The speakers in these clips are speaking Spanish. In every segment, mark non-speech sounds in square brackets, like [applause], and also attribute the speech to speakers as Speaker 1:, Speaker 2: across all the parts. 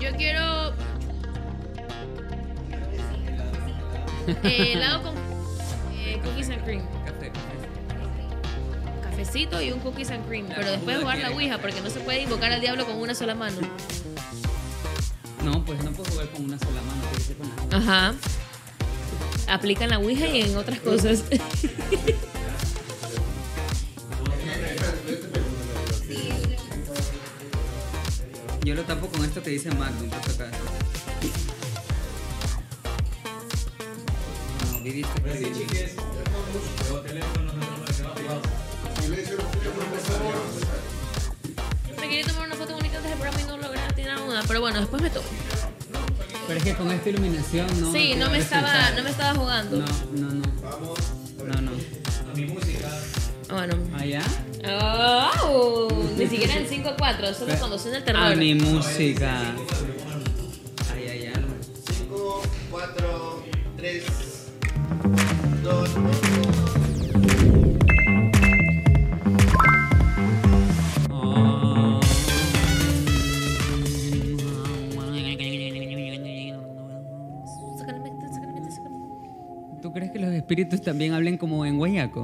Speaker 1: Yo quiero. eh, helado con eh, cookies and cream.
Speaker 2: Café, café.
Speaker 1: Cafecito y un cookies and cream.
Speaker 2: Claro,
Speaker 1: Pero después
Speaker 2: uno
Speaker 1: jugar la
Speaker 2: quiere.
Speaker 1: ouija porque no se puede invocar al diablo con una sola mano.
Speaker 2: No, pues no puedo jugar con una sola mano, tiene que ser con la otra.
Speaker 1: Ajá. Aplican la ouija y en otras cosas. [laughs]
Speaker 2: Yo lo tapo con esto que dice Magnum, por si acaso. No, viviste. viviste.
Speaker 1: Me quería tomar una foto bonita antes del programa y no logré tirar una. Pero bueno, después me tomo.
Speaker 2: Pero es que con esta iluminación no.
Speaker 1: Sí,
Speaker 2: te
Speaker 1: no
Speaker 2: da
Speaker 1: me estaba,
Speaker 2: resultado.
Speaker 1: no me estaba jugando.
Speaker 2: No, no, no. No, no.
Speaker 1: Ah, Bueno.
Speaker 2: ¿Allá?
Speaker 1: Oh, ni siquiera en 5 a 4, solo cuando suena el terror.
Speaker 2: A mi música. Ay, ay, ay.
Speaker 3: 5, 4, 3, 2,
Speaker 2: Oh.
Speaker 1: Sácale, mete, sácale, mete, sácale.
Speaker 2: ¿Tú crees que los espíritus también hablen como en guayaco?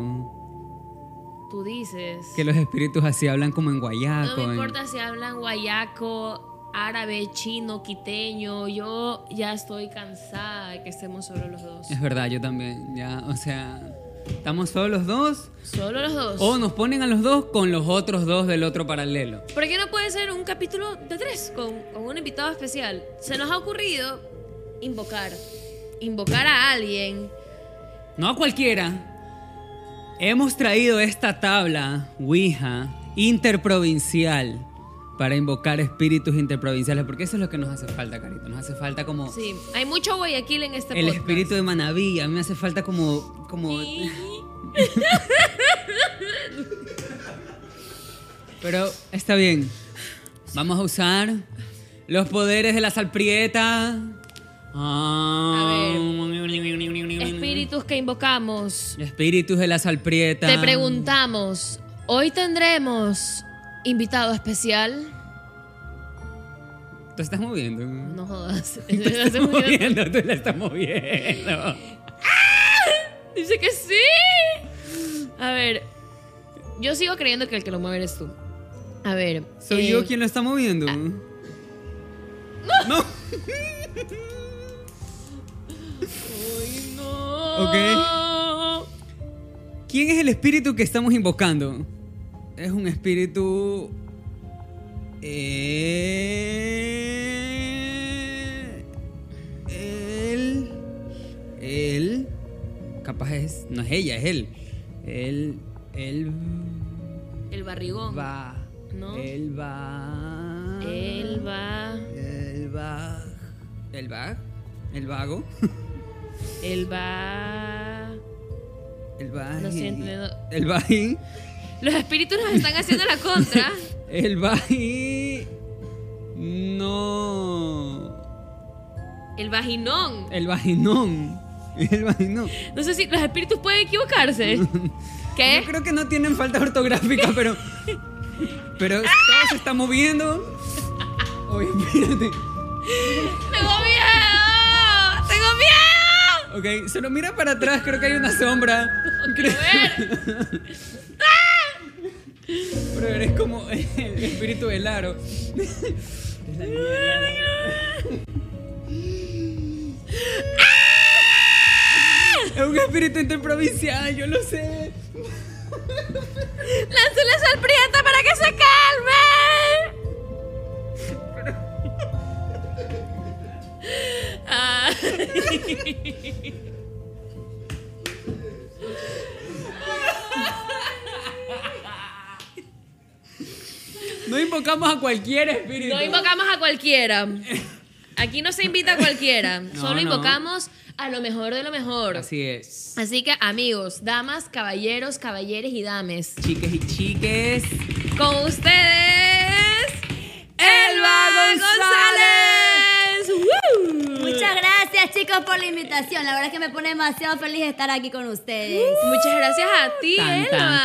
Speaker 1: Tú dices.
Speaker 2: Que los espíritus así hablan como en
Speaker 1: No
Speaker 2: guayaco.
Speaker 1: me
Speaker 2: en-
Speaker 1: importa si hablan guayaco, árabe, chino, quiteño. Yo ya estoy cansada de que estemos solo los dos.
Speaker 2: Es verdad, yo también. Ya, o sea, estamos solos los dos.
Speaker 1: Solo los dos.
Speaker 2: O nos ponen a los dos con los otros dos del otro paralelo.
Speaker 1: ¿Por qué no puede ser un capítulo de tres con, con un invitado especial? Se nos ha ocurrido invocar. Invocar a alguien.
Speaker 2: No a cualquiera. Hemos traído esta tabla, Ouija, interprovincial, para invocar espíritus interprovinciales, porque eso es lo que nos hace falta, Carito. Nos hace falta como
Speaker 1: Sí, hay mucho Guayaquil en este
Speaker 2: el
Speaker 1: podcast.
Speaker 2: espíritu de Manabí. A mí me hace falta como... como Pero está bien. Vamos a usar los poderes de la salprieta. Ah.
Speaker 1: A Espíritus que invocamos.
Speaker 2: Espíritus de la salprieta.
Speaker 1: Te preguntamos, ¿hoy tendremos invitado especial?
Speaker 2: ¿Tú estás moviendo?
Speaker 1: [laughs] No jodas.
Speaker 2: Tú estás
Speaker 1: Hace muy-
Speaker 2: moviendo, tú la estás moviendo.
Speaker 1: Dice que sí. A ver, yo sigo creyendo que el que lo mueve eres tú. A ver.
Speaker 2: ¿Soy
Speaker 1: eh,
Speaker 2: yo quien lo está moviendo? No.
Speaker 1: Ay, no.
Speaker 2: ¿Quién es el espíritu que estamos invocando? Es un espíritu... Eh, él... Él... Capaz es... No es ella, es él. Él... Él...
Speaker 1: El barrigón.
Speaker 2: Va.
Speaker 1: ¿No?
Speaker 2: Él va...
Speaker 1: Él va.
Speaker 2: El va. El va. El vago.
Speaker 1: Él va.
Speaker 2: [laughs] El bajín.
Speaker 1: estoy entendiendo.
Speaker 2: El bajín.
Speaker 1: Los espíritus nos están haciendo la contra.
Speaker 2: El bajín. No.
Speaker 1: El vaginón.
Speaker 2: El bajinón. El bajinón.
Speaker 1: No sé si los espíritus pueden
Speaker 2: [laughs]
Speaker 1: equivocarse. ¿Qué?
Speaker 2: Yo creo que no tienen falta ortográfica, pero. Pero todo se está moviendo. Oye, espérate.
Speaker 1: ¡Tengo miedo! ¡Tengo miedo!
Speaker 2: Ok, solo mira para atrás, creo que hay una sombra. Creo- [laughs] Pero eres como [laughs] el espíritu del aro. Es la mierda. Es un espíritu interprovincial, yo lo sé.
Speaker 1: ¡Lánzale al prieta para que se calme! Ah.
Speaker 2: No invocamos a cualquier espíritu.
Speaker 1: No invocamos a cualquiera. Aquí no se invita a cualquiera. Solo
Speaker 2: [laughs] no.
Speaker 1: invocamos a lo mejor de lo mejor. Así,
Speaker 2: Así es.
Speaker 1: que, amigos, damas, caballeros, caballeres y dames,
Speaker 2: Chiques y chiques.
Speaker 1: con ustedes,
Speaker 2: Elba
Speaker 1: González. ¡Woo!
Speaker 4: Muchas gracias chicos por la invitación. La verdad es que me pone demasiado feliz estar aquí con ustedes.
Speaker 1: Muchas gracias a ti,
Speaker 2: Tan, tan,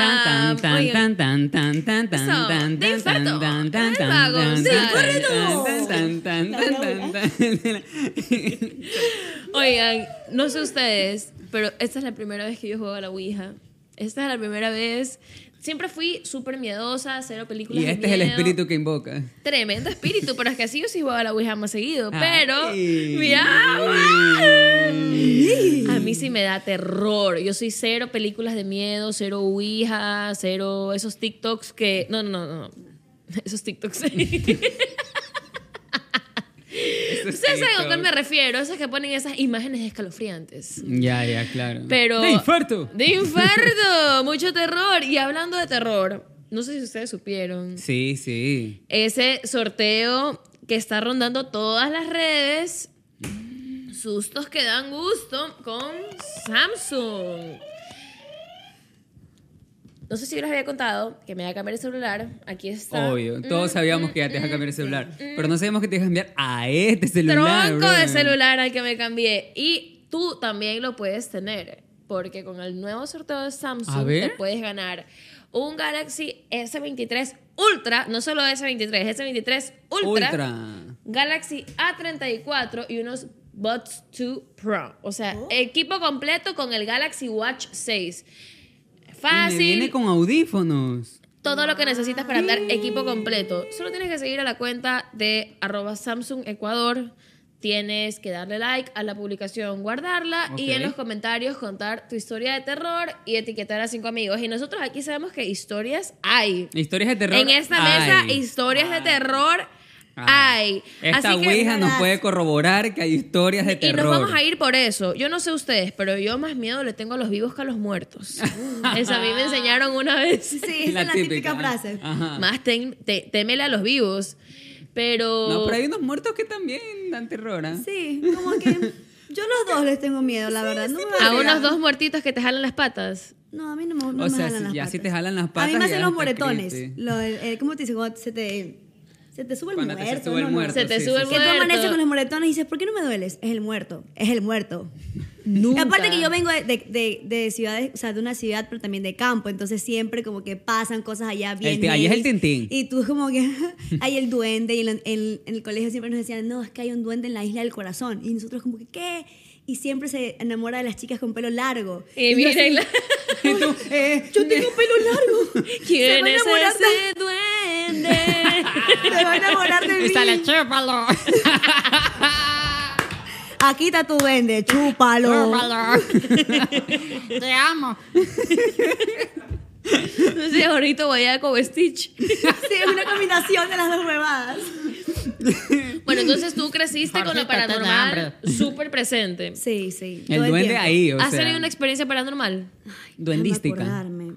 Speaker 2: tan, tan, tan,
Speaker 1: Elba. Oigan,
Speaker 2: tan, tan, tan, tan,
Speaker 1: eso,
Speaker 2: tan,
Speaker 1: de
Speaker 2: tan,
Speaker 1: infarto.
Speaker 2: tan,
Speaker 1: Elba
Speaker 2: tan, tan, tan,
Speaker 1: González.
Speaker 2: tan, tan, tan, tan, tan, tan, tan, tan. [laughs]
Speaker 1: Oigan, no sé ustedes, pero esta es la primera vez que yo juego a la Ouija. Esta es la primera vez. Siempre fui súper miedosa, cero películas
Speaker 2: Y
Speaker 1: de
Speaker 2: este es el
Speaker 1: miedo.
Speaker 2: espíritu que invoca.
Speaker 1: Tremendo espíritu, pero es que así yo sí jugaba a la Ouija más seguido. Pero,
Speaker 2: Ay.
Speaker 1: mira, a mí sí me da terror. Yo soy cero películas de miedo, cero Ouija, cero esos TikToks que. No, no, no, no. Esos TikToks. [laughs] Ustedes saben a cuál me refiero, esas que ponen esas imágenes escalofriantes.
Speaker 2: Ya, ya, claro.
Speaker 1: Pero.
Speaker 2: ¡De infarto!
Speaker 1: ¡De infarto! Mucho terror. Y hablando de terror, no sé si ustedes supieron
Speaker 2: Sí, sí.
Speaker 1: ese sorteo que está rondando todas las redes. Sustos que dan gusto con Samsung. No sé si yo les había contado que me iba a cambiar el celular. Aquí está.
Speaker 2: Obvio. Todos sabíamos que ya te ibas a cambiar el celular. Pero no sabíamos que te ibas a cambiar a este celular.
Speaker 1: Mm, Tronco de
Speaker 2: brother.
Speaker 1: celular al que me cambié. Y tú también lo puedes tener. Porque con el nuevo sorteo de
Speaker 2: A
Speaker 1: Samsung
Speaker 2: ver.
Speaker 1: te puedes ganar un Galaxy S23 Ultra. No solo S23, S23 Ultra.
Speaker 2: Ultra.
Speaker 1: Galaxy A34 y unos Buds 2 Pro. O sea,
Speaker 2: Oh.
Speaker 1: equipo completo con el Galaxy Watch 6.
Speaker 2: Y me viene
Speaker 1: Fácil,
Speaker 2: con audífonos.
Speaker 1: todo lo que necesitas para andar equipo completo. Solo tienes que seguir a la cuenta de arroba Samsung Ecuador. Tienes que darle like a la publicación, guardarla y
Speaker 2: Ok.
Speaker 1: en los comentarios contar tu historia de terror y etiquetar a cinco amigos. Y nosotros aquí sabemos que historias hay.
Speaker 2: Historias de terror.
Speaker 1: En esta mesa,
Speaker 2: hay.
Speaker 1: historias de terror
Speaker 2: Ay.
Speaker 1: hay.
Speaker 2: Esta
Speaker 1: Así que-
Speaker 2: Ouija nos puede corroborar que hay historias de
Speaker 1: y
Speaker 2: terror.
Speaker 1: nos vamos a ir por eso. Yo no sé ustedes, pero yo más miedo le tengo a los vivos que a los muertos. eso a mí me enseñaron una vez.
Speaker 4: Sí, esa es la típica, frase.
Speaker 2: Ajá.
Speaker 1: Más tem- te- témele a los vivos. Pero.
Speaker 2: No, pero hay unos muertos que también dan terror. ¿ah?
Speaker 4: Sí, como que yo a los dos les tengo miedo, la verdad. No me
Speaker 1: a
Speaker 4: vale.
Speaker 1: unos dos muertitos que te jalan las patas.
Speaker 4: No, a mí no, me- no
Speaker 2: o
Speaker 4: me
Speaker 2: sea,
Speaker 4: jalan
Speaker 2: si-
Speaker 4: las
Speaker 2: ya
Speaker 4: patas.
Speaker 2: si te jalan las
Speaker 4: A
Speaker 2: patas,
Speaker 4: mí me
Speaker 2: ya
Speaker 4: hacen los
Speaker 2: está
Speaker 4: moretones.
Speaker 2: creepy.
Speaker 4: Lo, el- el- ¿Cómo te dice? Cuando se te, se te sube el
Speaker 2: Cuando te
Speaker 4: muerto.
Speaker 2: se sube el
Speaker 4: ¿no?
Speaker 2: muerto.
Speaker 1: Se te
Speaker 2: sí,
Speaker 1: sube
Speaker 2: sí,
Speaker 1: el
Speaker 2: sí.
Speaker 4: Que tú amaneces
Speaker 1: Muerto.
Speaker 4: con los moretones y dices, ¿por qué no me dueles? Es el muerto, es el muerto.
Speaker 1: Nunca.
Speaker 4: Y aparte que yo vengo de, de, de- de ciudades, o sea, de una ciudad, pero también de campo, entonces siempre como que pasan cosas allá bien.
Speaker 2: ti- ahí es el
Speaker 4: heavy.
Speaker 2: tintín.
Speaker 4: Y tú como que [laughs] hay el duende y en, la- en- en el colegio siempre nos decían, no, es que hay un duende en la isla del corazón. Y nosotros como que, ¿qué? Y siempre se enamora de las chicas con pelo largo.
Speaker 2: [laughs]
Speaker 1: Y
Speaker 4: yo
Speaker 1: [laughs]
Speaker 4: así,
Speaker 1: miren,
Speaker 2: [laughs] Y tú, eh,
Speaker 4: yo tengo pelo largo. Se
Speaker 1: ¿quién
Speaker 4: va a
Speaker 1: es
Speaker 4: enamorar
Speaker 1: ese duende?
Speaker 4: de- Se va a enamorar de mí.
Speaker 2: sale, chúpalo.
Speaker 4: Aquí está tu duende, chúpalo.
Speaker 2: [laughs] Te amo.
Speaker 1: [laughs] No sé, ahorita voy a como Stitch.
Speaker 4: [laughs] Sí, es una combinación de las dos huevadas.
Speaker 1: Bueno, entonces tú creciste con lo
Speaker 2: Jorgito, te da
Speaker 1: paranormal súper presente.
Speaker 4: Sí, sí. todo
Speaker 2: El duende
Speaker 4: tiempo.
Speaker 2: ahí, o
Speaker 1: ¿Has
Speaker 2: sea.
Speaker 1: tenido una experiencia paranormal?
Speaker 4: Déjame
Speaker 2: Duendística.
Speaker 4: acordarme.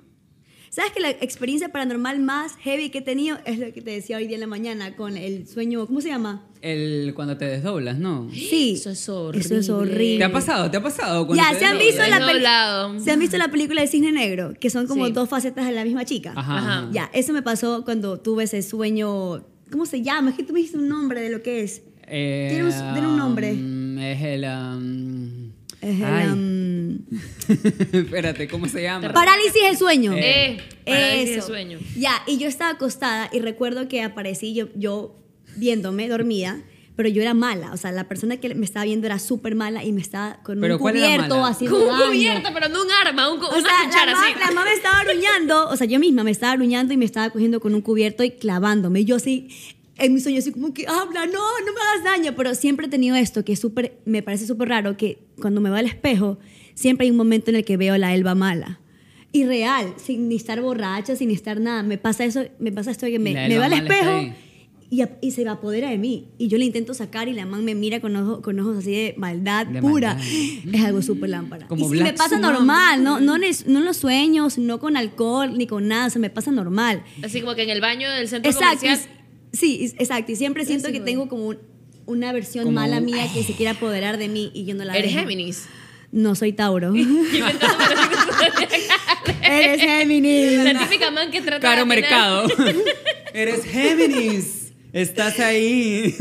Speaker 4: ¿Sabes que la experiencia paranormal más heavy que he tenido es lo que te decía hoy día en la mañana con el sueño, ¿cómo se llama?
Speaker 1: [gasps]
Speaker 2: El cuando te desdoblas, ¿no?
Speaker 4: Sí.
Speaker 1: Eso es horrible.
Speaker 4: Eso es horrible.
Speaker 2: ¿Te ha pasado? ¿Te ha pasado? cuando
Speaker 4: Ya,
Speaker 2: te
Speaker 4: ¿se han, visto
Speaker 2: desdoblas?
Speaker 4: la
Speaker 1: Del
Speaker 4: peli-
Speaker 1: doblado.
Speaker 4: ¿se han visto la película de Cisne Negro? Que son como
Speaker 1: Sí. Ah.
Speaker 4: dos facetas de la misma chica.
Speaker 2: Ajá.
Speaker 1: Ajá.
Speaker 2: ajá.
Speaker 4: Ya, eso me pasó cuando tuve ese sueño, ¿cómo se llama? Es que tú me dijiste un nombre de lo que es.
Speaker 2: Eh,
Speaker 4: Tiene un- tiene un nombre.
Speaker 2: um, Es el. um,
Speaker 4: Es el,
Speaker 2: ay.
Speaker 4: um,
Speaker 2: [laughs] Espérate, ¿cómo se llama?
Speaker 4: Parálisis del sueño.
Speaker 1: Eh, parálisis de
Speaker 4: Eso.
Speaker 1: sueño.
Speaker 4: Ya, y yo estaba acostada y recuerdo que aparecí yo, yo viéndome dormida, pero yo era mala. O sea, la persona que me estaba viendo era súper mala y me estaba con
Speaker 2: ¿Pero
Speaker 4: un
Speaker 2: cuál era
Speaker 4: cubierto
Speaker 2: mala?
Speaker 4: así
Speaker 1: Con un
Speaker 4: rodando.
Speaker 1: cubierto, pero no un arma, un, cu-
Speaker 4: O
Speaker 1: una
Speaker 4: sea,
Speaker 1: cuchara
Speaker 4: la, ma-
Speaker 1: así.
Speaker 4: la mamá me estaba aruñando, o sea, yo misma me estaba aruñando y me estaba cogiendo con un cubierto y clavándome. Y Yo así, en mi sueño, así como que habla, no, no me hagas daño. Pero siempre he tenido esto que es súper, me parece súper raro que cuando me va al espejo, siempre hay un momento en el que veo la elba mala. Y real, sin ni estar borracha, sin estar nada. Me pasa eso, me pasa esto de que me,
Speaker 2: La
Speaker 4: me
Speaker 2: Elba
Speaker 4: va al
Speaker 2: mala está
Speaker 4: espejo.
Speaker 2: ahí.
Speaker 4: Y, a- y se apodera de mí. Y yo le intento sacar y la man me mira con, ojo- con ojos así de maldad
Speaker 2: De
Speaker 4: pura.
Speaker 2: maldad.
Speaker 4: Es algo súper lámpara.
Speaker 2: Como
Speaker 4: y sí, me
Speaker 2: Black
Speaker 4: pasa
Speaker 2: Swan.
Speaker 4: normal, no, no, en el- no en los sueños, no con alcohol, ni con nada, se me pasa normal.
Speaker 1: Así como que en el baño del centro
Speaker 4: Exacto. y-
Speaker 1: comercial.
Speaker 4: sí, y- exacto. Y siempre siento
Speaker 1: sí,
Speaker 4: que
Speaker 1: güey.
Speaker 4: tengo como un- una versión
Speaker 2: Como
Speaker 4: mala
Speaker 2: un-
Speaker 4: mía
Speaker 2: [sighs]
Speaker 4: que se quiere apoderar de mí y yo no la
Speaker 1: Eres
Speaker 4: dejo. [laughs]
Speaker 1: Géminis.
Speaker 4: No, soy
Speaker 1: [laughs]
Speaker 4: Tauro.
Speaker 2: [laughs]
Speaker 4: Eres Géminis.
Speaker 1: La típica man que trata
Speaker 2: Caro
Speaker 1: de atinar-
Speaker 4: [laughs]
Speaker 2: Mercado. Eres Géminis. Estás ahí.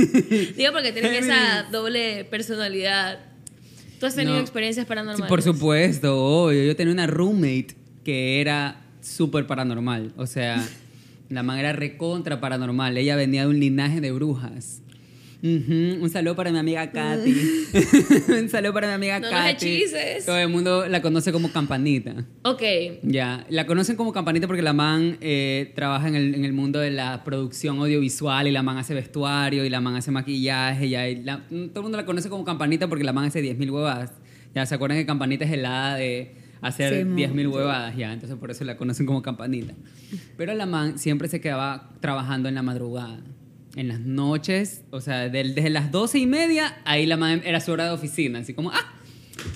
Speaker 1: Digo porque tienes
Speaker 2: Géminis.
Speaker 1: esa doble personalidad. ¿Tú has tenido
Speaker 2: No.
Speaker 1: experiencias paranormales?
Speaker 2: Sí, por supuesto, obvio. Yo tenía una roommate que era súper paranormal.
Speaker 1: [laughs]
Speaker 2: O sea, la man era recontra paranormal. Ella venía de un linaje de brujas. Ujú, Un saludo para mi amiga
Speaker 1: [laughs]
Speaker 2: Katy. [laughs] un saludo para mi amiga
Speaker 1: No nos
Speaker 2: Katy.
Speaker 1: hechices.
Speaker 2: Todo el mundo la conoce como Campanita.
Speaker 1: Ok.
Speaker 2: Ya, la conocen como Campanita porque la man eh, trabaja en el, en el mundo de la producción audiovisual y la man hace vestuario y la man hace maquillaje. y ahí la- mm, todo el mundo la conoce como Campanita porque la man hace 10.000 huevadas. Ya, ¿se acuerdan que Campanita es helada de hacer
Speaker 4: Sí, mo.
Speaker 2: 10.000 huevadas? Ya, entonces por eso la conocen como Campanita. Pero la man siempre se quedaba trabajando en la madrugada. En las noches, o sea, del- desde las doce y media, ahí la man era su hora de oficina. Así como, ah,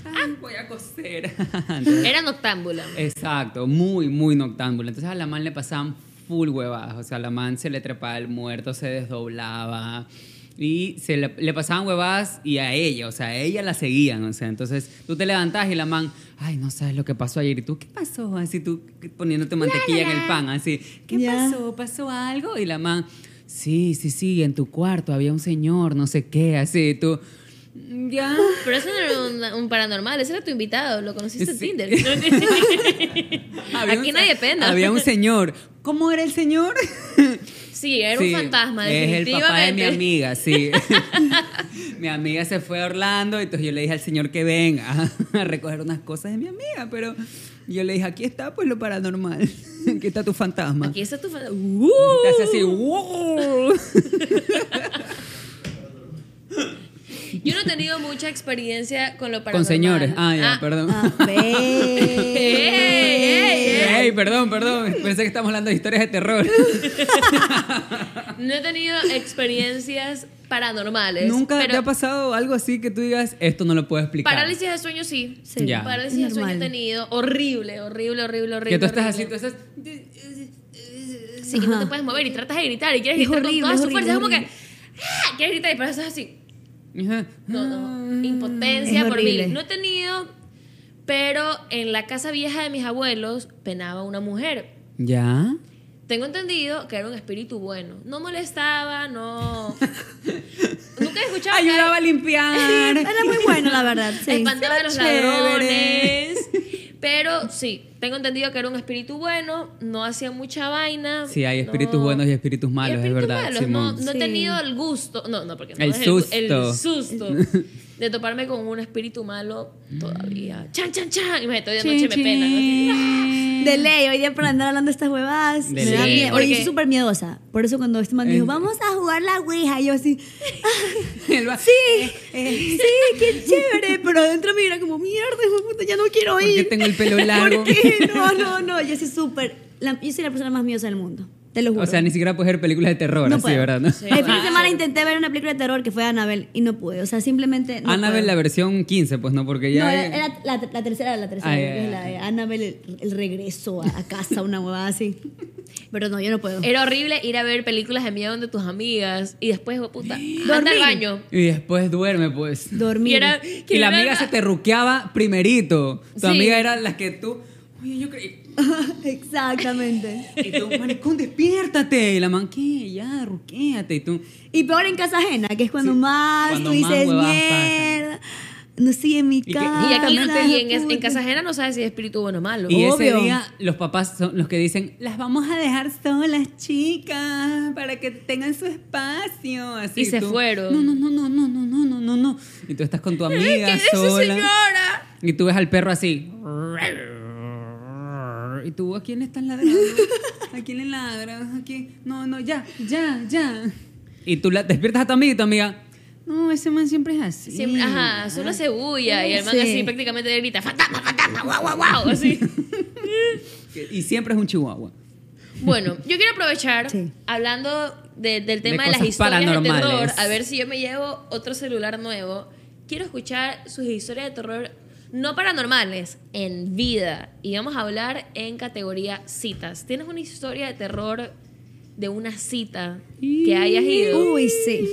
Speaker 2: ay, voy a coser. [laughs] Entonces,
Speaker 1: Era noctámbula.
Speaker 2: Exacto, muy, muy noctámbulo. Entonces a la man le pasaban full huevadas. O sea, a la man se le trepaba el muerto, se desdoblaba. Y se le, le pasaban huevadas y a ella, o sea, a ella la seguían. O sea, entonces tú te levantabas y la man, ay, no sabes lo que pasó ayer. Y tú, ¿qué pasó? Así tú poniéndote mantequilla en el pan, así, ¿qué
Speaker 4: Ya.
Speaker 2: pasó? ¿Pasó algo? Y la man, sí, sí, sí, en tu cuarto había un señor, no sé qué, así. Y tú, ya.
Speaker 1: Pero ese no era un, un paranormal, ese era tu invitado, lo conociste en
Speaker 2: Sí.
Speaker 1: Tinder. [laughs]
Speaker 2: Había
Speaker 1: Aquí
Speaker 2: un-
Speaker 1: nadie pena.
Speaker 2: Había un señor. ¿Cómo era
Speaker 1: [laughs]
Speaker 2: el señor?
Speaker 1: Sí, era
Speaker 2: Sí,
Speaker 1: un fantasma,
Speaker 2: Es el papá de mi
Speaker 1: definitivamente.
Speaker 2: amiga, sí.
Speaker 1: [laughs]
Speaker 2: mi amiga se fue a Orlando, entonces yo le dije al señor que venga a recoger unas cosas de mi amiga, pero yo le dije, aquí está pues lo paranormal, [laughs] aquí está tu fantasma.
Speaker 1: Aquí está tu fantasma.
Speaker 2: Y te hace así, "Wow".
Speaker 1: Yo no he tenido mucha experiencia con lo paranormal.
Speaker 2: Con señores. Ah, ya, perdón. [laughs]
Speaker 4: A
Speaker 1: ¡Ey,
Speaker 4: ver.
Speaker 1: ey, ey!
Speaker 2: Ey, perdón, perdón. Pensé que estamos hablando de historias de terror.
Speaker 1: No he tenido experiencias paranormales.
Speaker 2: Nunca
Speaker 1: pero
Speaker 2: te ha pasado algo así que tú digas, esto no lo puedo explicar.
Speaker 1: Parálisis de sueño sí.
Speaker 4: Sí.
Speaker 2: Ya.
Speaker 1: Parálisis de sueño he
Speaker 4: Normal.
Speaker 1: tenido. Horrible, horrible, horrible, horrible.
Speaker 2: Que tú estás así,
Speaker 1: horrible.
Speaker 2: tú estás...
Speaker 1: Sí, que no te puedes mover y tratas de gritar y quieres
Speaker 4: Es
Speaker 1: gritar
Speaker 4: horrible,
Speaker 1: con toda
Speaker 4: es
Speaker 1: su
Speaker 4: horrible,
Speaker 1: fuerza. Es como que.
Speaker 4: horrible.
Speaker 1: ¡ah! Quieres gritar y pero estás así.
Speaker 2: Ajá.
Speaker 1: No, no. Impotencia
Speaker 4: Mm, Es
Speaker 1: por
Speaker 4: horrible.
Speaker 1: mil. No he tenido. Pero en la casa vieja de mis abuelos penaba una mujer.
Speaker 2: ¿Ya?
Speaker 1: Tengo entendido que era un espíritu bueno. No molestaba,
Speaker 4: [laughs]
Speaker 1: no. Nunca he escuchado. que-
Speaker 2: Ayudaba a limpiar.
Speaker 4: Era muy bueno, la verdad. sí.
Speaker 1: espantaba a los
Speaker 2: Chévere.
Speaker 1: ladrones. Pero sí, tengo entendido que era un espíritu bueno, no hacía mucha vaina.
Speaker 2: Sí, hay espíritus
Speaker 1: no-
Speaker 2: buenos y espíritus
Speaker 1: y
Speaker 2: malos,
Speaker 1: espíritus
Speaker 2: es verdad,
Speaker 1: malos, No,
Speaker 2: Simón.
Speaker 1: no he
Speaker 4: Sí.
Speaker 1: tenido el gusto, no, no, porque no
Speaker 2: El
Speaker 1: es gu-
Speaker 2: susto.
Speaker 1: el susto
Speaker 2: [laughs]
Speaker 1: de toparme con un espíritu malo todavía.
Speaker 2: Mm.
Speaker 1: Chan, chan, chan. Imagínate, hoy de noche me pena.
Speaker 4: De ley, hoy día por andar hablando de estas huevadas.
Speaker 2: De
Speaker 4: me da
Speaker 2: ley.
Speaker 4: miedo.
Speaker 1: Porque-
Speaker 4: Oye, yo soy súper miedosa. Por eso cuando este man dijo,
Speaker 2: Eh.
Speaker 4: vamos a jugar la ouija, yo así,
Speaker 2: El va-
Speaker 4: sí, sí, qué chévere. Pero adentro me era como, mierda, hijo de puta, ya no quiero
Speaker 2: ¿Por
Speaker 4: ir.
Speaker 2: qué tengo el pelo largo?
Speaker 4: [laughs] ¿Por qué? No, no, no. Yo soy súper. la- yo soy la persona más miedosa del mundo. Te lo juro.
Speaker 2: O sea, ni siquiera puedes ver películas de terror,
Speaker 4: No
Speaker 2: así,
Speaker 4: puedo.
Speaker 2: ¿verdad? ¿no?
Speaker 1: Sí.
Speaker 4: El fin
Speaker 1: claro.
Speaker 4: de semana intenté ver una película de terror que fue Annabelle y no pude. O sea, simplemente.
Speaker 2: [laughs]
Speaker 4: No
Speaker 2: Annabelle,
Speaker 4: puedo.
Speaker 2: la versión 15, pues no, porque ya.
Speaker 4: No, era era la, la, tercera, la tercera.
Speaker 2: Ah,
Speaker 4: que
Speaker 2: ya,
Speaker 4: es
Speaker 2: ya,
Speaker 4: la de Annabelle, el, el regreso a, a casa, una huevada así. Pero no, yo no
Speaker 2: Eh,
Speaker 4: puedo.
Speaker 1: "Ah". Era horrible ir a ver películas de miedo de tus amigas y después, oh, puta, anda al
Speaker 4: Dormir.
Speaker 1: baño.
Speaker 2: Y después duerme, pues.
Speaker 4: Dormir.
Speaker 1: Y era-
Speaker 2: Y la
Speaker 1: era-
Speaker 2: amiga se te ruqueaba primerito. Tu
Speaker 1: Sí.
Speaker 2: amiga era la que tú. Oye, yo creí.
Speaker 4: [laughs] Exactamente.
Speaker 2: Y tú, maricón, despiértate. Y la man, ¿qué? Ya, ruquéate. Y tú.
Speaker 4: Y peor en casa ajena, que es cuando
Speaker 2: Sí.
Speaker 4: más
Speaker 2: Cuando
Speaker 4: tú
Speaker 2: más
Speaker 4: dices,
Speaker 2: huevadas
Speaker 4: mierda, no sigue en mi
Speaker 2: que-
Speaker 4: casa.
Speaker 1: Y aquí
Speaker 4: puta,
Speaker 1: y en, es- en
Speaker 4: puta".
Speaker 1: casa ajena no sabes si es espíritu bueno o malo.
Speaker 2: Y ese
Speaker 4: Obvio.
Speaker 1: [laughs]
Speaker 2: día los papás son los que dicen, las vamos a dejar solas, chicas, para que tengan su espacio. Así,
Speaker 1: Y se
Speaker 2: tú,
Speaker 1: fueron.
Speaker 2: No, no, no, no, no, no, no, no, no, no. Y tú estás
Speaker 1: [laughs]
Speaker 2: con tu amiga sola. Y tú ves al perro así. Y tú, ¿a quién le estás ladrando? ¿A quién le ladras? ¿A quién? No, no, ya, ya, ya. Y tú la, despiertas a tu amiga y tu amiga, no, ese man siempre es así.
Speaker 1: Siempre, ajá, solo se bulla y el man
Speaker 4: Sí.
Speaker 1: así prácticamente le grita, fantasma, fantasma, guau, guau, guau,
Speaker 4: [laughs]
Speaker 1: así.
Speaker 2: Y siempre es un chihuahua.
Speaker 1: Bueno, yo quiero aprovechar,
Speaker 4: Sí.
Speaker 1: hablando de- del tema de,
Speaker 2: De
Speaker 1: las
Speaker 2: cosas
Speaker 1: historias de terror,
Speaker 2: paranormales.
Speaker 1: a ver si yo me llevo otro celular nuevo. Quiero escuchar sus historias de terror, no paranormales, en vida. Y vamos a hablar en categoría citas. ¿Tienes una historia de terror de una cita que hayas ido?
Speaker 4: Uy, sí.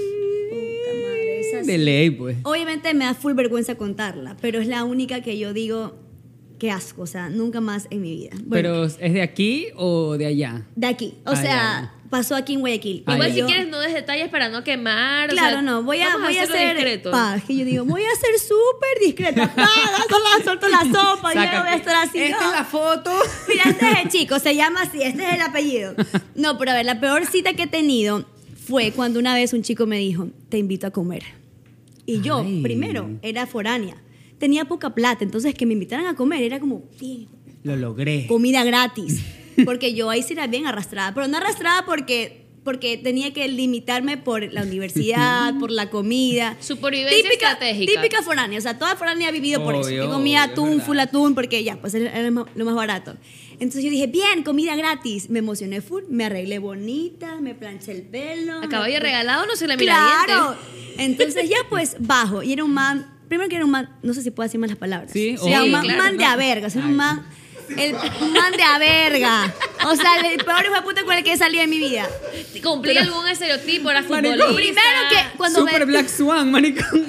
Speaker 4: Puta madre, esa
Speaker 2: De ley, pues.
Speaker 4: Obviamente me da full vergüenza contarla, pero es la única que yo digo, qué asco, o sea, nunca más en mi vida. Bueno,
Speaker 2: Pero ¿es de aquí o de allá?
Speaker 4: de aquí, o
Speaker 2: Ah,
Speaker 4: sea, pasó aquí en Guayaquil.
Speaker 2: Ah,
Speaker 1: Igual
Speaker 2: ya.
Speaker 1: si
Speaker 4: Yo-
Speaker 1: quieres no des detalles para no quemar. o
Speaker 4: Claro,
Speaker 1: sea,
Speaker 4: no, voy a,
Speaker 1: vamos
Speaker 4: voy a
Speaker 1: hacerlo
Speaker 4: ser
Speaker 1: discreto.
Speaker 4: pa, es que yo digo, voy a ser súper
Speaker 2: [laughs]
Speaker 4: discreta, pa, sola, suelto la sopa, yo no voy a estar así.
Speaker 2: Esta
Speaker 4: no.
Speaker 2: es la foto.
Speaker 4: [laughs] este Mira, este es el chico, se llama así, este es el apellido. No, pero a ver, la peor cita que he tenido fue cuando una vez un chico me dijo, te invito a comer. Y yo,
Speaker 2: Ay.
Speaker 4: primero, era foránea. Tenía poca plata, entonces que me invitaran a comer era como, "Bien,
Speaker 2: Lo logré.
Speaker 4: comida gratis. Porque yo ahí sí era bien arrastrada, pero no arrastrada porque, porque tenía que limitarme por la universidad, por la comida.
Speaker 1: Supervivencia estratégica.
Speaker 4: Típica foránea, o sea, toda foránea ha vivido por eso.
Speaker 2: Obvio,
Speaker 4: Yo comía
Speaker 2: obvio, es
Speaker 4: atún,
Speaker 2: verdad.
Speaker 4: full atún, porque ya, pues era era lo más- lo más barato. Entonces yo dije, bien, comida gratis. Me emocioné full, me arreglé bonita, me planché el pelo.
Speaker 1: A
Speaker 4: me-
Speaker 1: caballo regalado no se le mira
Speaker 4: Claro.
Speaker 1: dientes.
Speaker 4: Entonces ya pues bajo. Y era un man, primero que era un man, no sé si puedo decir más las palabras.
Speaker 2: Sí,
Speaker 4: o sea, un
Speaker 1: obvio.
Speaker 4: man,
Speaker 1: claro,
Speaker 4: man de
Speaker 2: no.
Speaker 4: a verga, o sea, era
Speaker 2: Ay.
Speaker 4: un man, el un man de a verga. O sea, el peor hijo de puta con el que he salido en mi vida.
Speaker 1: Cumplí algún estereotipo, era
Speaker 2: Maricón.
Speaker 1: futbolista.
Speaker 4: Primero que cuando me-
Speaker 2: Super Black Swan, [laughs] maricón.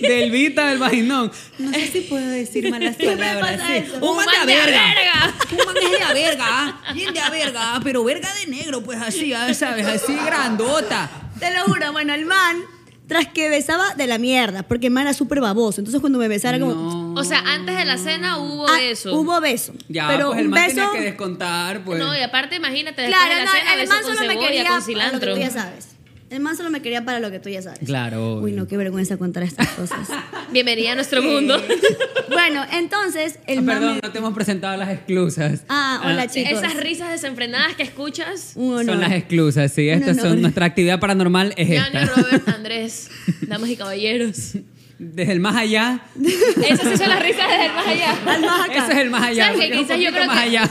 Speaker 2: Del Vita, del Vaginón.
Speaker 4: No sé si puedo
Speaker 2: [laughs]
Speaker 4: decir malas
Speaker 2: palabras, sí.
Speaker 4: eso.
Speaker 1: un man de verga.
Speaker 2: Un man es de a verga, ¿ah? bien de a verga, ah, pero verga de negro, pues así, ah, ¿sabes? Así grandota.
Speaker 4: Te lo juro, bueno, el man tras que besaba de la mierda, porque el man era súper baboso. Entonces cuando me besara como
Speaker 1: O sea, antes de la cena hubo
Speaker 4: Ah,
Speaker 1: eso.
Speaker 4: Hubo beso.
Speaker 2: Ya,
Speaker 4: pero
Speaker 2: pues el
Speaker 4: un
Speaker 2: man
Speaker 4: beso
Speaker 2: tenía que descontar, pues.
Speaker 1: No, y aparte, imagínate, después
Speaker 4: Claro,
Speaker 1: de la
Speaker 4: no,
Speaker 1: cena,
Speaker 4: el
Speaker 1: beso
Speaker 4: man
Speaker 1: con
Speaker 4: solo me
Speaker 1: cebolla,
Speaker 4: quería
Speaker 1: con
Speaker 4: para lo que
Speaker 1: cilantro.
Speaker 4: tú ya sabes. El man solo me quería para lo que tú ya sabes.
Speaker 2: Claro,
Speaker 4: Uy,
Speaker 2: obvio.
Speaker 4: no, qué vergüenza contar estas
Speaker 2: [laughs]
Speaker 4: cosas.
Speaker 1: Bienvenida a nuestro mundo.
Speaker 4: bueno, entonces el
Speaker 2: Ah,
Speaker 4: man
Speaker 2: perdón,
Speaker 4: me-
Speaker 2: no te hemos presentado las exclusas.
Speaker 4: Ah, hola chicos.
Speaker 1: Esas risas desenfrenadas que escuchas.
Speaker 4: Un honor. [laughs]
Speaker 2: Son las exclusas, sí. Estas
Speaker 4: honor.
Speaker 2: son nuestra actividad paranormal es
Speaker 1: Dani,
Speaker 2: esta.
Speaker 1: Robert, Andrés, damas y caballeros.
Speaker 2: [laughs] Desde el más allá.
Speaker 1: Esas sí son las risas desde el más allá.
Speaker 4: Al más acá.
Speaker 2: Ese es el más allá.
Speaker 1: ¿Sabes
Speaker 2: porque
Speaker 1: qué?
Speaker 2: es un
Speaker 1: Quizás yo
Speaker 2: poquito
Speaker 1: creo
Speaker 2: más
Speaker 1: que.
Speaker 2: allá.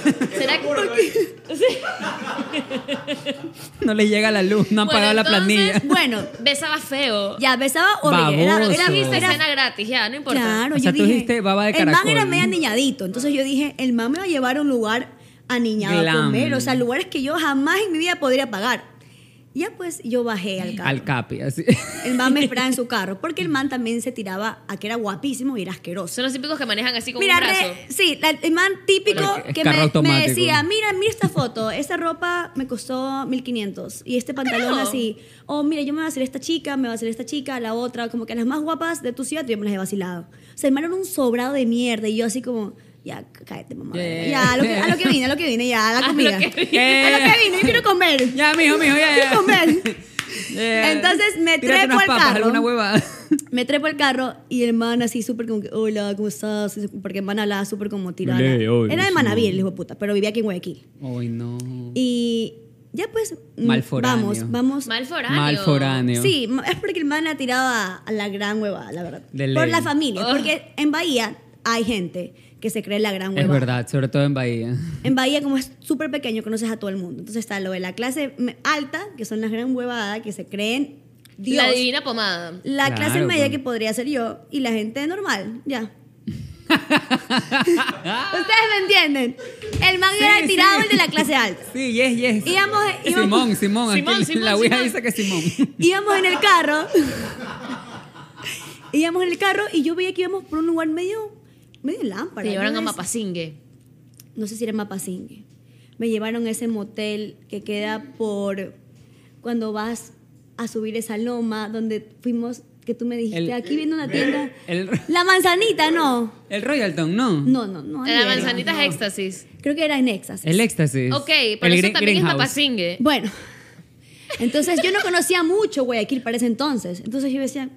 Speaker 2: [laughs]
Speaker 1: ¿Será que.?
Speaker 2: No le llega la luz, no han
Speaker 1: Bueno,
Speaker 2: pagado la
Speaker 1: entonces,
Speaker 2: planilla.
Speaker 4: Bueno,
Speaker 1: Besaba feo.
Speaker 4: ya besaba horrible. Era,
Speaker 2: Baboso.
Speaker 4: era,
Speaker 1: Viste
Speaker 4: era-
Speaker 1: cena gratis, ya, no importa.
Speaker 4: claro,
Speaker 2: O sea,
Speaker 4: yo
Speaker 2: tú
Speaker 4: dije,
Speaker 2: dijiste baba de
Speaker 4: El man era
Speaker 2: caracol.
Speaker 4: medio aniñadito, entonces yo dije, el man me va a llevar a un lugar aniñado
Speaker 2: Glam.
Speaker 4: a comer, o sea, lugares que yo jamás en mi vida podría pagar. Ya pues yo bajé al carro.
Speaker 2: Al capi, así. [laughs]
Speaker 4: El man me esperaba en su carro, porque el man también se tiraba a que era guapísimo y era asqueroso.
Speaker 1: Son los típicos que manejan así con
Speaker 4: Mira,
Speaker 1: un brazo.
Speaker 4: re- sí, la- el man típico
Speaker 2: Pero es
Speaker 4: que
Speaker 2: carro
Speaker 4: me- me,
Speaker 2: automático.
Speaker 4: decía, mira, mira esta foto, esta ropa me costó 1500 y este pantalón
Speaker 1: Claro.
Speaker 4: así, oh, mira, yo me voy a hacer esta chica, me voy a hacer esta chica, la otra, como que las más guapas de tu ciudad yo me las he vacilado. O sea, el man era un sobrado de mierda y yo así como, ya, c- cállate, mamá.
Speaker 2: Yeah.
Speaker 4: Ya, a lo, que, a lo que vine, a lo que vine, ya, [laughs] a
Speaker 1: A
Speaker 4: la
Speaker 1: lo
Speaker 4: comida.
Speaker 1: que
Speaker 2: vine.
Speaker 4: A lo que vine, yo quiero comer.
Speaker 2: ya, mijo, mijo, ya, ya.
Speaker 4: Quiero [laughs]
Speaker 2: [laughs]
Speaker 4: comer.
Speaker 2: Ya.
Speaker 4: Entonces, me
Speaker 2: Tírate
Speaker 4: trepo
Speaker 2: unas
Speaker 4: al
Speaker 2: papas,
Speaker 4: carro.
Speaker 2: alguna hueva. [laughs]
Speaker 4: [laughs] Me trepo al carro y el man así súper como que, hola, ¿cómo estás? Porque el man hablaba súper como tirana.
Speaker 2: Ley, obvio,
Speaker 4: Era de
Speaker 2: sí.
Speaker 4: Manaví, el hijo de puta, pero vivía aquí en Guayaquil.
Speaker 2: Uy, no.
Speaker 4: Y ya pues, mm,
Speaker 2: Mal foráneo.
Speaker 4: vamos, vamos.
Speaker 1: Mal foráneo.
Speaker 2: Mal foráneo.
Speaker 4: Sí, ma- es porque el man ha tirado a, a la gran hueva, la verdad.
Speaker 2: De
Speaker 4: Por
Speaker 2: ley.
Speaker 4: la familia,
Speaker 1: Ugh.
Speaker 4: porque en Bahía hay gente que se cree la gran hueva.
Speaker 2: Es verdad, sobre todo en Bahía.
Speaker 4: En Bahía, como es súper pequeño, conoces a todo el mundo. Entonces está lo de la clase me- alta, que son las gran huevadas que se creen Dios.
Speaker 1: La divina pomada.
Speaker 4: La
Speaker 2: Claro,
Speaker 4: clase media
Speaker 2: pues.
Speaker 4: que podría ser yo y la gente normal,
Speaker 2: [laughs]
Speaker 4: ya. Ustedes me entienden. El man
Speaker 2: Sí,
Speaker 4: era el tirado
Speaker 2: sí.
Speaker 4: el de la clase alta.
Speaker 2: [laughs] Sí, yes, yes.
Speaker 4: Íbamos, íbamos-
Speaker 2: Simón, Simón, aquí
Speaker 1: Simón, Simón,
Speaker 2: la ouija
Speaker 1: Simón.
Speaker 2: dice que Simón. [laughs]
Speaker 4: íbamos en el carro. íbamos en el carro y yo veía que íbamos por un lugar medio, medio lámpara.
Speaker 1: Te llevaron
Speaker 4: ¿no
Speaker 1: a
Speaker 4: es?
Speaker 1: Mapasingue.
Speaker 4: No sé si era Mapasingue. Me llevaron a ese motel que queda por cuando vas a subir esa loma donde fuimos, que tú me dijiste,
Speaker 2: El-
Speaker 4: aquí
Speaker 2: [laughs]
Speaker 4: viene una tienda.
Speaker 2: El,
Speaker 4: La manzanita, no.
Speaker 2: el Royalton, no.
Speaker 4: No, no, no. ahí
Speaker 1: La
Speaker 4: era.
Speaker 1: manzanita es éxtasis.
Speaker 4: Creo que era en Exas.
Speaker 2: El éxtasis.
Speaker 1: Ok,
Speaker 2: El
Speaker 1: pero eso
Speaker 2: Green-
Speaker 1: también es
Speaker 2: Greenhouse.
Speaker 1: Mapasingue.
Speaker 4: Bueno, entonces yo no conocía mucho Guayaquil para ese entonces. Entonces yo decía,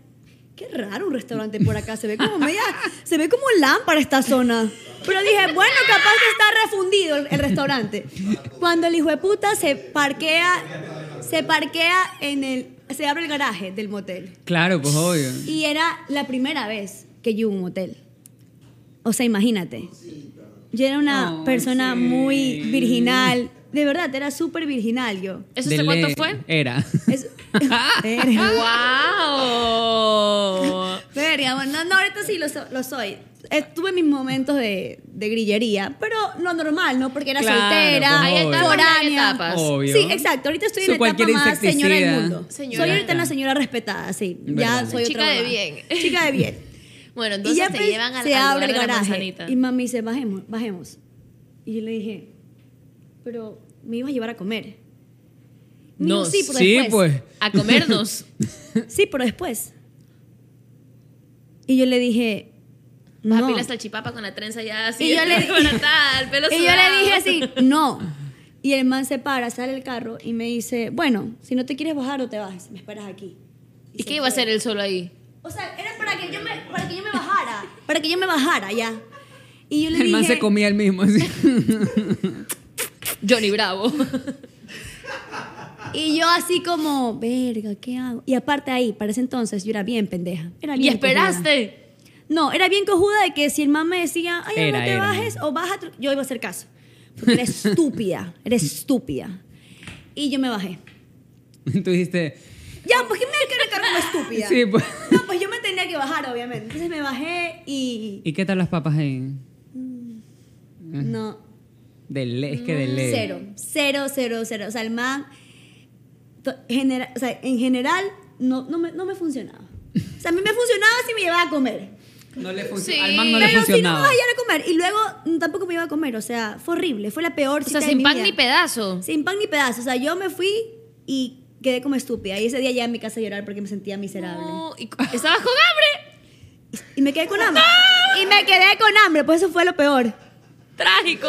Speaker 4: qué raro un restaurante por acá. Se ve como media, se ve como lámpara esta zona. Pero dije, bueno, capaz que está refundido el, el restaurante. Cuando el hijo de puta se parquea, se parquea en el, se abre el garaje del motel.
Speaker 2: Claro, pues obvio.
Speaker 4: Y era la primera vez que yo iba a un motel. O sea, imagínate. Yo era una
Speaker 2: Oh,
Speaker 4: persona
Speaker 2: sí.
Speaker 4: muy virginal. De verdad, era súper virginal yo.
Speaker 1: ¿Eso
Speaker 2: De
Speaker 1: hasta cuánto
Speaker 2: ley. [laughs]
Speaker 1: fue?
Speaker 2: Era.
Speaker 4: Es- Verga.
Speaker 1: ¡Wow!
Speaker 4: Verga, bueno, no, no, ahorita sí lo, so- lo soy. Eh, Tuve mis momentos de, de grillería, pero lo normal, ¿no? Porque era
Speaker 2: Claro,
Speaker 4: soltera,
Speaker 2: pues, Hay obvio.
Speaker 1: etapas, hay
Speaker 4: foránea.
Speaker 1: etapas.
Speaker 2: Obvio.
Speaker 4: Sí, exacto. Ahorita estoy
Speaker 2: Su
Speaker 4: en la etapa
Speaker 2: cualquier
Speaker 4: más señora del
Speaker 2: insecticida.
Speaker 4: mundo.
Speaker 1: Señora.
Speaker 4: Soy ahorita una señora respetada, sí.
Speaker 2: Verdad.
Speaker 4: Ya soy
Speaker 1: Chica
Speaker 4: otra
Speaker 1: de
Speaker 4: mamá.
Speaker 1: bien.
Speaker 4: Chica de bien.
Speaker 1: Bueno, entonces te
Speaker 4: pues,
Speaker 1: llevan al,
Speaker 4: se
Speaker 1: al lugar
Speaker 4: abre el
Speaker 1: de la
Speaker 4: garaje.
Speaker 1: manzanita.
Speaker 4: Y mami dice, bajemos, bajemos. Y yo le dije, pero me ibas a llevar a comer. Me dijo,
Speaker 1: No, pues.
Speaker 4: sí, pero
Speaker 2: sí,
Speaker 4: después.
Speaker 2: pues.
Speaker 1: A
Speaker 4: [laughs]
Speaker 1: comernos.
Speaker 4: Sí, pero después. Y yo le dije,
Speaker 1: Vas
Speaker 4: no.
Speaker 1: [laughs] a pilas al chipapa con la trenza ya así.
Speaker 4: Y yo le-
Speaker 1: Bueno, tal, el pelo
Speaker 4: Y yo le
Speaker 1: sudado.
Speaker 4: dije así, no. Y el man se para, sale el carro y me dice, bueno, si no te quieres bajar, no te bajes, me esperas aquí.
Speaker 1: ¿Y
Speaker 4: se
Speaker 1: qué iba a
Speaker 4: fue.
Speaker 1: hacer él solo ahí?
Speaker 4: O sea, era para que yo me, para que yo me bajara, para que yo me bajara ya. Y yo le
Speaker 2: El
Speaker 4: dije,
Speaker 2: man se comía el mismo. así.
Speaker 1: Johnny Bravo.
Speaker 4: Y yo así como, verga, ¿qué hago? Y aparte ahí, para ese entonces, yo era bien pendeja.
Speaker 1: [laughs]
Speaker 4: Era
Speaker 1: ¿Y
Speaker 4: bien
Speaker 1: esperaste?
Speaker 4: cojuda. No, era bien cojuda de que si el man me decía, ay,
Speaker 2: Era,
Speaker 4: no te
Speaker 2: era.
Speaker 4: bajes o baja, tu-", yo iba a hacer caso.
Speaker 2: [laughs]
Speaker 4: Porque era estúpida, era estúpida. Y yo me bajé.
Speaker 2: Tú dijiste,
Speaker 4: Ya, pues ¿qué me quiero cargo como estúpida?
Speaker 2: sí, pues.
Speaker 4: No, pues yo me tenía que bajar, obviamente. Entonces me bajé y...
Speaker 2: ¿Y qué tal las papas ahí?
Speaker 4: No,
Speaker 2: De ley, es que de ley.
Speaker 4: Mm, Cero, cero, cero, cero. O sea, el man, to- genera- o sea, en general, no, no, me, no me funcionaba. O sea, a mí me funcionaba si me llevaba a comer.
Speaker 2: No le func-
Speaker 1: Sí.
Speaker 2: Al man no le
Speaker 4: pero si no me
Speaker 2: funcionaba.
Speaker 4: vas a llevar a comer. Y luego mm, tampoco me iba a comer. O sea, fue horrible. Fue la peor
Speaker 1: O sea,
Speaker 4: cita de
Speaker 1: sin
Speaker 4: mi
Speaker 1: pan
Speaker 4: vida.
Speaker 1: ni pedazo.
Speaker 4: Sin pan ni pedazo. O sea, yo me fui y quedé como estúpida. Y ese día ya en mi casa a llorar porque me sentía miserable.
Speaker 1: No, y cu- ¿Estabas con hambre?
Speaker 4: Y me quedé con hambre. Y me quedé con hambre. Pues eso fue lo peor.
Speaker 1: Trágico.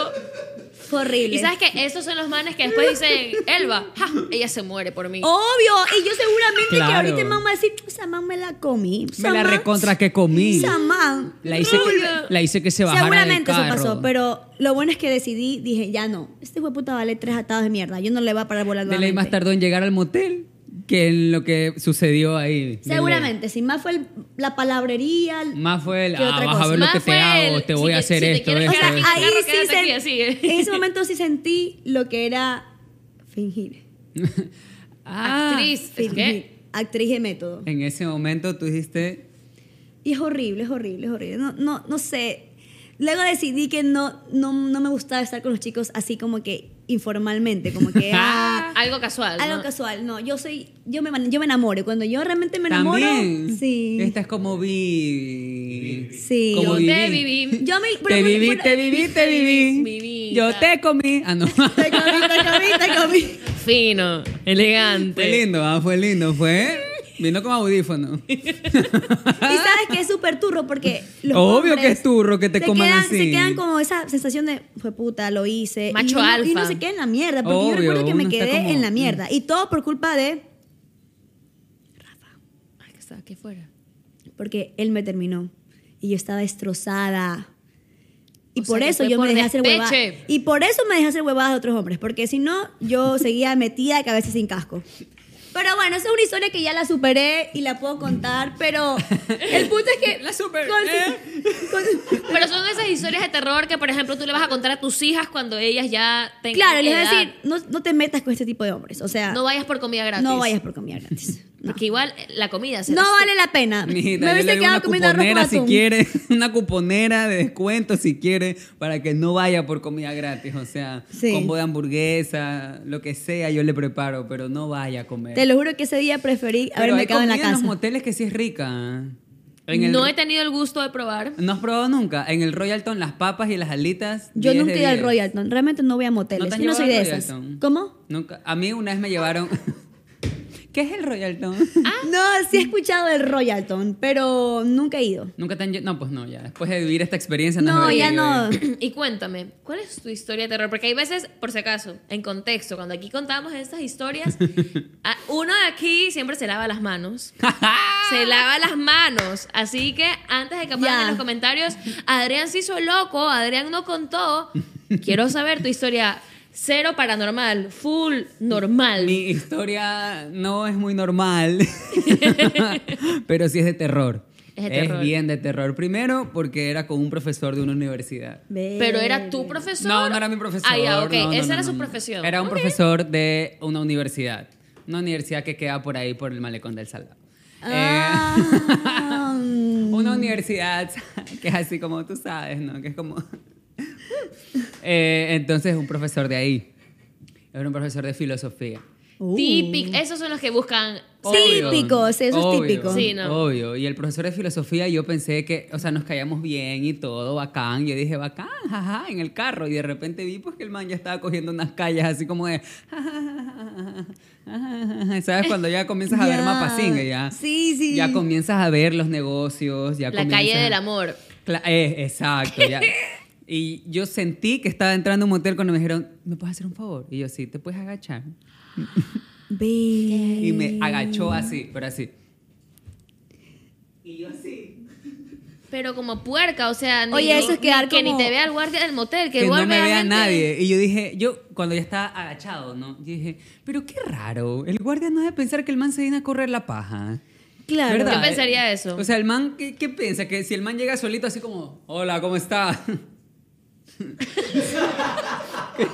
Speaker 4: Fue horrible.
Speaker 1: Y sabes que esos son los manes que después dicen, Elba, ja, ella se muere por mí.
Speaker 4: Oh, Obvio, y yo seguramente que
Speaker 2: Claro.
Speaker 4: ahorita el man va a decir, esa man me la comí.
Speaker 2: Me la recontra que comí.
Speaker 4: Esa man.
Speaker 2: La hice,
Speaker 1: Rulo.
Speaker 2: la hice que se bajara
Speaker 4: Seguramente
Speaker 2: del
Speaker 4: eso
Speaker 2: carro.
Speaker 4: pasó, pero lo bueno es que decidí, dije, ya no, este puta vale tres atados de mierda, yo no le voy a parar volando.
Speaker 2: De ley más tardó en llegar al motel que en lo que sucedió ahí. De ley.
Speaker 4: Seguramente, si más fue el- la palabrería, el-
Speaker 2: Más fue el,
Speaker 4: ¿Qué otra
Speaker 2: ah, vas a
Speaker 4: cosa?
Speaker 2: ver lo
Speaker 1: Más
Speaker 2: que te
Speaker 1: fue
Speaker 2: hago,
Speaker 1: el,
Speaker 2: te
Speaker 1: si
Speaker 2: voy a
Speaker 1: te-
Speaker 2: hacer
Speaker 1: si te
Speaker 2: esto,
Speaker 1: quieres
Speaker 2: esto,
Speaker 1: quedar
Speaker 2: esto.
Speaker 1: aquí.
Speaker 4: ahí
Speaker 1: Carro,
Speaker 4: sí
Speaker 1: quédate
Speaker 4: sen-
Speaker 1: aquí, sigue.
Speaker 4: en ese momento sí sentí lo que era fingir.
Speaker 2: Ah,
Speaker 1: Actriz. ¿Es
Speaker 4: fingir
Speaker 1: qué?
Speaker 4: Actriz de método.
Speaker 2: En ese momento tú dijiste,
Speaker 4: Y es horrible, es horrible, es horrible. No, no, no sé. Luego decidí que no, no, no me gustaba estar con los chicos así como que informalmente, como que
Speaker 2: [laughs]
Speaker 4: ah,
Speaker 1: Algo casual.
Speaker 4: algo
Speaker 1: ¿no?
Speaker 4: casual. No, yo soy, yo me, man- yo me enamoro. Cuando yo realmente me enamoro,
Speaker 2: también.
Speaker 4: sí.
Speaker 2: Esta es como vi.
Speaker 4: Sí.
Speaker 2: Como
Speaker 1: Yo
Speaker 2: viví.
Speaker 1: te viví.
Speaker 4: Yo me,
Speaker 2: Te
Speaker 4: pero- pero-
Speaker 2: viví, te viví, te viví.
Speaker 1: Vivita.
Speaker 2: Yo te comí. Ah, no.
Speaker 4: [laughs] Te comí, te comí, te comí.
Speaker 1: Fino, elegante.
Speaker 2: [laughs] Fue lindo, ah, fue lindo, fue. Vino con audífono.
Speaker 4: [laughs] Y sabes que es súper turro porque los
Speaker 2: Obvio
Speaker 4: hombres
Speaker 2: que es turro que te
Speaker 4: se
Speaker 2: coman
Speaker 4: quedan,
Speaker 2: así.
Speaker 4: Se quedan como esa sensación de, fue puta, lo hice. Y
Speaker 1: Macho
Speaker 4: uno- Y
Speaker 1: alfa.
Speaker 4: uno se queda en la mierda, porque yo
Speaker 2: Obvio,
Speaker 4: recuerdo que me
Speaker 2: uno está
Speaker 4: quedé
Speaker 2: como-
Speaker 4: en la mierda. Y todo por culpa de...
Speaker 1: Ay, que estaba aquí fuera.
Speaker 4: porque él me terminó y yo estaba destrozada. Y
Speaker 1: O sea,
Speaker 4: por
Speaker 1: que
Speaker 4: eso
Speaker 1: fue
Speaker 4: yo
Speaker 1: por
Speaker 4: me dejé hacer huevadas.
Speaker 1: despeche.
Speaker 4: Y por eso me dejé hacer huevadas de otros hombres, porque si no, yo seguía metida de cabeza y sin casco. Pero bueno, esa es una historia que ya la superé y la puedo contar, pero el punto es que...
Speaker 2: La superé.
Speaker 4: con-
Speaker 1: ¿eh? Pero son esas historias de terror que, por ejemplo, tú le vas a contar a tus hijas cuando ellas ya tengan.
Speaker 4: claro, les voy a
Speaker 1: edad.
Speaker 4: decir, no, no te metas con este tipo de hombres, o sea,
Speaker 1: No
Speaker 4: no,
Speaker 1: vayas por comida gratis.
Speaker 4: vayas por comida gratis. No,
Speaker 1: Porque igual eh, la comida se
Speaker 4: No
Speaker 1: las-
Speaker 4: vale la pena.
Speaker 2: Mijita,
Speaker 4: me
Speaker 2: yo le
Speaker 4: hubiese
Speaker 2: doy una
Speaker 4: quedado comiendo arroz con
Speaker 2: cuponera si
Speaker 4: atún.
Speaker 2: quiere, [laughs] una cuponera de descuento si quiere, para que no vaya por comida gratis, o sea,
Speaker 4: Sí.
Speaker 2: combo de hamburguesa, lo que sea, yo le preparo, pero no vaya a comer.
Speaker 4: Te lo juro que ese día preferí
Speaker 2: Pero
Speaker 4: haberme
Speaker 2: hay
Speaker 4: quedado en la
Speaker 2: comida
Speaker 4: casa.
Speaker 2: los moteles que sí es rica. ah. En el-
Speaker 1: No he tenido el gusto de probar.
Speaker 2: ¿No has probado nunca? En el Royalton las papas y las alitas.
Speaker 4: Yo
Speaker 2: 10 de
Speaker 4: nunca he ido al
Speaker 2: 10.
Speaker 4: Royalton. Realmente no voy a moteles.
Speaker 2: ¿No te han
Speaker 4: Yo no soy de
Speaker 2: llevado al
Speaker 4: esas.
Speaker 2: Royalton?
Speaker 4: ¿Cómo?
Speaker 2: Nunca. A mí una vez me llevaron. [laughs] ¿Qué es el Royalton?
Speaker 4: No, sí he escuchado del Royalton, pero nunca he ido.
Speaker 2: Nunca te han lle- No, pues no, ya. Después de vivir esta experiencia, no,
Speaker 4: No,
Speaker 2: es
Speaker 4: ya
Speaker 2: verdad
Speaker 4: no.
Speaker 2: que yo-
Speaker 1: [clears throat] Y cuéntame, ¿cuál es tu historia de terror? Porque hay veces, por si acaso, en contexto, cuando aquí contábamos estas
Speaker 2: [laughs]
Speaker 1: historias, a- uno de aquí siempre se lava las manos. se lava las manos. Así que antes de que pongan
Speaker 4: Ya.
Speaker 1: en los comentarios, Adrián se hizo loco, Adrián no contó. Quiero saber tu historia. Cero paranormal, full normal.
Speaker 2: Mi historia no es muy normal, [laughs] pero sí es de terror.
Speaker 1: Es de terror.
Speaker 2: bien de terror. Primero, porque era con un profesor de una universidad.
Speaker 1: Pero era tu profesor.
Speaker 2: No, no era mi profesor.
Speaker 1: Ah, ya, ok.
Speaker 2: no, no,
Speaker 1: Esa
Speaker 2: no,
Speaker 1: era
Speaker 2: no,
Speaker 1: su
Speaker 2: no.
Speaker 1: profesión.
Speaker 2: Era un
Speaker 1: Ok.
Speaker 2: profesor de una universidad. Una universidad que queda por ahí, por el malecón del Salado. Eh,
Speaker 4: Ah.
Speaker 2: [laughs] una universidad [laughs] que es así como tú sabes, ¿no? Que es como... [laughs] Eh, entonces, un profesor de ahí. Era un profesor de filosofía.
Speaker 4: Uh.
Speaker 1: Típico. Esos son los que buscan.
Speaker 2: Obvio.
Speaker 4: Típicos, eso es
Speaker 2: Obvio,
Speaker 4: típico.
Speaker 1: Sí, no.
Speaker 2: Obvio. Y el profesor de filosofía, yo pensé que, o sea, nos callamos bien y todo, bacán. Yo dije, bacán, jaja, en el carro. Y de repente vi pues que el man ya estaba cogiendo unas calles así como de. ¿Sabes? Cuando ya comienzas a ver
Speaker 4: Ya.
Speaker 2: mapasingue, ya.
Speaker 4: Sí, sí.
Speaker 2: Ya comienzas a ver los negocios, ya
Speaker 1: La
Speaker 2: comienzas
Speaker 1: calle
Speaker 2: a-
Speaker 1: del amor.
Speaker 4: [laughs]
Speaker 2: Cla- eh, exacto, ya. Y yo sentí que estaba entrando a un motel cuando me dijeron, ¿me puedes hacer un favor? Y yo, sí, ¿te puedes agachar?
Speaker 4: Ve.
Speaker 2: Y me agachó así, pero así. Y yo así.
Speaker 1: Pero como puerca, o sea, ni,
Speaker 4: Oye, eso es
Speaker 1: ni-
Speaker 4: quedar
Speaker 1: que ni
Speaker 4: como-
Speaker 1: te vea el guardia del motel, que,
Speaker 2: Que
Speaker 1: el
Speaker 2: no
Speaker 1: guardia
Speaker 2: me vea
Speaker 1: gente-
Speaker 2: nadie. Y yo dije, yo cuando ya estaba agachado, ¿no? Yo dije, pero qué raro, el guardia no debe pensar que el man se viene a correr la paja.
Speaker 4: Claro.
Speaker 2: ¿Verdad?
Speaker 1: Yo pensaría eso.
Speaker 2: O sea, el man, ¿qué, qué piensa? Que si el man llega solito así como, hola, ¿cómo está? [laughs] Que-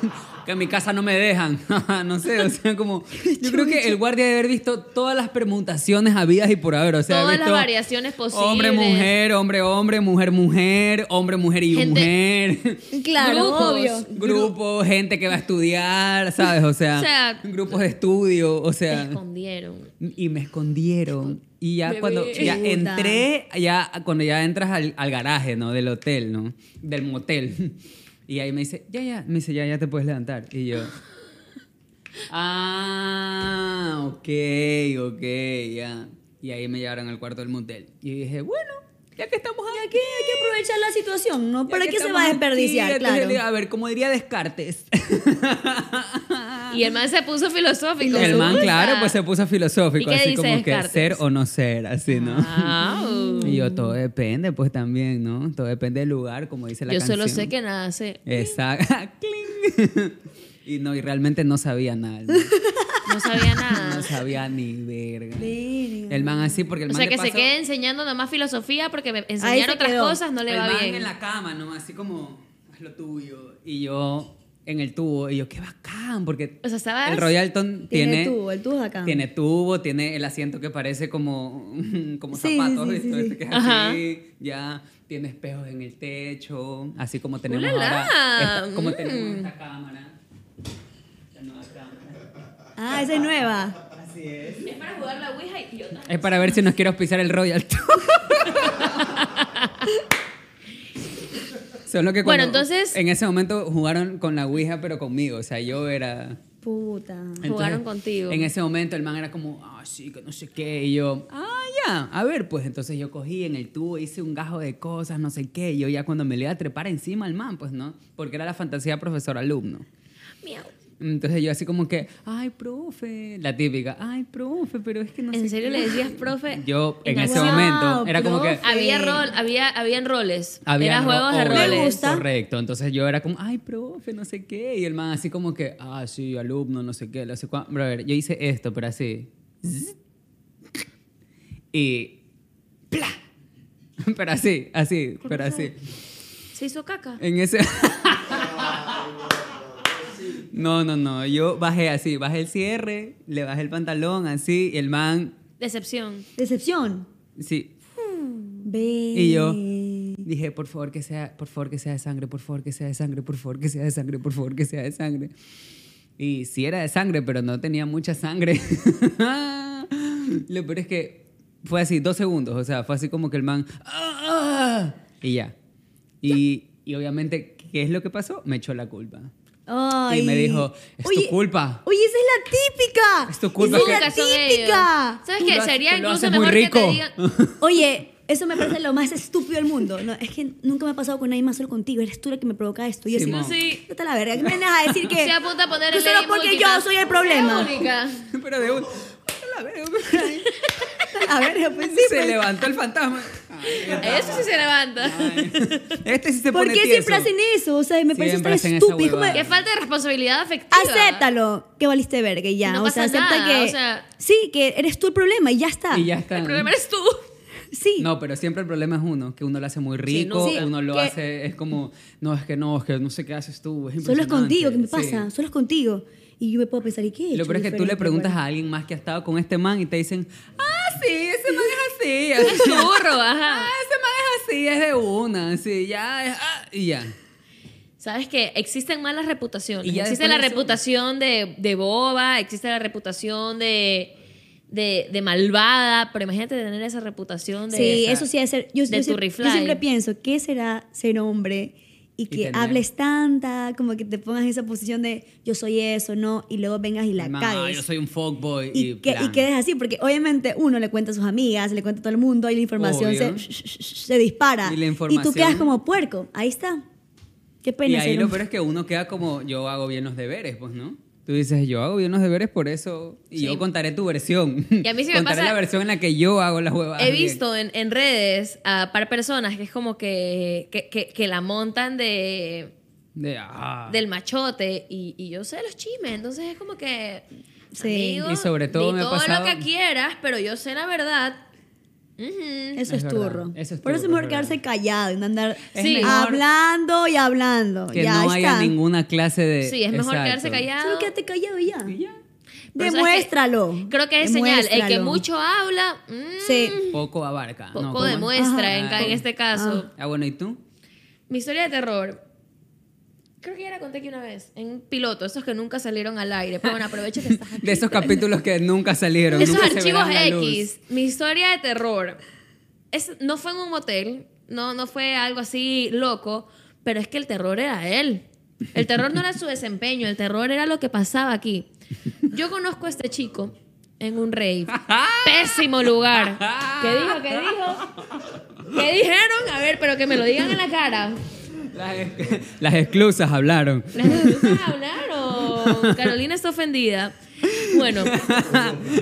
Speaker 2: que en mi casa no me dejan. [laughs] no sé, o sea, como... Yo creo que el guardia debe haber visto todas las permutaciones habidas y por haber. O sea, ha
Speaker 1: Todas las
Speaker 2: visto
Speaker 1: variaciones posibles.
Speaker 2: Hombre, mujer, hombre, hombre, mujer, mujer, hombre, mujer y
Speaker 1: Gente-
Speaker 2: mujer.
Speaker 4: Claro,
Speaker 1: Grupos.
Speaker 4: obvio.
Speaker 2: Grupos, gente que va a estudiar, ¿sabes? O sea,
Speaker 1: O sea,
Speaker 2: grupos de estudio, o
Speaker 1: Te
Speaker 2: sea
Speaker 1: escondieron.
Speaker 2: y me escondieron y ya
Speaker 1: Bebé.
Speaker 2: cuando ya
Speaker 4: Chuta.
Speaker 2: entré ya cuando ya entras al, al garaje no del hotel no del motel y ahí me dice ya ya me dice ya ya te puedes levantar y yo ah ok ok ya y ahí me llevaron al cuarto del motel y dije bueno ya que estamos aquí
Speaker 4: Hay que aprovechar la situación, ¿no?
Speaker 2: ya
Speaker 4: ¿Para
Speaker 2: que
Speaker 4: qué se
Speaker 2: estamos
Speaker 4: va a
Speaker 2: aquí,
Speaker 4: desperdiciar?
Speaker 2: entonces
Speaker 4: Claro.
Speaker 2: le digo, a ver como diría Descartes
Speaker 1: Y el man se puso filosófico.
Speaker 2: Ah. El
Speaker 1: su
Speaker 2: man,
Speaker 1: cosa.
Speaker 2: claro, pues se puso filosófico,
Speaker 1: ¿Y qué
Speaker 2: así
Speaker 1: dice
Speaker 2: como
Speaker 1: Descartes?
Speaker 2: que ser o no ser, así, ¿no?
Speaker 1: Wow.
Speaker 2: [laughs] Y yo, todo depende, pues también, ¿no? Todo depende del lugar, como dice la
Speaker 1: Yo
Speaker 2: canción.
Speaker 1: solo sé que nada sé.
Speaker 2: Exacto. [laughs] Cling. [laughs] y no, y realmente no sabía nada. ¿no?
Speaker 1: No
Speaker 2: [laughs]
Speaker 1: sabía
Speaker 2: No
Speaker 1: nada.
Speaker 2: sabía ni verga.
Speaker 4: Verga.
Speaker 2: El man así, porque el
Speaker 1: O
Speaker 2: man
Speaker 1: sea,
Speaker 2: le
Speaker 1: que se
Speaker 2: pasó-
Speaker 1: quede enseñando nomás filosofía porque me
Speaker 4: Ahí
Speaker 1: enseñar
Speaker 4: se
Speaker 1: otras
Speaker 4: quedó.
Speaker 1: cosas no le
Speaker 2: el
Speaker 1: va
Speaker 2: man
Speaker 1: bien.
Speaker 2: en la cama, ¿no? Así como, haz lo tuyo. Y yo en el tubo, y yo, qué bacán, porque
Speaker 1: O sea, estabas-
Speaker 2: el Royalton
Speaker 4: Tiene
Speaker 2: tiene...
Speaker 4: el tubo, el tubo es acá.
Speaker 2: Tiene tubo, tiene el asiento que parece como, [laughs] como
Speaker 4: Sí,
Speaker 2: zapatos,
Speaker 4: sí, sí,
Speaker 2: ¿viste?
Speaker 4: sí.
Speaker 2: Este que es
Speaker 1: Ajá.
Speaker 2: así, ya, tiene espejos en el techo, así como tenemos
Speaker 1: ¡Ulala!
Speaker 2: ahora, esta- como
Speaker 1: Mm.
Speaker 2: tenemos esta cámara, esta nueva cámara.
Speaker 4: Ah, esa es nueva.
Speaker 2: Así es.
Speaker 1: Es para jugar la Ouija y otra.
Speaker 2: Es para ver si nos quiere auspiciar el Royal Tour. Solo que
Speaker 1: Bueno,
Speaker 2: cuando-
Speaker 1: entonces-
Speaker 2: En ese momento jugaron con la Ouija, pero conmigo. O sea, yo era...
Speaker 4: Puta.
Speaker 1: Jugaron contigo.
Speaker 2: En ese momento el man era como, ah, sí, que no sé qué. Y yo, ah, ya, a ver, pues entonces yo cogí en el tubo, hice un gajo de cosas, no sé qué. Y yo ya cuando me le iba a trepar encima al man, pues no, porque era la fantasía profesor-alumno.
Speaker 1: Miau.
Speaker 2: Entonces yo así como que, ay, profe, la típica, ay, profe, pero es que no sé
Speaker 1: ¿En serio
Speaker 2: qué".
Speaker 1: le decías, profe?
Speaker 2: Yo en
Speaker 1: En
Speaker 2: ese
Speaker 1: acción.
Speaker 2: momento era como que...
Speaker 4: profe.
Speaker 1: Había rol, había, habían roles.
Speaker 2: Había
Speaker 1: Era juegos de
Speaker 4: Me
Speaker 1: roles.
Speaker 4: gusta.
Speaker 2: Correcto. Entonces yo era como, ay, profe, no sé qué. Y el man así como que, ah, sí, alumno, no sé qué, no sé cuá. Brother, yo hice esto, pero así. Zzz. Y. ¡Pla! [laughs] Pero así, así, pero así.
Speaker 1: Se hizo caca.
Speaker 2: En ese. [laughs] No, no, no. Yo bajé así, bajé el cierre, le bajé el pantalón, así, y el man.
Speaker 1: Decepción.
Speaker 4: Decepción.
Speaker 2: Sí,
Speaker 4: Ve.
Speaker 2: Y yo dije, por favor que sea, por favor que sea de sangre, por favor que sea de sangre, por favor que sea de sangre, por favor que sea de sangre. Y sí era de sangre, pero no tenía mucha sangre. [laughs] Lo peor es que fue así, dos segundos, o sea, fue así como que el man... "Ah, ah", Y ya. Y, y obviamente, ¿qué es lo que pasó? Me echó la culpa.
Speaker 4: Ay.
Speaker 2: Y me dijo, "Es tu culpa". [laughs]
Speaker 4: Oye, esa es la típica.
Speaker 2: Es tu culpa
Speaker 4: Esa
Speaker 2: que-
Speaker 4: es
Speaker 1: Son
Speaker 4: la
Speaker 1: ellos.
Speaker 4: típica.
Speaker 1: ¿Sabes
Speaker 2: Tú
Speaker 1: qué?
Speaker 2: lo haces-
Speaker 1: Sería
Speaker 2: tú lo
Speaker 1: incluso
Speaker 2: haces muy
Speaker 1: mejor que te
Speaker 2: rico. [laughs]
Speaker 1: digan.
Speaker 4: Oye, eso me parece lo más estúpido del mundo. No, es que nunca me ha pasado con nadie más solo contigo. Eres tú la que me provoca esto. Y yo
Speaker 2: Simón.
Speaker 1: Sí.
Speaker 4: sí. Vete a la verga. ¿Qué me vienes a decir que.
Speaker 1: [laughs] Se apunta a poner
Speaker 4: que
Speaker 1: el
Speaker 4: Solo
Speaker 1: ley
Speaker 4: porque
Speaker 1: múltiple.
Speaker 4: yo soy
Speaker 1: [laughs]
Speaker 4: el problema.
Speaker 1: Ley
Speaker 4: [laughs]
Speaker 1: única.
Speaker 2: Pero de un... "A la verga, ay".
Speaker 4: A ver, pues sí.
Speaker 2: Se
Speaker 4: pues.
Speaker 2: levantó el
Speaker 4: [laughs]
Speaker 2: fantasma.
Speaker 1: Eso sí se levanta.
Speaker 2: Ay. Este sí se
Speaker 4: ¿Por
Speaker 2: pone
Speaker 4: qué siempre
Speaker 2: tieso.
Speaker 4: hacen eso? O sea, me parece
Speaker 2: Siempre
Speaker 4: tan
Speaker 2: hacen esa
Speaker 4: estúpido. Es como-
Speaker 2: huevada.
Speaker 1: Qué falta de responsabilidad afectiva.
Speaker 4: Acéptalo, que valiste verga y ya.
Speaker 1: No
Speaker 4: o sea,
Speaker 1: pasa
Speaker 4: acepta
Speaker 1: nada,
Speaker 4: que.
Speaker 1: o sea-
Speaker 4: sí, que eres tú el problema y ya está.
Speaker 2: Y ya está.
Speaker 1: El
Speaker 2: ¿no?
Speaker 1: problema eres tú.
Speaker 4: [laughs] Sí.
Speaker 2: No, pero siempre el problema es uno, que uno lo hace muy rico,
Speaker 1: nunca.
Speaker 2: uno lo
Speaker 4: Que-
Speaker 2: hace, es como, no, es que no, es que no sé qué haces tú. Es
Speaker 4: solo es contigo, ¿qué me
Speaker 2: impresionante.
Speaker 4: pasa?
Speaker 2: Sí.
Speaker 4: Solo es contigo. Y yo me puedo pensar, ¿y qué? he
Speaker 2: Lo
Speaker 4: hecho
Speaker 2: peor es que tú le
Speaker 4: diferente,
Speaker 2: preguntas
Speaker 4: bueno?
Speaker 2: a alguien más que ha estado con este man y te dicen, ah, sí, ese
Speaker 4: [laughs]
Speaker 2: man es así.
Speaker 1: Burro, ajá.
Speaker 2: ah, ese man es así, es de una, sí, ya, es- ah", y ya.
Speaker 1: Sabes que existen malas reputaciones.
Speaker 2: Y ya
Speaker 1: existe
Speaker 2: después
Speaker 1: la
Speaker 2: de eso-
Speaker 1: reputación de, de boba, existe la reputación de, de, de malvada, pero imagínate tener esa reputación de...
Speaker 4: Sí,
Speaker 1: esa.
Speaker 4: eso sí debe ser. Yo,
Speaker 1: de
Speaker 4: yo
Speaker 1: tu
Speaker 4: siempre, yo
Speaker 1: reply.
Speaker 4: siempre pienso, ¿qué será ser hombre? Y que
Speaker 2: tener-
Speaker 4: hables tanta, como que te pongas en esa posición de yo soy eso, no, y luego vengas y la
Speaker 2: El man, "Ah,
Speaker 4: cagues.
Speaker 2: yo soy un fuckboy.
Speaker 4: y,
Speaker 2: Y,
Speaker 4: que, y
Speaker 2: plan.
Speaker 4: quedes así, porque obviamente uno le cuenta a sus amigas, le cuenta a todo el mundo, y la información se,
Speaker 2: Obvio.
Speaker 4: se dispara.
Speaker 2: Y la
Speaker 4: tú quedas
Speaker 2: información-
Speaker 4: como puerco, ahí está. Qué
Speaker 2: Y
Speaker 4: pena.
Speaker 2: ahí
Speaker 4: ser
Speaker 2: lo
Speaker 4: un-
Speaker 2: peor es que uno queda como, yo hago bien los deberes, pues, ¿no? Tú dices, yo hago bien los deberes por eso, y
Speaker 1: Sí.
Speaker 2: yo contaré tu versión.
Speaker 1: Y a mí sí me
Speaker 2: [laughs] contaré
Speaker 1: pasa-
Speaker 2: la versión en la que yo hago las huevas.
Speaker 1: He visto en, en redes a par personas que es como que, que, que- que la montan de,
Speaker 2: De, ah.
Speaker 1: del machote y, y yo sé los chismes, entonces es como que...
Speaker 4: Sí.
Speaker 1: amigo,
Speaker 2: Y sobre todo
Speaker 1: di
Speaker 2: me ha
Speaker 1: todo
Speaker 2: pasado-
Speaker 1: lo que quieras, pero yo sé la verdad. Ujú.
Speaker 4: Eso
Speaker 2: Es
Speaker 4: es,
Speaker 2: verdad,
Speaker 4: turro.
Speaker 2: eso es
Speaker 4: Por eso es
Speaker 2: turro,
Speaker 4: mejor
Speaker 2: es
Speaker 4: quedarse callado y no andar
Speaker 2: Es
Speaker 1: Sí.
Speaker 2: mejor
Speaker 4: hablando y hablando.
Speaker 2: que
Speaker 4: ya
Speaker 2: no
Speaker 4: está.
Speaker 2: haya ninguna clase de...
Speaker 1: Sí, es mejor
Speaker 2: Exacto.
Speaker 1: quedarse callado.
Speaker 4: Solo quédate callado y ya.
Speaker 2: Y ya.
Speaker 1: Pero ¿sabes qué?
Speaker 4: Demuéstralo.
Speaker 1: Creo que es señal. El que
Speaker 4: Demuéstralo.
Speaker 1: mucho habla, mm,
Speaker 4: Sí.
Speaker 2: Poco abarca.
Speaker 1: poco
Speaker 2: No, ¿cómo es?
Speaker 1: demuestra en,
Speaker 2: Ah,
Speaker 1: en este caso.
Speaker 2: Ah, bueno, ¿y tú?
Speaker 1: Mi historia de terror. Creo que ya la conté aquí una vez. En un piloto, esos que nunca salieron al aire. Pero bueno, aprovecha que estás aquí.
Speaker 2: De esos capítulos que nunca salieron.
Speaker 1: Esos
Speaker 2: nunca se
Speaker 1: archivos
Speaker 2: verán la luz.
Speaker 1: X. Mi historia de terror. Es, no fue en un motel. No, no fue algo así loco. Pero es que el terror era él. El terror no era su desempeño. El terror era lo que pasaba aquí. Yo conozco a este chico en un rave. Pésimo lugar. ¿Qué dijo? ¿Qué dijo? ¿Qué dijeron? A ver, pero que me lo digan en la cara.
Speaker 2: Las, ex- [laughs] las exclusas hablaron.
Speaker 1: Las exclusas hablaron. Carolina está ofendida.
Speaker 2: [laughs]
Speaker 1: Bueno,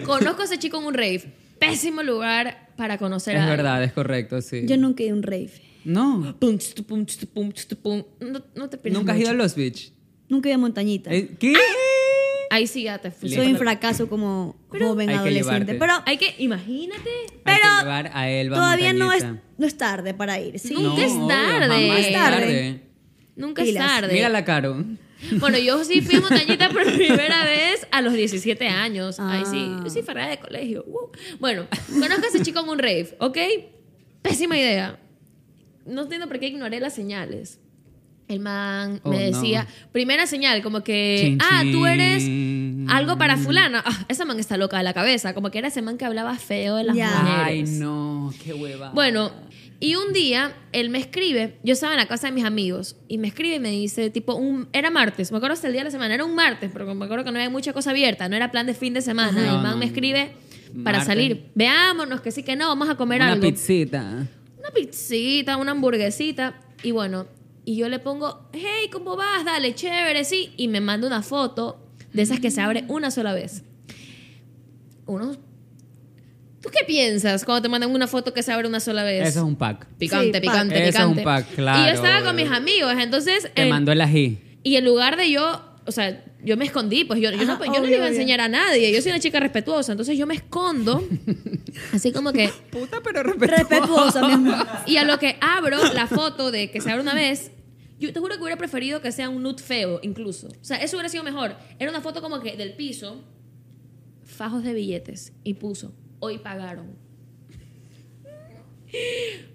Speaker 1: conozco a ese chico en un rave. Pésimo lugar para conocer a
Speaker 2: Es
Speaker 1: alguien.
Speaker 2: verdad, es correcto, sí.
Speaker 4: Yo nunca he ido a un rave.
Speaker 2: No,
Speaker 1: Pum, tstu, pum, tstu, pum, tstu, pum. No, no te pierdas
Speaker 2: nunca has
Speaker 1: mucho. Ah.
Speaker 2: ido a Los Beach.
Speaker 4: Nunca he ido a montañita.
Speaker 2: Eh, ¿Qué?
Speaker 1: Ahí sí ya te fui.
Speaker 4: Soy un fracaso como joven
Speaker 2: Hay que
Speaker 4: adolescente.
Speaker 2: llevarte.
Speaker 4: Pero
Speaker 1: Hay que, imagínate.
Speaker 2: Hay que
Speaker 4: pero
Speaker 2: llevar a Elba
Speaker 4: todavía no es,
Speaker 2: Montañita.
Speaker 4: no es tarde para ir. ¿sí?
Speaker 1: No. Nunca es
Speaker 2: obvio,
Speaker 1: tarde.
Speaker 2: jamás es tarde.
Speaker 4: Tarde.
Speaker 1: Nunca
Speaker 4: Pilas.
Speaker 1: es tarde.
Speaker 2: Mira la caro.
Speaker 1: Bueno, yo sí fui a montañita
Speaker 2: [laughs]
Speaker 1: por primera vez a los 17 años. Ahí sí,
Speaker 4: Ah.
Speaker 1: yo sí ferrada de colegio. Uh. Bueno, conozco a ese chico en un rave, ¿ok? Pésima idea. No entiendo por qué ignoré las señales. El man
Speaker 2: Oh,
Speaker 1: me decía, primera señal, como que,
Speaker 2: Chin,
Speaker 1: ah, tú
Speaker 2: chin.
Speaker 1: eres algo para fulana. Ah, esa man está loca de la cabeza, como que era ese man que hablaba feo de las
Speaker 4: Ya.
Speaker 1: mujeres.
Speaker 2: Ay, no, qué hueva.
Speaker 1: Bueno, y un día él me escribe, yo estaba en la casa de mis amigos, y me escribe y me dice, tipo, un, era martes, me acuerdo hasta el día de la semana, era un martes, pero me acuerdo que no había mucha cosa abierta, no era plan de fin de semana.
Speaker 2: Ajá.
Speaker 1: el
Speaker 2: No,
Speaker 1: man
Speaker 2: no,
Speaker 1: me
Speaker 2: no.
Speaker 1: escribe para
Speaker 2: Martes.
Speaker 1: salir, veámonos, que sí, que no, vamos a comer
Speaker 2: una
Speaker 1: algo.
Speaker 2: pizzita.
Speaker 1: Una pizzita, una hamburguesita, y bueno, y yo le pongo, hey, ¿cómo vas? Dale, chévere, sí, y me manda una foto de esas que se abre una sola vez. Unos... ¿Tú qué piensas cuando te mandan una foto que se abre una sola vez?
Speaker 2: Eso es un pack.
Speaker 1: Picante,
Speaker 4: Sí, pack.
Speaker 1: picante,
Speaker 2: Eso es
Speaker 1: picante.
Speaker 2: un pack, claro.
Speaker 1: Y yo estaba con mis amigos, entonces.
Speaker 2: Te
Speaker 1: en-
Speaker 2: mandó el ají.
Speaker 1: Y en lugar de yo. O sea, yo me escondí, pues yo, yo no,
Speaker 4: Ajá,
Speaker 1: yo no le
Speaker 4: Ah, obvio,
Speaker 1: iba a
Speaker 4: obvio.
Speaker 1: enseñar a nadie. Yo soy una chica respetuosa, entonces yo me escondo.
Speaker 2: [laughs]
Speaker 1: así como que.
Speaker 2: Puta, pero
Speaker 4: Respetuosa, mi amor.
Speaker 2: [laughs]
Speaker 1: Y a lo que abro la foto de que se abre una vez. Yo te juro que hubiera preferido que sea un nude feo, incluso. O sea, eso hubiera sido mejor. Era una foto como que del piso, fajos de billetes, y puso, hoy pagaron.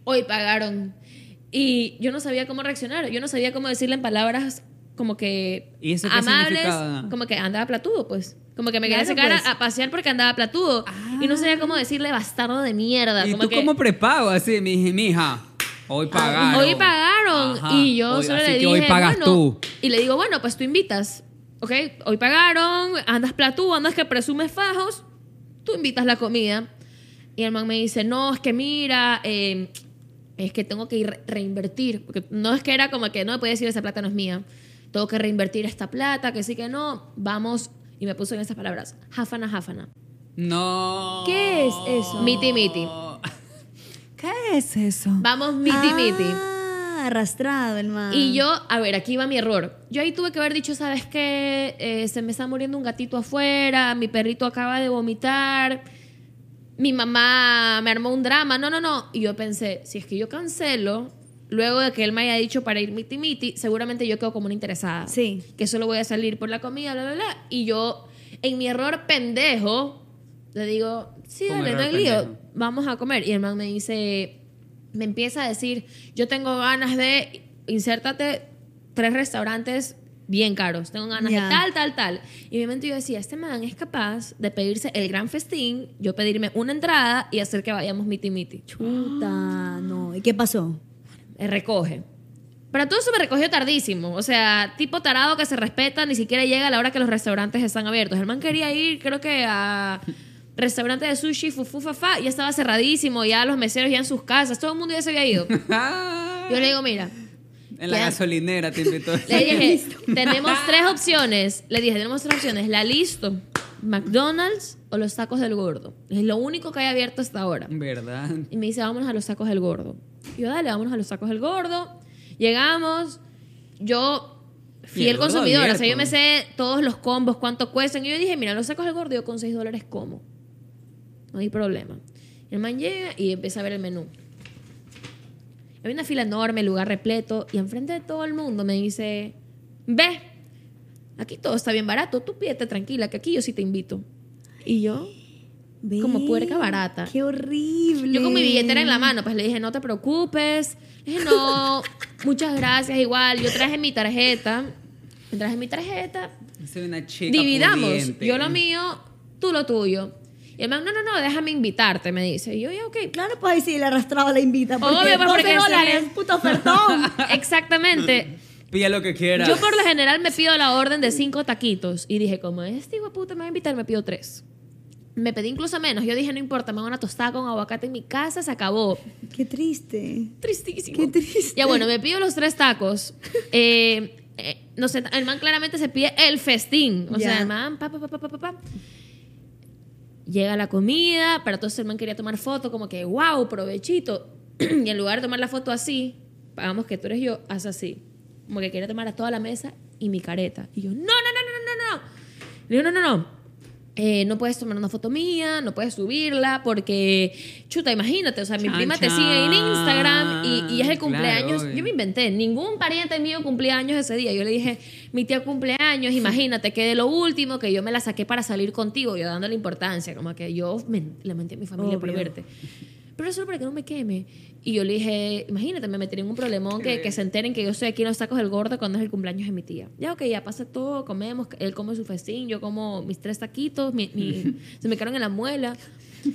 Speaker 1: Hoy pagaron. Y yo no sabía cómo reaccionar. Yo no sabía cómo decirle en palabras como que
Speaker 2: ¿Y eso qué
Speaker 1: amables,
Speaker 2: significaba?
Speaker 1: como que andaba platudo, pues. Como que me quería
Speaker 4: Claro,
Speaker 1: sacar a-
Speaker 4: pues.
Speaker 1: a pasear porque andaba platudo. Y no sabía cómo decirle bastardo de mierda.
Speaker 2: ¿Y
Speaker 1: como
Speaker 2: tú
Speaker 1: que- Ah,
Speaker 2: como prepago? Así, mi mija. Hoy pagaron.
Speaker 1: Hoy pagaron.
Speaker 2: Ajá.
Speaker 1: Y yo
Speaker 2: Hoy-
Speaker 1: solo
Speaker 2: así
Speaker 1: le
Speaker 2: que
Speaker 1: dije,
Speaker 2: hoy pagas
Speaker 1: bueno,
Speaker 2: tú.
Speaker 1: y le digo, bueno, pues tú invitas. ¿Ok? Hoy pagaron, andas platú, andas que presumes fajos, tú invitas la comida. Y el man me dice, no, es que mira, eh, es que tengo que ir re- reinvertir. Porque no es que era como que no me podía decir, esa plata no es mía. Tengo que reinvertir esta plata, que sí que no. Vamos. Y me puso en esas palabras, jáfana, jáfana.
Speaker 2: No.
Speaker 4: ¿Qué es eso?
Speaker 1: Miti,
Speaker 2: [laughs]
Speaker 1: miti.
Speaker 2: ¿Qué es eso?
Speaker 1: Vamos, miti, miti.
Speaker 4: Ah, arrastrado, hermano.
Speaker 1: Y yo, a ver, aquí va mi error. Yo ahí tuve que haber dicho, ¿sabes qué? Eh, se me está muriendo un gatito afuera, mi perrito acaba de vomitar, mi mamá me armó un drama, no, no, no. Y yo pensé, si es que yo cancelo, luego de que él me haya dicho para ir miti miti, seguramente yo quedo como una interesada.
Speaker 4: Sí.
Speaker 1: Que solo voy a salir por la comida, bla, bla, bla. Y yo, en mi error pendejo, le digo, sí,
Speaker 2: Como
Speaker 1: dale, no
Speaker 2: error
Speaker 1: hay lío,
Speaker 2: pendejo.
Speaker 1: vamos a comer. Y el man me dice, me empieza a decir, yo tengo ganas de, insértate tres restaurantes bien caros, tengo ganas
Speaker 4: Ya.
Speaker 1: de tal, tal, tal. Y obviamente yo decía, este man es capaz de pedirse el gran festín, yo pedirme una entrada y hacer que vayamos miti miti.
Speaker 4: Puta, no. ¿Y qué pasó?
Speaker 1: Me eh, recoge. Pero todo eso me recogió tardísimo. O sea, tipo tarado que se respeta, ni siquiera llega a la hora que los restaurantes están abiertos. El man quería ir, creo que a restaurante de sushi, fufu, fafa, ya estaba cerradísimo, ya los meseros ya en sus casas, todo el mundo ya se había ido. Yo le digo, mira,
Speaker 2: En la
Speaker 1: Ya.
Speaker 2: gasolinera te invitó.
Speaker 1: [laughs] Le dije, tenemos tres opciones. Le dije, tenemos tres opciones. La listo, McDonald's o los tacos del gordo. Es lo único que hay abierto hasta ahora.
Speaker 2: [laughs] ¿Verdad?
Speaker 1: Y me dice, vámonos a los tacos del gordo. Y yo, dale, vámonos a los tacos del gordo. Llegamos. Yo, fiel
Speaker 2: Mierda,
Speaker 1: consumidor, o sea, yo
Speaker 2: abierto.
Speaker 1: me sé todos los combos, cuánto cuestan. Y yo dije, mira, los tacos del gordo yo con 6 dólares como. No hay problema. El man llega y empieza a ver el menú. Había una fila enorme, lugar repleto. Y enfrente de todo el mundo me dice, ve, aquí todo está bien barato. Tú pídete tranquila, que aquí yo sí te invito. Y yo...
Speaker 4: Ve,
Speaker 1: Como puerca barata.
Speaker 4: Qué horrible.
Speaker 1: Yo con mi billetera en la mano, pues le dije, no te preocupes. Le dije, no, muchas gracias, igual. Yo traje mi tarjeta. Me traje mi tarjeta.
Speaker 2: Soy una chica
Speaker 1: Dividamos.
Speaker 2: pudiente.
Speaker 1: Yo lo mío, tú lo tuyo. Y el man, no, no, no, déjame invitarte, me dice. Y yo, ya, ok.
Speaker 4: Claro, pues ahí sí, el arrastrado la invita. Porque
Speaker 1: Obvio, pues,
Speaker 4: 12
Speaker 1: porque se
Speaker 4: dólares,
Speaker 1: le- [laughs]
Speaker 4: puto ofertón.
Speaker 1: Exactamente.
Speaker 2: Pilla lo que quieras.
Speaker 1: Yo por lo general me pido la orden de cinco taquitos. Y dije, como este hijo de puta me va a invitar, me pido tres. Me pedí incluso menos. Yo dije, no importa, me hago una tostada con aguacate en mi casa, se acabó.
Speaker 4: Qué triste.
Speaker 1: Tristísimo.
Speaker 4: Qué triste.
Speaker 1: Ya bueno, me pido los tres
Speaker 4: [laughs]
Speaker 1: tacos. Eh, eh, no sé, el man claramente se pide el festín. O
Speaker 4: Ya.
Speaker 1: sea, el man, pa, pa, pa, pa, pa, pa, pa. Llega la comida, pero entonces el man quería tomar foto, como que, wow, provechito. [clears throat] y en lugar de tomar la foto así, pagamos que tú eres yo, haz así. Como que quería tomar a toda la mesa y mi careta. Y yo, no, no, no, no, no, no, no. Le digo, no, no, no. Eh, no puedes tomar una foto mía, no puedes subirla, porque, chuta, imagínate, o sea, mi
Speaker 2: Chan,
Speaker 1: prima te sigue en
Speaker 2: chan.
Speaker 1: Instagram y, y es el
Speaker 2: Claro,
Speaker 1: cumpleaños.
Speaker 2: obvio.
Speaker 1: Yo me inventé, ningún pariente mío cumpleaños ese día. Yo le dije, mi tía cumpleaños, imagínate, que de lo último que yo me la saqué para salir contigo, yo dándole importancia, como que yo men- le mentí a mi familia por
Speaker 4: Obvio.
Speaker 1: verte. Pero eso para que no me queme. Y yo le dije, imagínate, me metí en un problemón que, que se enteren que yo estoy aquí en los tacos del gordo cuando es el cumpleaños de mi tía. Ya, ok, ya pasa todo, comemos, él come su festín, yo como mis tres taquitos, mi- mi- se me quedaron en la muela.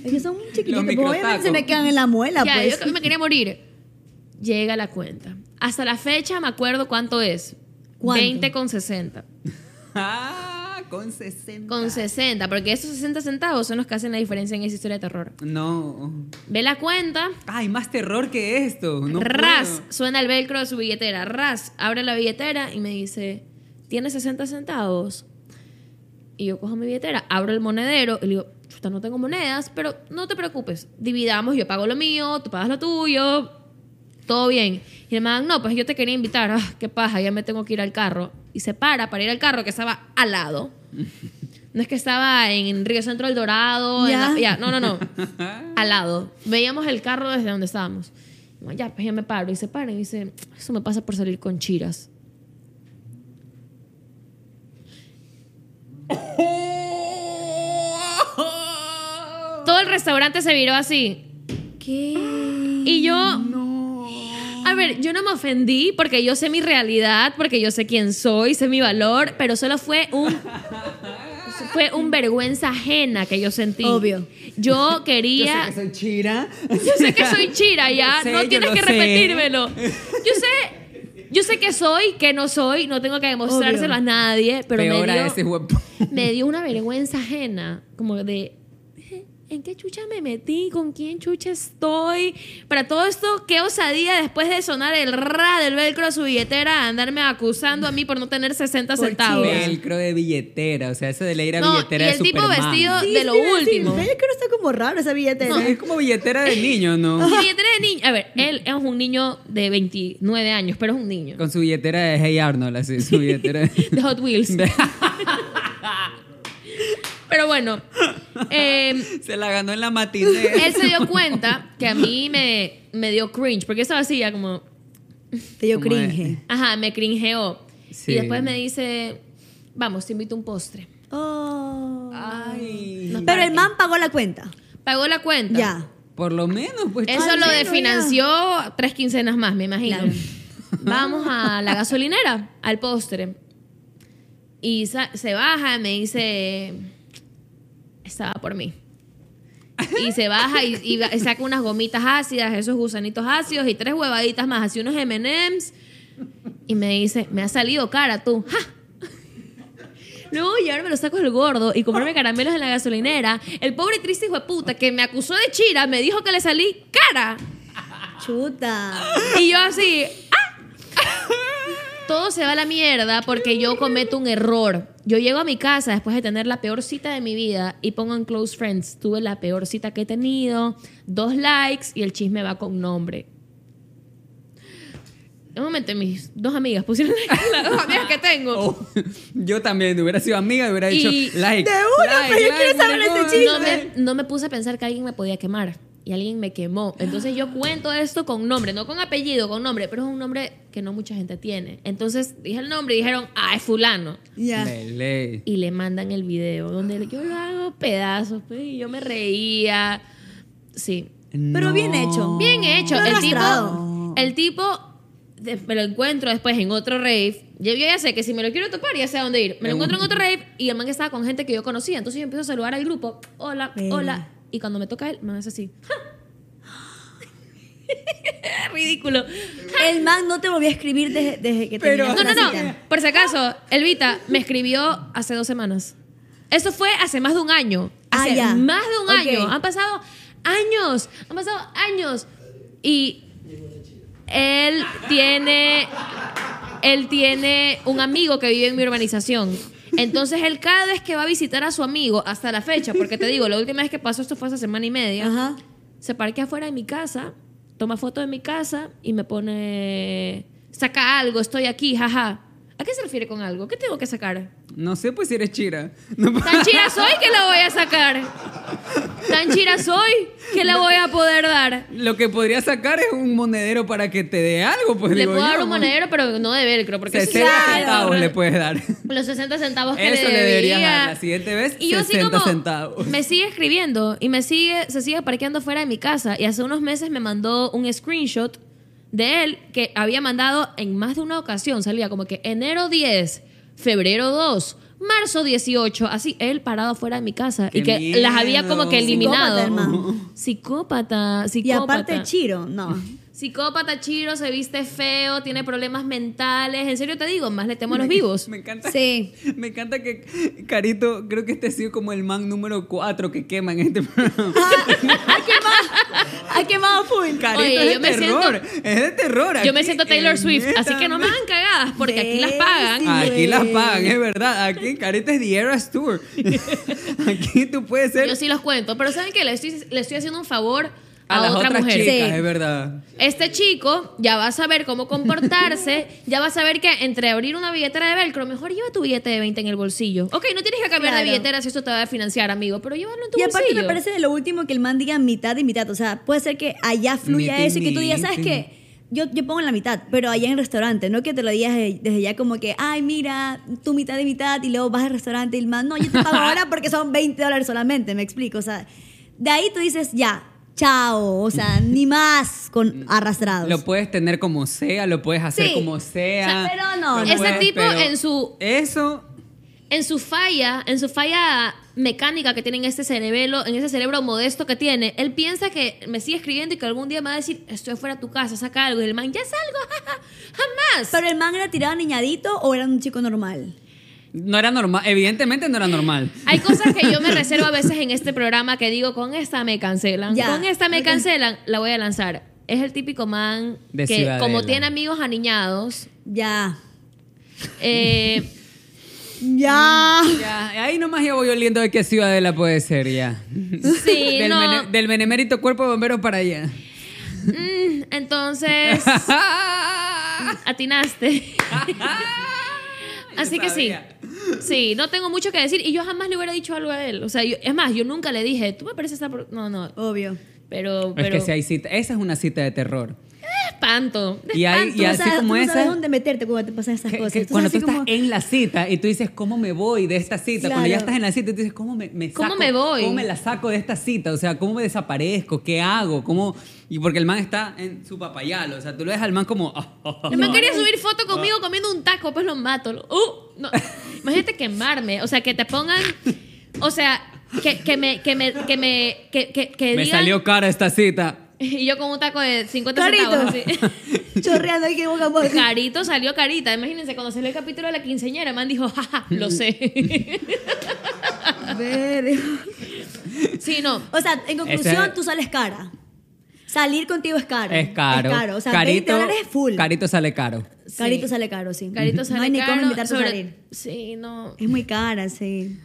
Speaker 4: Es que son muy chiquititos. pues,
Speaker 2: microtacos.
Speaker 4: Obviamente se me quedan en la muela,
Speaker 1: Ya,
Speaker 4: pues.
Speaker 1: yo me quería morir. Llega la cuenta. Hasta la fecha me acuerdo cuánto es.
Speaker 4: ¿Cuánto?
Speaker 1: 20 con 60.
Speaker 2: [laughs] Ah, con 60.
Speaker 1: Con 60, porque esos 60 centavos son los que hacen la diferencia en esa historia de terror.
Speaker 2: No.
Speaker 1: Ve la cuenta,
Speaker 2: Ay, más terror que esto. No
Speaker 1: ras,
Speaker 2: puedo.
Speaker 1: suena el velcro de su billetera, ras, abre la billetera y me dice, ¿tienes 60 centavos? Y yo cojo mi billetera, abro el monedero y le digo, chuta, no tengo monedas, pero no te preocupes, dividamos, yo pago lo mío, tú pagas lo tuyo, todo bien. Y el man, no, pues yo te quería invitar, ah, qué paja, ya me tengo que ir al carro. Y se para para ir al carro que estaba al lado. No es que estaba en Río Centro El Dorado, en
Speaker 4: Ya.
Speaker 1: la- ya, no, no, no. Al lado. Veíamos el carro desde donde estábamos. Bueno, Ya, pues ya me paro. Y se para y dice, eso me pasa por salir con chiras. Todo el restaurante se viró así.
Speaker 4: ¿Qué?
Speaker 1: Y yo... A ver, yo no me ofendí porque yo sé mi realidad, porque yo sé quién soy, sé mi valor, pero solo fue un... Fue un vergüenza ajena que yo sentí.
Speaker 4: Obvio.
Speaker 1: Yo
Speaker 2: Yo
Speaker 1: quería...
Speaker 2: sé que soy chira.
Speaker 1: Yo sé que soy chira, ya.
Speaker 2: [laughs] Yo sé,
Speaker 1: no
Speaker 2: yo
Speaker 1: tienes
Speaker 2: lo
Speaker 1: que
Speaker 2: sé.
Speaker 1: repetírmelo. Yo sé, yo sé que soy, que no soy, no tengo que demostrárselo
Speaker 4: Obvio.
Speaker 1: a nadie, pero
Speaker 2: Peor
Speaker 1: me dio,
Speaker 2: a ese huepo.
Speaker 1: me dio una vergüenza ajena, como de "Eh, ¿En qué chucha me metí? ¿Con quién chucha estoy? Para todo esto, qué osadía después de sonar el ra del velcro a su billetera, andarme acusando a mí por no tener 60
Speaker 4: Por
Speaker 1: centavos.
Speaker 4: chira.
Speaker 2: Velcro de billetera. O sea, eso de la ira
Speaker 1: No,
Speaker 2: billetera
Speaker 1: y
Speaker 2: de
Speaker 1: el tipo
Speaker 2: Superman.
Speaker 1: vestido- de lo último.
Speaker 4: Ve que no está como raro esa billetera.
Speaker 2: Sí, Es como billetera de niño, ¿no?
Speaker 1: [laughs] Mi billetera de niño. A ver, él es un niño de 29 años, pero es un niño.
Speaker 2: Con su billetera de Hey Arnold, así, su
Speaker 1: [laughs]
Speaker 2: billetera de...
Speaker 1: De Hot
Speaker 2: [laughs]
Speaker 1: Wheels.
Speaker 2: de-
Speaker 1: Pero bueno, eh,
Speaker 2: Se la ganó en la matiné.
Speaker 1: [laughs] él se dio cuenta que a mí me, me dio cringe, porque yo estaba así ya como,
Speaker 4: Te dio
Speaker 2: Como de-
Speaker 4: cringe.
Speaker 1: ajá, me cringeó.
Speaker 2: Sí.
Speaker 1: Y después me dice, vamos, te invito a un postre.
Speaker 4: Oh.
Speaker 2: Ay.
Speaker 1: No.
Speaker 4: Pero el man pagó la cuenta.
Speaker 1: Pagó la cuenta.
Speaker 4: Ya.
Speaker 2: Por lo menos, pues.
Speaker 1: Eso
Speaker 4: Ay,
Speaker 1: lo
Speaker 4: sí,
Speaker 1: desfinanció tres quincenas más, me imagino.
Speaker 4: Claro.
Speaker 1: Vamos a la gasolinera, al postre. Y sa- se baja y me dice, estaba por mí. Y se baja y, y va- y saca unas gomitas ácidas, esos gusanitos ácidos y tres huevaditas más, así unos MMs. Y me dice, me ha salido cara tú. ¡Ja! Luego llevarme los tacos del gordo y comprarme caramelos en la gasolinera. El pobre triste hijo de puta que me acusó de chira me dijo que le salí cara.
Speaker 4: Chuta.
Speaker 1: Y yo así, ¡ah! todo se va a la mierda porque yo cometo un error. Yo llego a mi casa después de tener la peor cita de mi vida y pongo en Close Friends, tuve la peor cita que he tenido, dos likes y el chisme va con nombre. En un momento, mis dos amigas pusieron [laughs] like, las dos amigas que tengo.
Speaker 2: Oh, [laughs] yo también hubiera sido amiga y hubiera dicho
Speaker 1: Y-
Speaker 2: like.
Speaker 4: De una,
Speaker 2: like,
Speaker 4: pero yo
Speaker 2: like,
Speaker 4: quiero saber
Speaker 2: like,
Speaker 4: ese
Speaker 2: oh,
Speaker 4: chisme.
Speaker 1: no me, no me puse a pensar que alguien me podía quemar y alguien me quemó. Entonces yo cuento esto con nombre, no con apellido, con nombre, pero es un nombre que no mucha gente tiene. Entonces dije el nombre y dijeron, ah, es fulano.
Speaker 4: Ya.
Speaker 2: De ley.
Speaker 1: Y le mandan el video donde yo lo hago pedazos, pues, y yo me reía. Sí,
Speaker 4: Pero bien
Speaker 2: No.
Speaker 4: hecho.
Speaker 1: Bien hecho.
Speaker 4: Lo
Speaker 1: El
Speaker 4: arrastrado.
Speaker 1: tipo, el tipo de- me lo encuentro después en otro rave. Yo, yo ya sé que si me lo quiero topar, ya sé a dónde ir. Me lo encuentro en otro rave y el man estaba con gente que yo conocía. Entonces yo empiezo a saludar al grupo. Hola,
Speaker 4: Verga.
Speaker 1: hola. Y cuando me toca él, me hace así. [laughs] Ridículo.
Speaker 4: El man no te volvió a escribir desde, desde que
Speaker 2: Pero-
Speaker 1: No,
Speaker 4: terminaste
Speaker 1: no,
Speaker 4: la
Speaker 1: no.
Speaker 4: cita.
Speaker 1: Por si acaso, Elvita me escribió hace dos semanas. Eso fue hace más de un año.
Speaker 4: Ah,
Speaker 1: Hace
Speaker 4: ya.
Speaker 1: más de un
Speaker 4: Ok.
Speaker 1: año. Han pasado años. Han pasado años. Y él tiene. Él tiene un amigo que vive en mi urbanización. Entonces él cada vez que va a visitar a su amigo, hasta la fecha, porque te digo, la última vez que pasó esto fue hace semana y media
Speaker 4: Ajá.
Speaker 1: se parquea afuera de mi casa, toma foto de mi casa y me pone, saca algo, estoy aquí, jaja. ¿A qué se refiere con algo? ¿Qué tengo que sacar?
Speaker 2: No sé pues si eres chira. No,
Speaker 1: Tan chira soy que la voy a sacar. Tan chira soy que la voy a poder dar.
Speaker 2: [laughs] Lo que podría sacar es un monedero para que te dé algo, pues
Speaker 1: Le
Speaker 2: digo
Speaker 1: puedo
Speaker 2: yo,
Speaker 1: dar un
Speaker 2: ¿no?
Speaker 1: monedero, pero no de velcro, porque
Speaker 2: 60 centavos le puedes dar.
Speaker 1: Los 60 centavos que
Speaker 2: Eso
Speaker 1: le
Speaker 2: le
Speaker 1: debía.
Speaker 2: deberías dar la siguiente vez,
Speaker 1: Y yo así
Speaker 2: 60
Speaker 1: como,
Speaker 2: centavos.
Speaker 1: Me sigue escribiendo y me sigue, se sigue parqueando fuera de mi casa. Y hace unos meses me mandó un screenshot de él que había mandado en más de una ocasión. Salía como que enero 10, febrero 2, marzo 18. Así, él parado fuera de mi casa. y
Speaker 2: ¡Qué
Speaker 1: que las había
Speaker 2: miedo!
Speaker 1: como que
Speaker 4: Psicópata,
Speaker 1: eliminado.
Speaker 4: hermano.
Speaker 1: Psicópata, psicópata.
Speaker 4: Y aparte, Chiro, no.
Speaker 1: Psicópata Chiro se viste feo, tiene problemas mentales. En serio te digo, más le temo a los vivos.
Speaker 2: [laughs] Me encanta.
Speaker 4: Sí.
Speaker 2: Me encanta que Carito, creo que este ha sido como el man número 4 que quema en este programa.
Speaker 4: Ha quemado full.
Speaker 2: Carito
Speaker 1: Oye,
Speaker 2: es de
Speaker 1: yo me
Speaker 2: terror. Es de terror.
Speaker 1: Yo me
Speaker 2: aquí,
Speaker 1: siento Taylor
Speaker 2: en
Speaker 1: Swift,
Speaker 2: esta
Speaker 1: así que no me
Speaker 2: mesa.
Speaker 1: hagan cagadas porque aquí las pagan.
Speaker 4: Sí,
Speaker 2: Aquí
Speaker 4: güey.
Speaker 2: las pagan, es verdad. Aquí Carito es The Eras
Speaker 1: [laughs]
Speaker 2: Tour. Aquí tú puedes ser
Speaker 1: Yo sí los cuento, pero ¿saben qué? Le estoy, le estoy haciendo un favor a,
Speaker 2: a las
Speaker 1: otra
Speaker 2: otras
Speaker 1: mujer.
Speaker 2: chicas,
Speaker 4: Sí.
Speaker 2: es verdad.
Speaker 1: Este chico ya va a saber cómo comportarse, ya va a saber que entre abrir una billetera de velcro, mejor lleva tu billete de 20 en el bolsillo. Ok, no tienes que cambiar
Speaker 4: Claro.
Speaker 1: de billetera si eso te va a financiar, amigo, pero llévalo en tu
Speaker 4: Y
Speaker 1: bolsillo.
Speaker 4: aparte me parece de lo último que el man diga mitad y mitad. O sea, puede ser que allá fluya
Speaker 2: Miti,
Speaker 4: eso y que tú digas, ¿sabes
Speaker 2: miti.
Speaker 4: qué? Yo, yo pongo la mitad, pero allá en el restaurante, no que te lo digas eh, desde ya como que, ay, mira, tú mitad y mitad, y luego vas al restaurante y el man, no, yo te pago ahora porque son 20 dólares solamente, me explico. O sea, de ahí tú dices, ya, chao,
Speaker 2: [laughs]
Speaker 4: o sea, ni más con arrastrados.
Speaker 2: Lo puedes tener como sea, lo puedes hacer
Speaker 4: Sí.
Speaker 2: como sea.
Speaker 1: O sea,
Speaker 4: pero no,
Speaker 2: lo
Speaker 4: no.
Speaker 1: Ese
Speaker 2: puedes,
Speaker 1: tipo
Speaker 2: pero
Speaker 1: en su-
Speaker 2: Eso.
Speaker 1: en su falla, en su falla mecánica que tiene en este cerebelo, en ese cerebro modesto que tiene, él piensa que me sigue escribiendo y que algún día me va a decir, estoy afuera de tu casa, saca algo. Y el man, ya salgo, [laughs] jaja, jamás.
Speaker 4: Pero el man era tirado niñadito o era un chico normal.
Speaker 2: No era normal. Evidentemente no era normal.
Speaker 1: Hay cosas que yo me reservo a veces en este programa que digo, con esta me cancelan,
Speaker 4: Ya.
Speaker 1: con esta me
Speaker 4: Ok.
Speaker 1: cancelan, la voy a lanzar. Es el típico man
Speaker 2: De
Speaker 1: que
Speaker 2: Ciudadela.
Speaker 1: como tiene amigos aniñados,
Speaker 4: Ya,
Speaker 1: eh,
Speaker 4: ya.
Speaker 2: Ya, ahí nomás ya voy oliendo de qué ciudadela puede ser ya.
Speaker 1: sí,
Speaker 2: [laughs] del,
Speaker 1: no.
Speaker 2: bene- del benemérito cuerpo de bomberos para
Speaker 4: [laughs]
Speaker 2: allá.
Speaker 1: Mm,
Speaker 2: [laughs]
Speaker 1: entonces, atinaste. Así
Speaker 2: Yo
Speaker 1: que
Speaker 2: sabía.
Speaker 1: sí. Sí, no tengo mucho que decir. Y yo jamás le hubiera dicho algo a él. O sea, yo- es más, yo nunca le dije, tú me pareces esa. pro-". No, no.
Speaker 4: Obvio.
Speaker 1: Pero.
Speaker 2: Es
Speaker 1: pero
Speaker 2: que si hay cita, esa es una cita de terror.
Speaker 1: Espanto. [laughs]
Speaker 2: Y, hay,
Speaker 4: Ah, Tú
Speaker 2: y
Speaker 4: no
Speaker 2: así
Speaker 4: sabes-
Speaker 2: como
Speaker 4: tú no sabes
Speaker 2: esa,
Speaker 4: dónde meterte cuando te pasan esas
Speaker 2: que-
Speaker 4: cosas.
Speaker 2: que
Speaker 4: Tú
Speaker 2: cuando
Speaker 4: sabes
Speaker 2: tú
Speaker 4: así
Speaker 2: estás
Speaker 4: como-
Speaker 2: en la cita y tú dices, ¿cómo me voy de esta cita? Cuando ya
Speaker 4: Claro.
Speaker 2: estás en la cita y tú dices, ¿cómo me, me
Speaker 1: ¿Cómo
Speaker 2: saco-
Speaker 1: me voy?
Speaker 2: ¿Cómo me la saco de esta cita? O sea, ¿cómo me desaparezco? ¿Qué hago? ¿Cómo? Y porque el man está en su papayalo. O sea, tú lo ves al man como... "Ah,
Speaker 1: El man quería subir foto conmigo comiendo un taco, pues lo mato. Lo- ¡Uh! No. Imagínate quemarme. O sea, que te pongan. O sea, que, que me. Que me. Que me. Que, que, que
Speaker 2: me
Speaker 1: digan-
Speaker 2: salió cara esta cita.
Speaker 1: [laughs] Y yo con un taco de 50
Speaker 4: Carito.
Speaker 1: centavos. Así.
Speaker 4: [laughs] Chorreando ahí que boca a boca.
Speaker 1: Carito salió carita. Imagínense, cuando salió el capítulo de la quinceñera, el man dijo, jaja, lo
Speaker 2: [laughs]
Speaker 1: sé.
Speaker 4: Ver.
Speaker 1: sí, no.
Speaker 4: O sea, en conclusión,
Speaker 2: Ese-
Speaker 4: tú sales cara. Salir contigo es caro.
Speaker 2: Es caro.
Speaker 4: Es caro. O sea, 20
Speaker 2: carito,
Speaker 4: dólares es full.
Speaker 2: Carito sale caro.
Speaker 4: Carito sale caro, sí.
Speaker 1: Carito
Speaker 4: No hay
Speaker 1: sale
Speaker 4: ni
Speaker 1: caro.
Speaker 4: cómo invitarte
Speaker 1: sobre-
Speaker 4: a salir.
Speaker 1: Sí, no.
Speaker 4: Es muy cara, sí.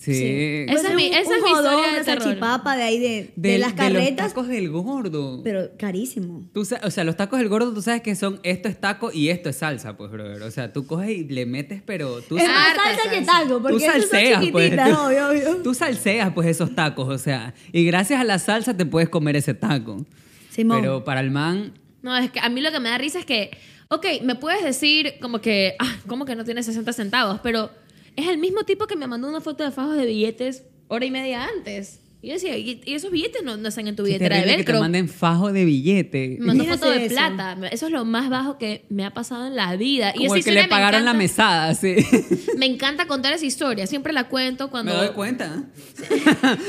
Speaker 2: Sí.
Speaker 1: Esa es
Speaker 4: Puede ser
Speaker 1: mi-
Speaker 4: un-
Speaker 1: esa
Speaker 4: un
Speaker 1: es mi
Speaker 4: jodón,
Speaker 1: historia de
Speaker 4: una
Speaker 1: terror.
Speaker 4: salchipapa de ahí de, de
Speaker 2: Del-
Speaker 4: las
Speaker 2: los
Speaker 4: carretas,
Speaker 2: tacos del gordo.
Speaker 4: pero carísimo.
Speaker 2: Tú sa- o sea, los tacos del gordo, tú sabes que son esto es taco y esto es salsa, pues, brother. O sea, tú coges y le metes, pero tú,
Speaker 4: es
Speaker 2: sa-
Speaker 4: más
Speaker 1: harta
Speaker 4: salsa que
Speaker 1: salsa.
Speaker 4: taco,
Speaker 2: tú
Speaker 4: porque esas son
Speaker 2: salseas, pues.
Speaker 4: chiquititas,
Speaker 2: Tú-
Speaker 4: obvio, obvio.
Speaker 2: Tú salseas, pues, esos tacos, o sea. Y gracias a la salsa te puedes comer ese taco.
Speaker 4: Simón.
Speaker 2: Pero para el man,
Speaker 1: No, es que a mí lo que me da risa es que, ok, me puedes decir como que, ah, como que no tiene 60 centavos, pero es el mismo tipo que me mandó una foto de fajos de billetes hora y media antes. Y yo decía, y, y esos billetes no, no están en tu
Speaker 2: qué
Speaker 1: billetera de
Speaker 2: terrible que te
Speaker 1: velcro. Me
Speaker 2: manden fajo de billete. [laughs]
Speaker 1: mandó
Speaker 4: Imagínate
Speaker 1: foto de
Speaker 4: eso.
Speaker 1: plata. Eso es lo más bajo que me ha pasado en la vida. y
Speaker 2: Como
Speaker 1: esa
Speaker 2: el que
Speaker 1: historia
Speaker 2: le
Speaker 1: me
Speaker 2: pagaron la
Speaker 1: encanta-
Speaker 2: mesada, sí.
Speaker 1: [laughs] Me encanta contar esa historia. Siempre la cuento cuando.
Speaker 2: [laughs] Me doy cuenta.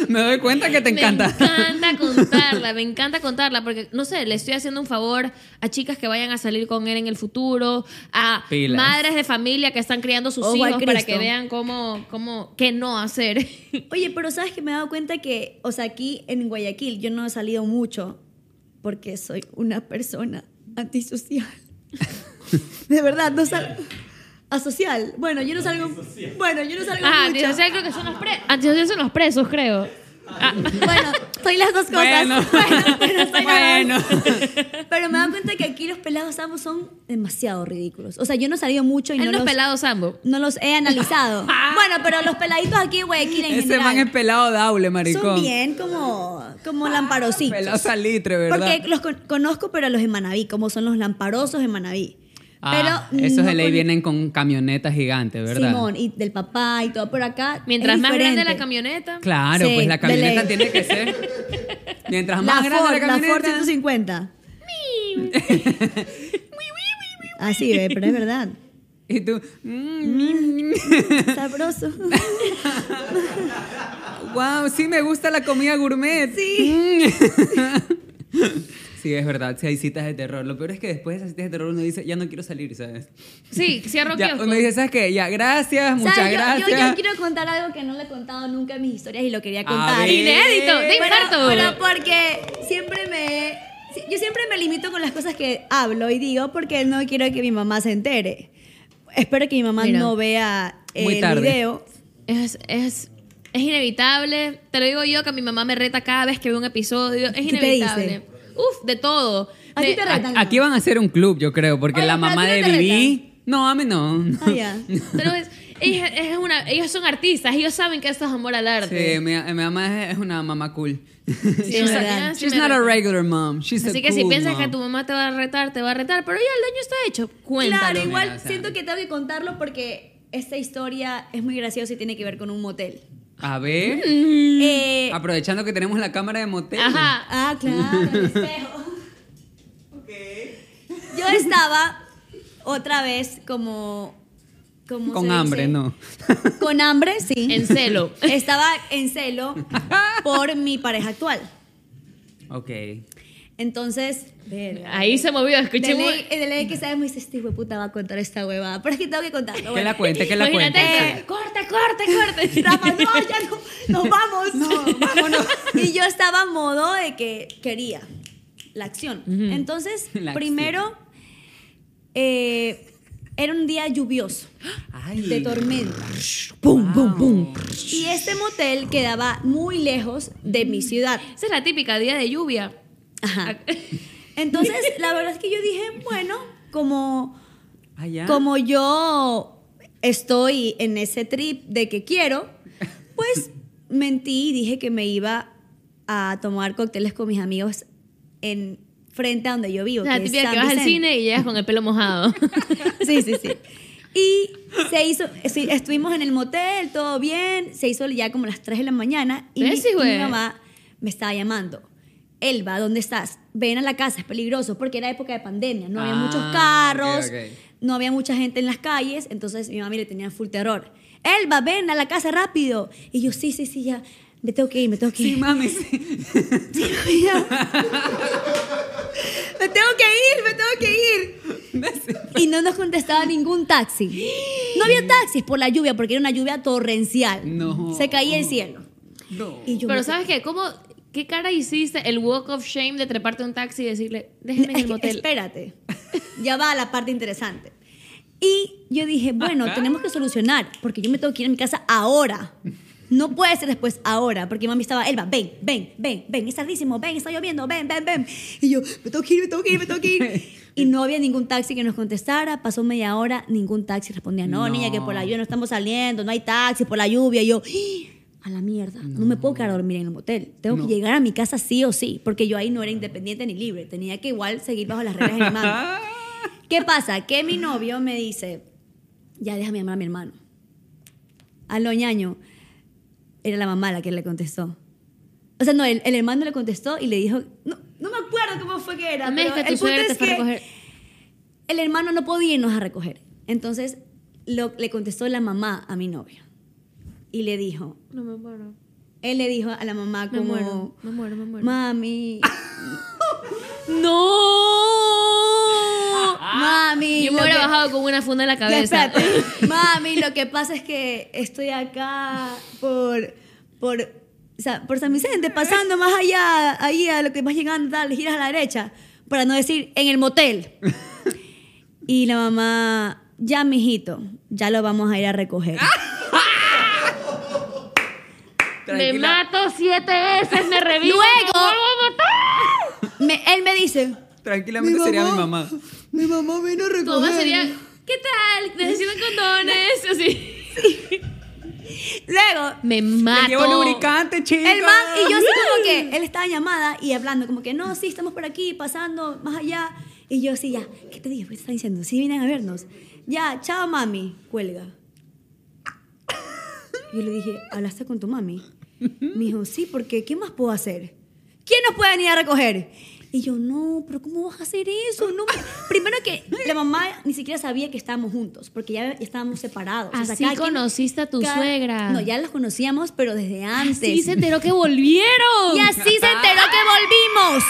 Speaker 2: Me doy cuenta que te encanta.
Speaker 1: Me
Speaker 2: [laughs]
Speaker 1: encanta contarla, me encanta contarla, porque no sé, le estoy haciendo un favor a chicas que vayan a salir con él en el futuro, a
Speaker 2: Pilas.
Speaker 1: madres de familia que están criando sus
Speaker 2: Oh,
Speaker 4: Ojo al
Speaker 1: hijos para
Speaker 4: Cristo.
Speaker 1: que vean cómo, cómo, qué no
Speaker 2: [laughs]
Speaker 1: hacer.
Speaker 4: Oye, pero sabes que me he dado cuenta que, o sea, aquí en Guayaquil yo no he salido mucho porque soy una persona antisocial. [laughs] De verdad, no salgo. Asocial. Bueno, yo no salgo. Bueno, yo no salgo
Speaker 1: Ah,
Speaker 4: mucho.
Speaker 1: antisocial creo que son los presos. Antisocial son los presos, creo. Ah,
Speaker 4: Bueno, soy las dos cosas. [laughs]
Speaker 2: Bueno.
Speaker 4: pero, soy las
Speaker 2: Bueno.
Speaker 4: dos. Pero me he dado cuenta que aquí los pelados ambos son demasiado ridículos. O sea, yo no he salido mucho y
Speaker 1: hay
Speaker 4: no
Speaker 1: unos
Speaker 4: los,
Speaker 1: pelados ambos.
Speaker 4: no los he
Speaker 2: [laughs]
Speaker 4: analizado. bueno, pero los peladitos aquí en Guayaquil en
Speaker 2: Ah. Ese man es
Speaker 4: general
Speaker 2: pelado daule, maricón.
Speaker 4: son bien como, como lamparositos.
Speaker 2: Pelado salitre, ¿verdad?
Speaker 4: Porque los con- conozco, pero los de Manabí, como son los lamparosos de Manabí.
Speaker 2: Ah,
Speaker 4: pero
Speaker 2: esos
Speaker 4: no
Speaker 2: de ley
Speaker 4: con-
Speaker 2: vienen con camionetas gigantes, ¿verdad?
Speaker 4: Simón y del papá y todo, pero acá
Speaker 1: Mientras
Speaker 4: es
Speaker 1: más grande la
Speaker 4: diferente.
Speaker 1: camioneta.
Speaker 2: Claro,
Speaker 4: Sí,
Speaker 2: pues la
Speaker 4: de
Speaker 2: camioneta
Speaker 4: ley.
Speaker 2: tiene que
Speaker 4: [laughs]
Speaker 2: ser. Mientras
Speaker 4: La
Speaker 2: más grande
Speaker 4: Ford,
Speaker 2: la
Speaker 4: la Ford
Speaker 2: camioneta. [laughs]
Speaker 4: 150. Así, ve, pero es verdad.
Speaker 2: y tú. mm,
Speaker 4: Sabroso.
Speaker 2: wow, sí me gusta la comida gourmet. Sí. [laughs] sí, es verdad. Sí, hay citas de terror. Lo peor es que después de esas citas de terror uno dice, ya no quiero salir, ¿sabes?
Speaker 1: Sí, cierro
Speaker 2: Ya,
Speaker 1: kiosco.
Speaker 2: uno dice, ¿sabes qué? Ya, gracias, muchas
Speaker 4: ¿Sabes? Yo-
Speaker 2: gracias.
Speaker 4: Yo, yo, quiero contar algo que no le he contado nunca en mis historias y lo quería contar.
Speaker 2: ver.
Speaker 1: Inédito, de
Speaker 4: Pero-
Speaker 1: infarto.
Speaker 4: Pero porque siempre me. si- Yo siempre me limito con las cosas que hablo y digo porque no quiero que mi mamá se entere. Espero que mi mamá
Speaker 1: Mira.
Speaker 4: no vea eh,
Speaker 2: Muy
Speaker 4: el
Speaker 2: tarde.
Speaker 4: video.
Speaker 1: Es, es, es inevitable. Te lo digo yo que mi mamá me reta cada vez que veo un episodio. Es
Speaker 4: ¿Qué te
Speaker 1: inevitable.
Speaker 4: dice?
Speaker 1: Uf, de todo.
Speaker 4: ¿A ti
Speaker 1: De-
Speaker 4: te
Speaker 2: A-
Speaker 4: retan?
Speaker 2: Aquí van a hacer un club, yo creo, porque
Speaker 4: Oye,
Speaker 2: la
Speaker 4: pero a
Speaker 2: mamá
Speaker 4: ti no
Speaker 2: de
Speaker 4: te
Speaker 2: Vivi. No, a mí no.
Speaker 4: Ah, ya.
Speaker 2: [laughs]
Speaker 1: Pero es, ellas- es una, ellos son artistas, ellos saben que esto es amor al arte.
Speaker 2: Sí, mi, mi mamá es- es una mamá cool.
Speaker 4: Sí,
Speaker 1: Ellos
Speaker 4: es
Speaker 1: saben-
Speaker 4: verdad.
Speaker 1: ellas Ah, sí
Speaker 2: She's
Speaker 1: me
Speaker 2: not a
Speaker 1: retan.
Speaker 2: regular mom. She's a
Speaker 1: Así que si
Speaker 2: cool
Speaker 1: piensas que
Speaker 2: mom.
Speaker 1: tu mamá te va a retar, te va a retar, pero ya el daño está hecho. Cuéntalo.
Speaker 4: Claro, igual
Speaker 2: Mira, o sea.
Speaker 4: siento que tengo que contarlo porque esta historia es muy graciosa y tiene que ver con un motel.
Speaker 2: A ver,
Speaker 4: Eh,
Speaker 2: aprovechando que tenemos la cámara de motel.
Speaker 1: Ajá.
Speaker 4: Ah, [laughs] claro, el espejo. Yo estaba otra vez como. como
Speaker 2: Con
Speaker 4: se
Speaker 2: hambre,
Speaker 4: dice,
Speaker 2: no.
Speaker 4: Con hambre, sí.
Speaker 1: En celo.
Speaker 4: Estaba en celo por mi pareja actual.
Speaker 2: Ok.
Speaker 4: Entonces.
Speaker 1: Ahí se movió, escuché
Speaker 4: De ley,
Speaker 1: muy-
Speaker 4: de ley que sabes, me dice, este hijo de puta va a contar esta huevada. Pero es que tengo que contarlo.
Speaker 2: Que
Speaker 4: Bueno.
Speaker 2: la cuente, que la
Speaker 1: Imagínate,
Speaker 2: cuente.
Speaker 1: eh, corte, corte, corte.
Speaker 4: Rafa, no, ya no, nos vamos. vámonos. [laughs] Y yo estaba a modo de que quería la acción. Entonces,
Speaker 2: La
Speaker 4: primero, eh, era un día lluvioso,
Speaker 2: Ay.
Speaker 4: de tormenta.
Speaker 2: Pum, pum, pum.
Speaker 4: Y este motel quedaba muy lejos de mi ciudad.
Speaker 1: Esa es la típica día de lluvia.
Speaker 4: Ajá. Entonces, la verdad es que yo dije, bueno, como
Speaker 2: Ah, ya.
Speaker 4: como yo estoy en ese trip de que quiero, pues mentí y dije que me iba a tomar cócteles con mis amigos en frente a donde yo vivo.
Speaker 1: la
Speaker 4: que es
Speaker 1: típica
Speaker 4: San
Speaker 1: que vas al
Speaker 4: Vicente.
Speaker 1: cine y llegas con el pelo
Speaker 4: [laughs]
Speaker 1: mojado.
Speaker 4: Sí, sí, sí. Y se hizo, sí, estuvimos en el motel, todo bien, se hizo ya como las 3 de la mañana y mi,
Speaker 1: Ves, hijo
Speaker 4: mi
Speaker 1: de-
Speaker 4: mamá me estaba llamando. Elba, ¿dónde estás? Ven a la casa, es peligroso, porque era época de pandemia, no había
Speaker 2: Ah,
Speaker 4: muchos carros,
Speaker 2: ok, ok.
Speaker 4: no había mucha gente en las calles, entonces mi mamá le tenía full terror. Elba, ven a la casa rápido. Y yo, sí, sí, sí, ya, me tengo que ir, me tengo que ir.
Speaker 2: Sí,
Speaker 4: [laughs]
Speaker 2: mami, sí.
Speaker 4: Ya. me tengo que ir, me tengo que ir. Y no nos contestaba ningún taxi.
Speaker 2: [gasps]
Speaker 4: No había taxis por la lluvia, porque era una lluvia torrencial.
Speaker 2: No.
Speaker 4: Se caía el cielo.
Speaker 2: No.
Speaker 4: Y yo
Speaker 1: Pero
Speaker 4: me-
Speaker 1: ¿sabes qué? ¿Cómo, ¿Qué cara hiciste el walk of
Speaker 4: [laughs]
Speaker 1: shame de treparte a un taxi y decirle, déjeme en
Speaker 4: Es
Speaker 1: el
Speaker 4: que,
Speaker 1: motel?
Speaker 4: Espérate. Ya va a la parte interesante. Y yo dije, bueno,
Speaker 2: Ajá.
Speaker 4: tenemos que solucionar, porque yo me tengo que ir a mi casa ahora. No puede ser después, ahora, porque mami estaba, Elba, ven, ven, ven, ven, es tardísimo, ven, está lloviendo, ven, ven, ven. Y yo, me tengo que ir, me tengo que ir, me tengo
Speaker 2: [laughs]
Speaker 4: que ir. Y no había ningún taxi que nos contestara, pasó media hora, ningún taxi respondía, no,
Speaker 2: No.
Speaker 4: niña, que por la lluvia no estamos saliendo, no hay taxi, por la lluvia. Y yo, ¡Ah! a la mierda, no, me puedo quedar a dormir en el motel, tengo
Speaker 2: No.
Speaker 4: que llegar a mi casa sí o sí, porque yo ahí no era independiente ni libre, tenía que igual seguir bajo las reglas de mi mami. [laughs] ¿Qué pasa? Que mi novio me dice, ya déjame llamar a mi hermano. A lo ñaño, era la mamá la que le contestó. O sea, no, el, el hermano le contestó y le dijo, no, no me acuerdo cómo fue que era,
Speaker 1: No me
Speaker 4: pero
Speaker 1: digas que
Speaker 4: el
Speaker 1: tu
Speaker 4: punto
Speaker 1: suegra
Speaker 4: es
Speaker 1: te fue a
Speaker 4: que
Speaker 1: recoger.
Speaker 4: el hermano no podía irnos a recoger. Entonces lo, le contestó la mamá a mi novio y le dijo,
Speaker 1: No me muero.
Speaker 4: él le dijo a la mamá
Speaker 1: Me
Speaker 4: como,
Speaker 1: muero, me muero, me muero. [laughs]
Speaker 4: mami,
Speaker 1: ¡No!
Speaker 4: [laughs] mami.
Speaker 1: Yo me hubiera
Speaker 4: lo que-
Speaker 1: bajado con una funda en la
Speaker 4: Ya,
Speaker 1: cabeza.
Speaker 4: espérate. Mami, lo que pasa es que estoy acá por, por, o sea, por San Vicente, pasando más allá, ahí a lo que vas llegando, tal, giras a la derecha, para no decir en
Speaker 1: [laughs]
Speaker 4: el motel. Y la mamá, ya, mijito, ya lo vamos a ir a recoger.
Speaker 1: [laughs] Ah, Me
Speaker 2: Tranquila.
Speaker 1: mato siete veces, me revivo.
Speaker 4: Luego-
Speaker 1: me vuelvo a matar.
Speaker 4: Me- él me dice,
Speaker 2: Tranquilamente sería mi mamá.
Speaker 4: mi mamá vino a
Speaker 1: Tu mamá
Speaker 4: recoger.
Speaker 1: sería, ¿qué tal? Necesitan condones. Así.
Speaker 4: Luego,
Speaker 1: Me
Speaker 2: Le
Speaker 1: mato.
Speaker 2: llevo lubricante, chica.
Speaker 4: El man, y yo así como que él estaba en llamada y hablando, como que no, sí, estamos por aquí, pasando más allá. Y yo así, ya, ¿qué te dije? ¿Qué te está diciendo? Sí, vienen a vernos. Ya, chao, mami,
Speaker 1: [laughs]
Speaker 4: cuelga. Yo le dije, ¿hablaste con tu mami? Me dijo, sí, porque ¿qué más puedo hacer? ¿Quién nos puede venir a recoger? Y yo, no, pero ¿cómo vas a hacer eso? No me- Primero que la mamá ni siquiera sabía que estábamos juntos, porque ya estábamos separados. O sea,
Speaker 1: Así
Speaker 4: cada quien-
Speaker 1: conociste a tu
Speaker 4: cada-
Speaker 1: suegra.
Speaker 4: No, ya las conocíamos, pero desde antes.
Speaker 1: Sí, se enteró que volvieron.
Speaker 4: Y así se enteró que volvimos.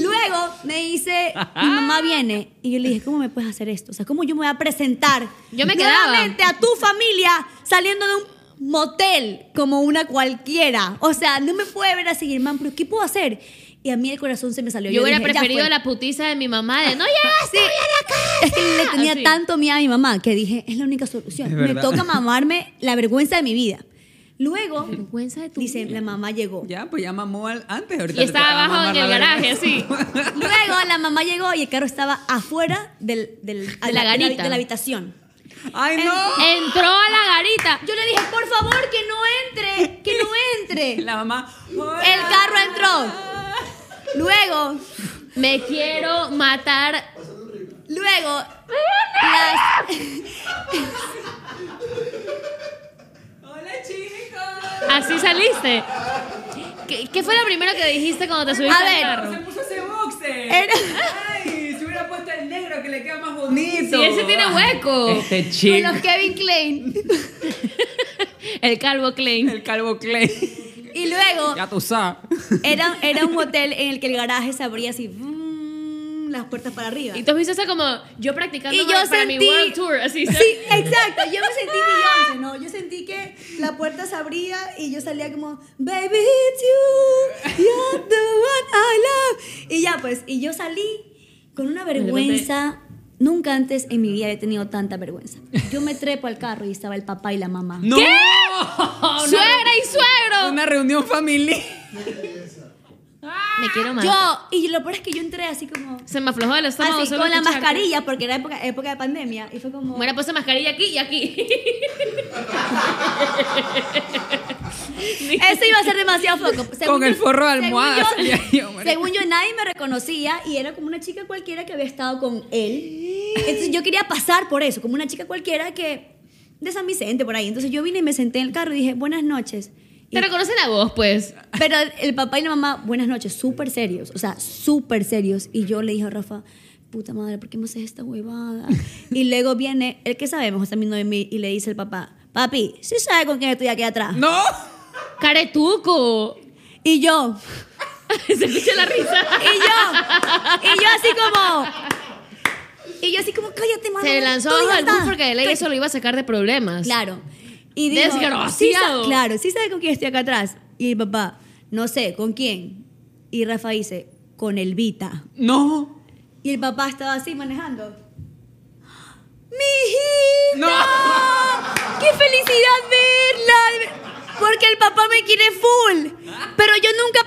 Speaker 4: Luego me dice, mi mamá viene. Y yo le dije, ¿cómo me puedes hacer esto? O sea, ¿cómo yo me voy a presentar?
Speaker 1: Yo me quedaba.
Speaker 4: nuevamente a tu familia saliendo de un motel como una cualquiera. O sea, no me puede ver así, hermano, pero ¿qué puedo hacer? Y a mí el corazón se me salió.
Speaker 1: Yo, hubiera
Speaker 4: dije, "Ya
Speaker 1: preferido
Speaker 4: fue".
Speaker 1: la putiza de mi mamá de no llegas.
Speaker 4: Sí. Es que le
Speaker 1: [laughs]
Speaker 4: tenía
Speaker 1: Así.
Speaker 4: tanto miedo a mi mamá que dije, es la única solución.
Speaker 2: Es
Speaker 4: Me
Speaker 2: verdad.
Speaker 4: toca mamarme la vergüenza de mi vida. Luego,
Speaker 2: [laughs]
Speaker 1: Vergüenza de tu
Speaker 4: dice,
Speaker 1: vida.
Speaker 4: la mamá llegó.
Speaker 2: Ya, pues ya mamó al- antes. Ahorita
Speaker 1: Y
Speaker 2: te tocaba
Speaker 1: estaba abajo
Speaker 2: mamar
Speaker 1: en el
Speaker 2: la
Speaker 1: garaje,
Speaker 2: verga.
Speaker 1: así.
Speaker 4: Luego la mamá llegó y el carro estaba afuera del, del-
Speaker 1: la
Speaker 4: de la-
Speaker 1: garita.
Speaker 4: de la habitación.
Speaker 2: [laughs] ¡Ay, no!
Speaker 1: Entró a la garita.
Speaker 4: Yo le dije, por favor, que no entre, que no entre.
Speaker 2: La mamá.
Speaker 4: El carro entró. Luego,
Speaker 1: Me quiero matar.
Speaker 4: luego, las-
Speaker 2: ¡Hola, chicos!
Speaker 1: Así saliste. ¿Qué, qué fue lo primero que dijiste cuando te subiste
Speaker 4: A ver.
Speaker 1: al carro?
Speaker 2: Se puso ese boxer.
Speaker 4: Era-
Speaker 2: Ay, se hubiera puesto el negro que le queda más bonito.
Speaker 1: Sí, ese tiene hueco.
Speaker 2: Este
Speaker 4: con
Speaker 2: chico.
Speaker 4: los Kevin Klein.
Speaker 1: [laughs] El calvo Klein.
Speaker 2: El calvo Clay.
Speaker 4: Y luego,
Speaker 2: Ya tú sabes.
Speaker 4: era, era un hotel en el que el garaje se abría así, vroom, las puertas para arriba.
Speaker 1: Y tú viste eso como yo practicando
Speaker 4: Y yo
Speaker 1: para
Speaker 4: sentí.
Speaker 1: mi World Tour, así. ¿sabes?
Speaker 4: Sí, exacto. Yo me
Speaker 1: [laughs]
Speaker 4: sentí Beyoncé, ¿no? Yo sentí que la puerta se abría y yo salía como, Baby, it's you. You're the one I love. Y ya, pues. Y yo salí con una vergüenza. Nunca antes en mi vida había tenido tanta vergüenza. Yo me trepo al carro y estaba el papá y la mamá.
Speaker 2: ¡No!
Speaker 1: Oh, ¡Suegra y suegro!
Speaker 2: Una reunión familiar.
Speaker 1: Me quiero matar.
Speaker 4: Ah, Yo, y lo peor es que yo entré así como.
Speaker 1: Se me aflojó el estómago.
Speaker 4: Así,
Speaker 1: solo
Speaker 4: con la
Speaker 1: escuchar.
Speaker 4: mascarilla, porque era época, época de pandemia. Y fue como.
Speaker 1: Me hubiera puesto mascarilla aquí y aquí.
Speaker 4: [laughs] Eso iba a ser demasiado foco.
Speaker 2: Con el forro de almohada
Speaker 4: Según
Speaker 2: salía yo,
Speaker 4: yo,
Speaker 2: marica.
Speaker 4: según yo, nadie me reconocía y era como una chica cualquiera que había estado con él. Entonces yo quería pasar por eso, como una chica cualquiera que de San Vicente por ahí. Entonces yo vine y me senté en el carro y dije, buenas noches. Y-
Speaker 1: Te reconoce la voz, pues.
Speaker 4: pero el papá y la mamá, buenas noches, súper serios, o sea, súper serios. Y yo le dije a Rafa, puta madre, ¿por qué me haces esta huevada? Y luego viene el que sabemos, está mi novio y mí, y le dice el papá, papi, ¿sí sabe con quién estoy aquí atrás?
Speaker 2: ¡No!
Speaker 1: Caretuco. [laughs]
Speaker 4: Y yo,
Speaker 1: Se escucha la risa.
Speaker 4: [laughs] Y yo, y yo así como. Y yo así como, cállate, mamá.
Speaker 1: Se lanzó
Speaker 4: tú
Speaker 1: bajo
Speaker 4: ya
Speaker 1: el bus
Speaker 4: estás".
Speaker 1: porque de ley eso lo iba a sacar de problemas.
Speaker 4: Claro. Y dijo,
Speaker 1: Desgraciado.
Speaker 4: "Sí sa- claro, sí sabe con quién estoy acá atrás. Y el papá, no sé, ¿con quién? Y Rafa dice, con Elvita.
Speaker 2: ¡No!
Speaker 4: Y el papá estaba así manejando. ¡Mi hijita!
Speaker 2: ¡No!
Speaker 4: ¡Qué felicidad verla! Porque el papá me quiere full. Pero yo nunca
Speaker 1: Él lo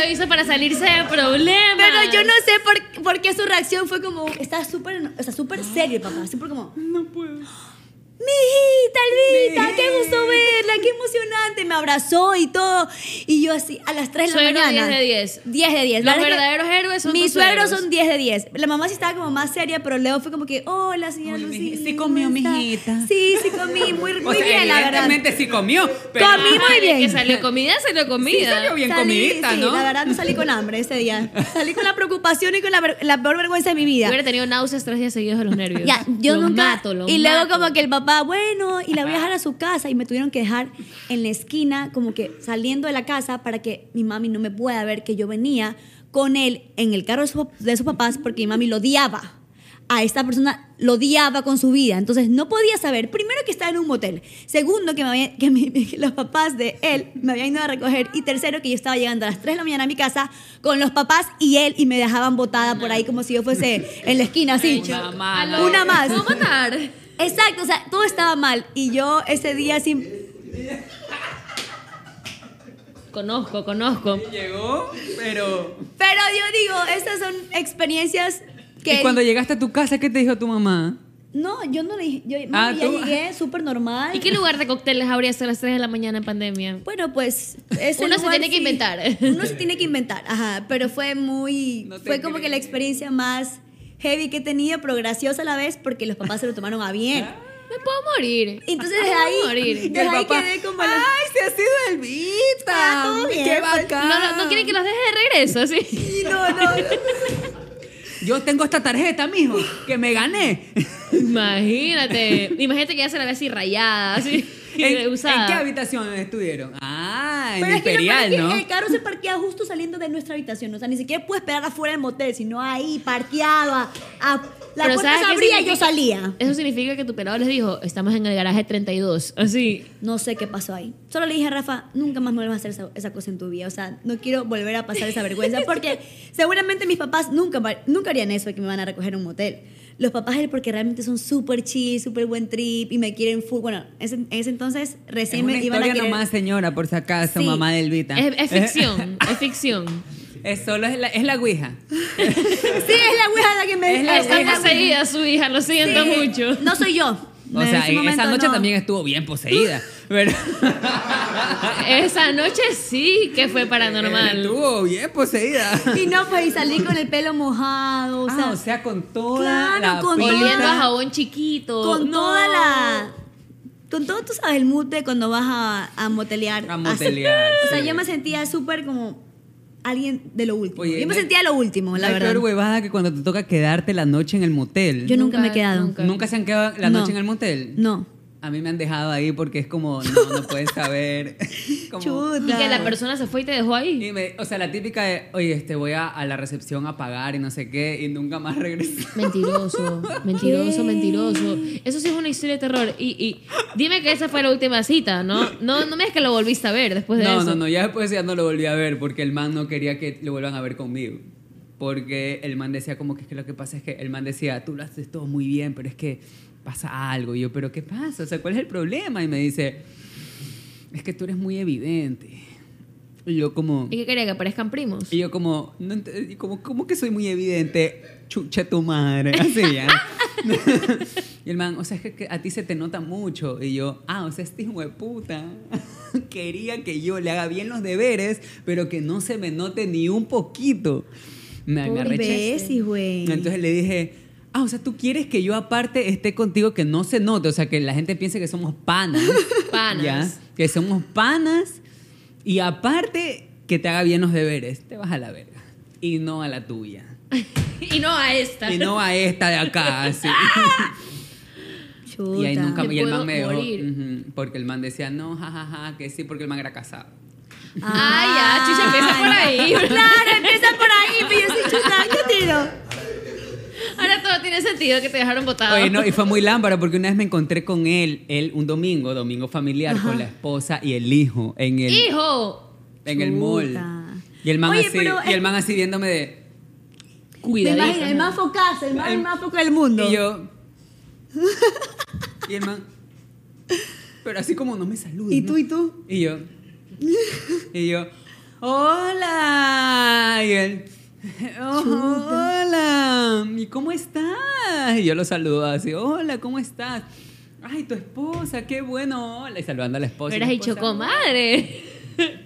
Speaker 4: pensé.
Speaker 1: hizo para salirse de problemas.
Speaker 4: Pero yo no sé por, por qué su reacción fue como. Está súper está súper serio el papá. Súper como.
Speaker 2: No puedo.
Speaker 4: Mi hijita, Alvita, qué gusto verla, qué emocionante. Me abrazó y todo. Y yo así, a las 3 de la
Speaker 1: Suegro,
Speaker 4: mañana.
Speaker 1: 10 de 10.
Speaker 4: 10 de
Speaker 1: Los
Speaker 4: 10. La verdad es que
Speaker 1: verdaderos héroes son
Speaker 4: Mis
Speaker 1: tus
Speaker 4: suegros
Speaker 1: suegros.
Speaker 4: son 10 de 10. La mamá sí estaba como más seria, pero Leo fue como que, hola, señora
Speaker 2: Uy, mi-
Speaker 4: Lucía.
Speaker 2: sí
Speaker 4: ¿cómo
Speaker 2: comió mi
Speaker 4: está?".
Speaker 2: hijita.
Speaker 4: Sí, sí comí, muy,
Speaker 2: [laughs]
Speaker 4: muy
Speaker 2: o sea,
Speaker 4: bien, la verdad.
Speaker 2: evidentemente sí comió. Pero
Speaker 4: Comí muy
Speaker 1: Ay,
Speaker 4: bien.
Speaker 1: Que salió comida, salió comida.
Speaker 2: Sí salió bien
Speaker 4: Salí,
Speaker 2: comidita,
Speaker 4: sí,
Speaker 2: ¿no?
Speaker 4: La verdad, no salí con hambre ese día. Salí con la preocupación y con la, ver- la peor vergüenza de mi vida.
Speaker 1: Yo hubiera tenido náuseas tres días seguidos de los nervios.
Speaker 4: Ya, yo
Speaker 1: Lo
Speaker 4: nunca.
Speaker 1: mato, lo
Speaker 4: y luego
Speaker 1: mato.
Speaker 4: como que el papá, bueno, y la voy a dejar a su casa y me tuvieron que dejar en la esquina, como que saliendo de la casa para que mi mami no me pueda ver que yo venía con él en el carro de, su- de sus papás porque mi mami lo odiaba. A esta persona lo odiaba con su vida. Entonces no podía saber, primero que estaba en un motel, segundo que, me había- que mi- [laughs] que los papás de él me habían ido a recoger y tercero que yo estaba llegando a las 3 de la mañana a mi casa con los papás y él y me dejaban botada por ahí como si yo fuese en la esquina así.
Speaker 2: Una
Speaker 1: A
Speaker 2: mala.
Speaker 1: lo-
Speaker 4: Una más.
Speaker 1: ¿Cómo
Speaker 4: [laughs]
Speaker 1: matar?
Speaker 4: Exacto, o sea, todo estaba mal. Y yo ese día sin.
Speaker 1: Conozco, conozco.
Speaker 2: Llegó, pero...
Speaker 4: Pero yo digo, estas son experiencias que.
Speaker 2: ¿Y cuando llegaste a tu casa, qué te dijo tu mamá?
Speaker 4: No, yo no le dije. Yo
Speaker 2: Ah,
Speaker 4: mami, ya
Speaker 2: tú-
Speaker 4: llegué súper normal.
Speaker 1: ¿Y qué lugar de cócteles habrías a las 3 de la mañana en pandemia? [laughs]
Speaker 4: Bueno, pues. ese
Speaker 1: Uno se
Speaker 4: lugar
Speaker 1: tiene que inventar.
Speaker 4: Uno se tiene que inventar, ajá. Pero fue muy.
Speaker 2: No te
Speaker 4: fue como
Speaker 2: creo.
Speaker 4: que la experiencia más heavy que he tenido, pero graciosa a la vez, porque los papás se lo tomaron a bien.
Speaker 2: Ah.
Speaker 4: [laughs]
Speaker 1: Me puedo morir.
Speaker 4: Entonces
Speaker 1: Me
Speaker 4: desde
Speaker 1: puedo
Speaker 4: ahí.
Speaker 1: morir.
Speaker 4: Desde
Speaker 2: Y el
Speaker 4: ahí
Speaker 2: papá,
Speaker 4: quedé como. la-
Speaker 2: ¡Ay, se ha sido
Speaker 4: Ah, todo
Speaker 2: Elvita!
Speaker 4: bien,
Speaker 2: ¡Qué
Speaker 4: pues.
Speaker 2: bacán!
Speaker 1: No, no, no quieren que los deje de regreso, ¿sí? [laughs]
Speaker 4: Sí, no, no, no.
Speaker 2: Yo tengo esta tarjeta, mijo, que me
Speaker 4: [laughs]
Speaker 2: gané.
Speaker 1: Imagínate. Imagínate que ya se la ve así rayada,
Speaker 4: [laughs]
Speaker 1: así.
Speaker 2: ¿En, en
Speaker 1: usada.
Speaker 2: qué habitación estuvieron? Ah, en
Speaker 4: Pero es que lo
Speaker 2: Imperial,
Speaker 4: peor es
Speaker 2: ¿no?
Speaker 4: que El carro se parquea justo saliendo de nuestra habitación. O sea, ni siquiera pude esperar afuera del motel, sino ahí, parqueado. A, a- la
Speaker 1: Pero
Speaker 4: puerta
Speaker 1: ¿sabes
Speaker 4: se
Speaker 1: qué
Speaker 4: abría y yo
Speaker 1: significa?
Speaker 4: salía.
Speaker 1: Eso significa que tu pelado les dijo, estamos en el garaje 32. Así.
Speaker 4: No sé qué pasó ahí. Solo le dije a Rafa, nunca más me vuelvas a hacer esa, esa cosa en tu vida. O sea, no quiero volver a pasar
Speaker 2: [laughs]
Speaker 4: esa vergüenza porque seguramente mis papás nunca, va- nunca harían eso de que me van a recoger en un motel. Los papás él porque realmente son súper chill, súper buen trip y me quieren full. Bueno, ese- en ese entonces
Speaker 2: es
Speaker 4: recién
Speaker 2: una
Speaker 4: me iban a
Speaker 2: historia
Speaker 4: querer.
Speaker 2: nomás, señora, por si acaso,
Speaker 4: Sí.
Speaker 2: mamá de Elvita.
Speaker 1: Es, es ficción, es ficción.
Speaker 2: [laughs] Es solo es la, es la ouija.
Speaker 4: [laughs] Sí, es la wea la que me...
Speaker 2: Es la
Speaker 4: [laughs] es
Speaker 1: Está
Speaker 4: la
Speaker 2: ouija.
Speaker 4: ouija.
Speaker 1: poseída su hija, lo siento
Speaker 4: Sí. [laughs]
Speaker 1: mucho.
Speaker 4: No soy yo.
Speaker 2: O
Speaker 4: En
Speaker 2: sea,
Speaker 4: ese
Speaker 2: y
Speaker 4: momento
Speaker 2: esa noche
Speaker 4: no.
Speaker 2: también estuvo bien
Speaker 4: [laughs]
Speaker 2: poseída. Pero
Speaker 1: Esa noche sí que fue paranormal.
Speaker 2: estuvo bien poseída.
Speaker 4: Y no, pues, y salí con el pelo mojado, o sea,
Speaker 2: ah, o sea, con toda
Speaker 4: claro,
Speaker 2: la
Speaker 4: con
Speaker 2: pinta.
Speaker 1: Oliendo a jabón chiquito.
Speaker 4: con
Speaker 1: No.
Speaker 4: toda la... Con todo, tú sabes, el mood de cuando vas a, a motelear.
Speaker 2: A motelear,
Speaker 4: O sea,
Speaker 2: sí.
Speaker 4: yo me sentía súper como alguien de lo último.
Speaker 2: Oye,
Speaker 4: yo me
Speaker 2: no-
Speaker 4: sentía lo último, la
Speaker 2: No hay
Speaker 4: verdad.
Speaker 2: peor huevada que cuando te toca quedarte la noche en el motel.
Speaker 4: Yo nunca, me he
Speaker 1: Nunca,
Speaker 4: quedado.
Speaker 1: nunca.
Speaker 2: ¿Nunca se han quedado la
Speaker 4: No.
Speaker 2: noche en el motel?
Speaker 4: No.
Speaker 2: A mí me han dejado ahí porque es como, no, no puedes
Speaker 1: [laughs]
Speaker 2: saber. Como-
Speaker 1: Y
Speaker 4: Chuta.
Speaker 1: que la persona se fue y te dejó ahí.
Speaker 2: y me- o sea, la típica de, oye, este, voy a, a la recepción a pagar y no sé qué, y nunca más regreso.
Speaker 1: Mentiroso, mentiroso, mentiroso. Eso sí es una historia de terror. Y, y dime que esa fue la última cita, ¿no? No, no me es que lo volviste a ver [laughs] después de
Speaker 2: no,
Speaker 1: eso.
Speaker 2: no, no, ya después ya no lo volví a ver porque el man no quería que lo vuelvan a ver conmigo. Porque el man decía como que, es que lo que pasa es que el man decía, tú lo haces todo muy bien, pero es que pasa algo. Y yo, pero ¿qué pasa? O sea, ¿cuál es el problema? Y me dice, es que tú eres muy evidente. Y yo como...
Speaker 1: ¿Y qué quería? ¿Que aparezcan primos?
Speaker 2: Y yo como, no ent- y como, ¿cómo que soy muy evidente? Chucha tu madre. [laughs] Así ya. y el man, o sea, es que, que a ti se te nota mucho. Y yo, ah, o sea, este hijo de puta [laughs] quería que yo le haga bien los deberes, pero que no se me note ni un poquito. Me, me
Speaker 1: Pobre
Speaker 2: arreché.
Speaker 4: ¿Ves, hijo de-
Speaker 1: Pues,
Speaker 2: Entonces le dije, ah, o sea, tú quieres que yo aparte esté contigo que no se note, o sea, que la gente piense que somos
Speaker 1: [laughs]
Speaker 2: panas.
Speaker 1: Panas.
Speaker 2: Que somos panas y aparte que te haga bien los deberes. Te vas a la verga. Y no a la tuya.
Speaker 1: Y no a esta.
Speaker 2: Y no a esta de
Speaker 1: [laughs]
Speaker 2: acá, así.
Speaker 4: Chuta.
Speaker 2: y ahí nunca
Speaker 1: Me
Speaker 2: y el
Speaker 1: puedo
Speaker 2: man me dejó.
Speaker 1: morir.
Speaker 2: ujú, porque el man decía, no, jajaja, que sí, porque el man era casado.
Speaker 4: Ah.
Speaker 1: Ay, ya, chucha, empieza por [laughs] ahí.
Speaker 4: Claro, empieza por
Speaker 1: [laughs]
Speaker 4: ahí, pero yo soy chuta, ¿qué tiro?
Speaker 1: pues. Ahora todo tiene sentido que te dejaron botado.
Speaker 2: Oye, no, y fue muy lámpara porque una vez me encontré con él, él un domingo, domingo familiar, con la esposa y el hijo en el,
Speaker 1: Hijo,
Speaker 2: en el mall.
Speaker 4: Chuta.
Speaker 2: Y el man
Speaker 4: Oye,
Speaker 2: así,
Speaker 4: pero-
Speaker 2: y el man así viéndome de
Speaker 4: Me
Speaker 1: cuidadito.
Speaker 4: [laughs] imagino, el más focaz, el más, el más foco del mundo.
Speaker 2: y yo Y el man, pero así como no me saluda.
Speaker 4: ¿Y
Speaker 2: ¿no?
Speaker 4: tú, y tú?
Speaker 2: Y
Speaker 4: [laughs]
Speaker 2: yo, y yo, hola. Y él, "Oh, hola. ¿Y cómo estás? Y yo lo saludo así, hola, ¿cómo estás? Ay, tu esposa, qué bueno, hola. Y saludando a la esposa. y la
Speaker 1: Hubieras dicho,
Speaker 2: esposa,
Speaker 1: comadre.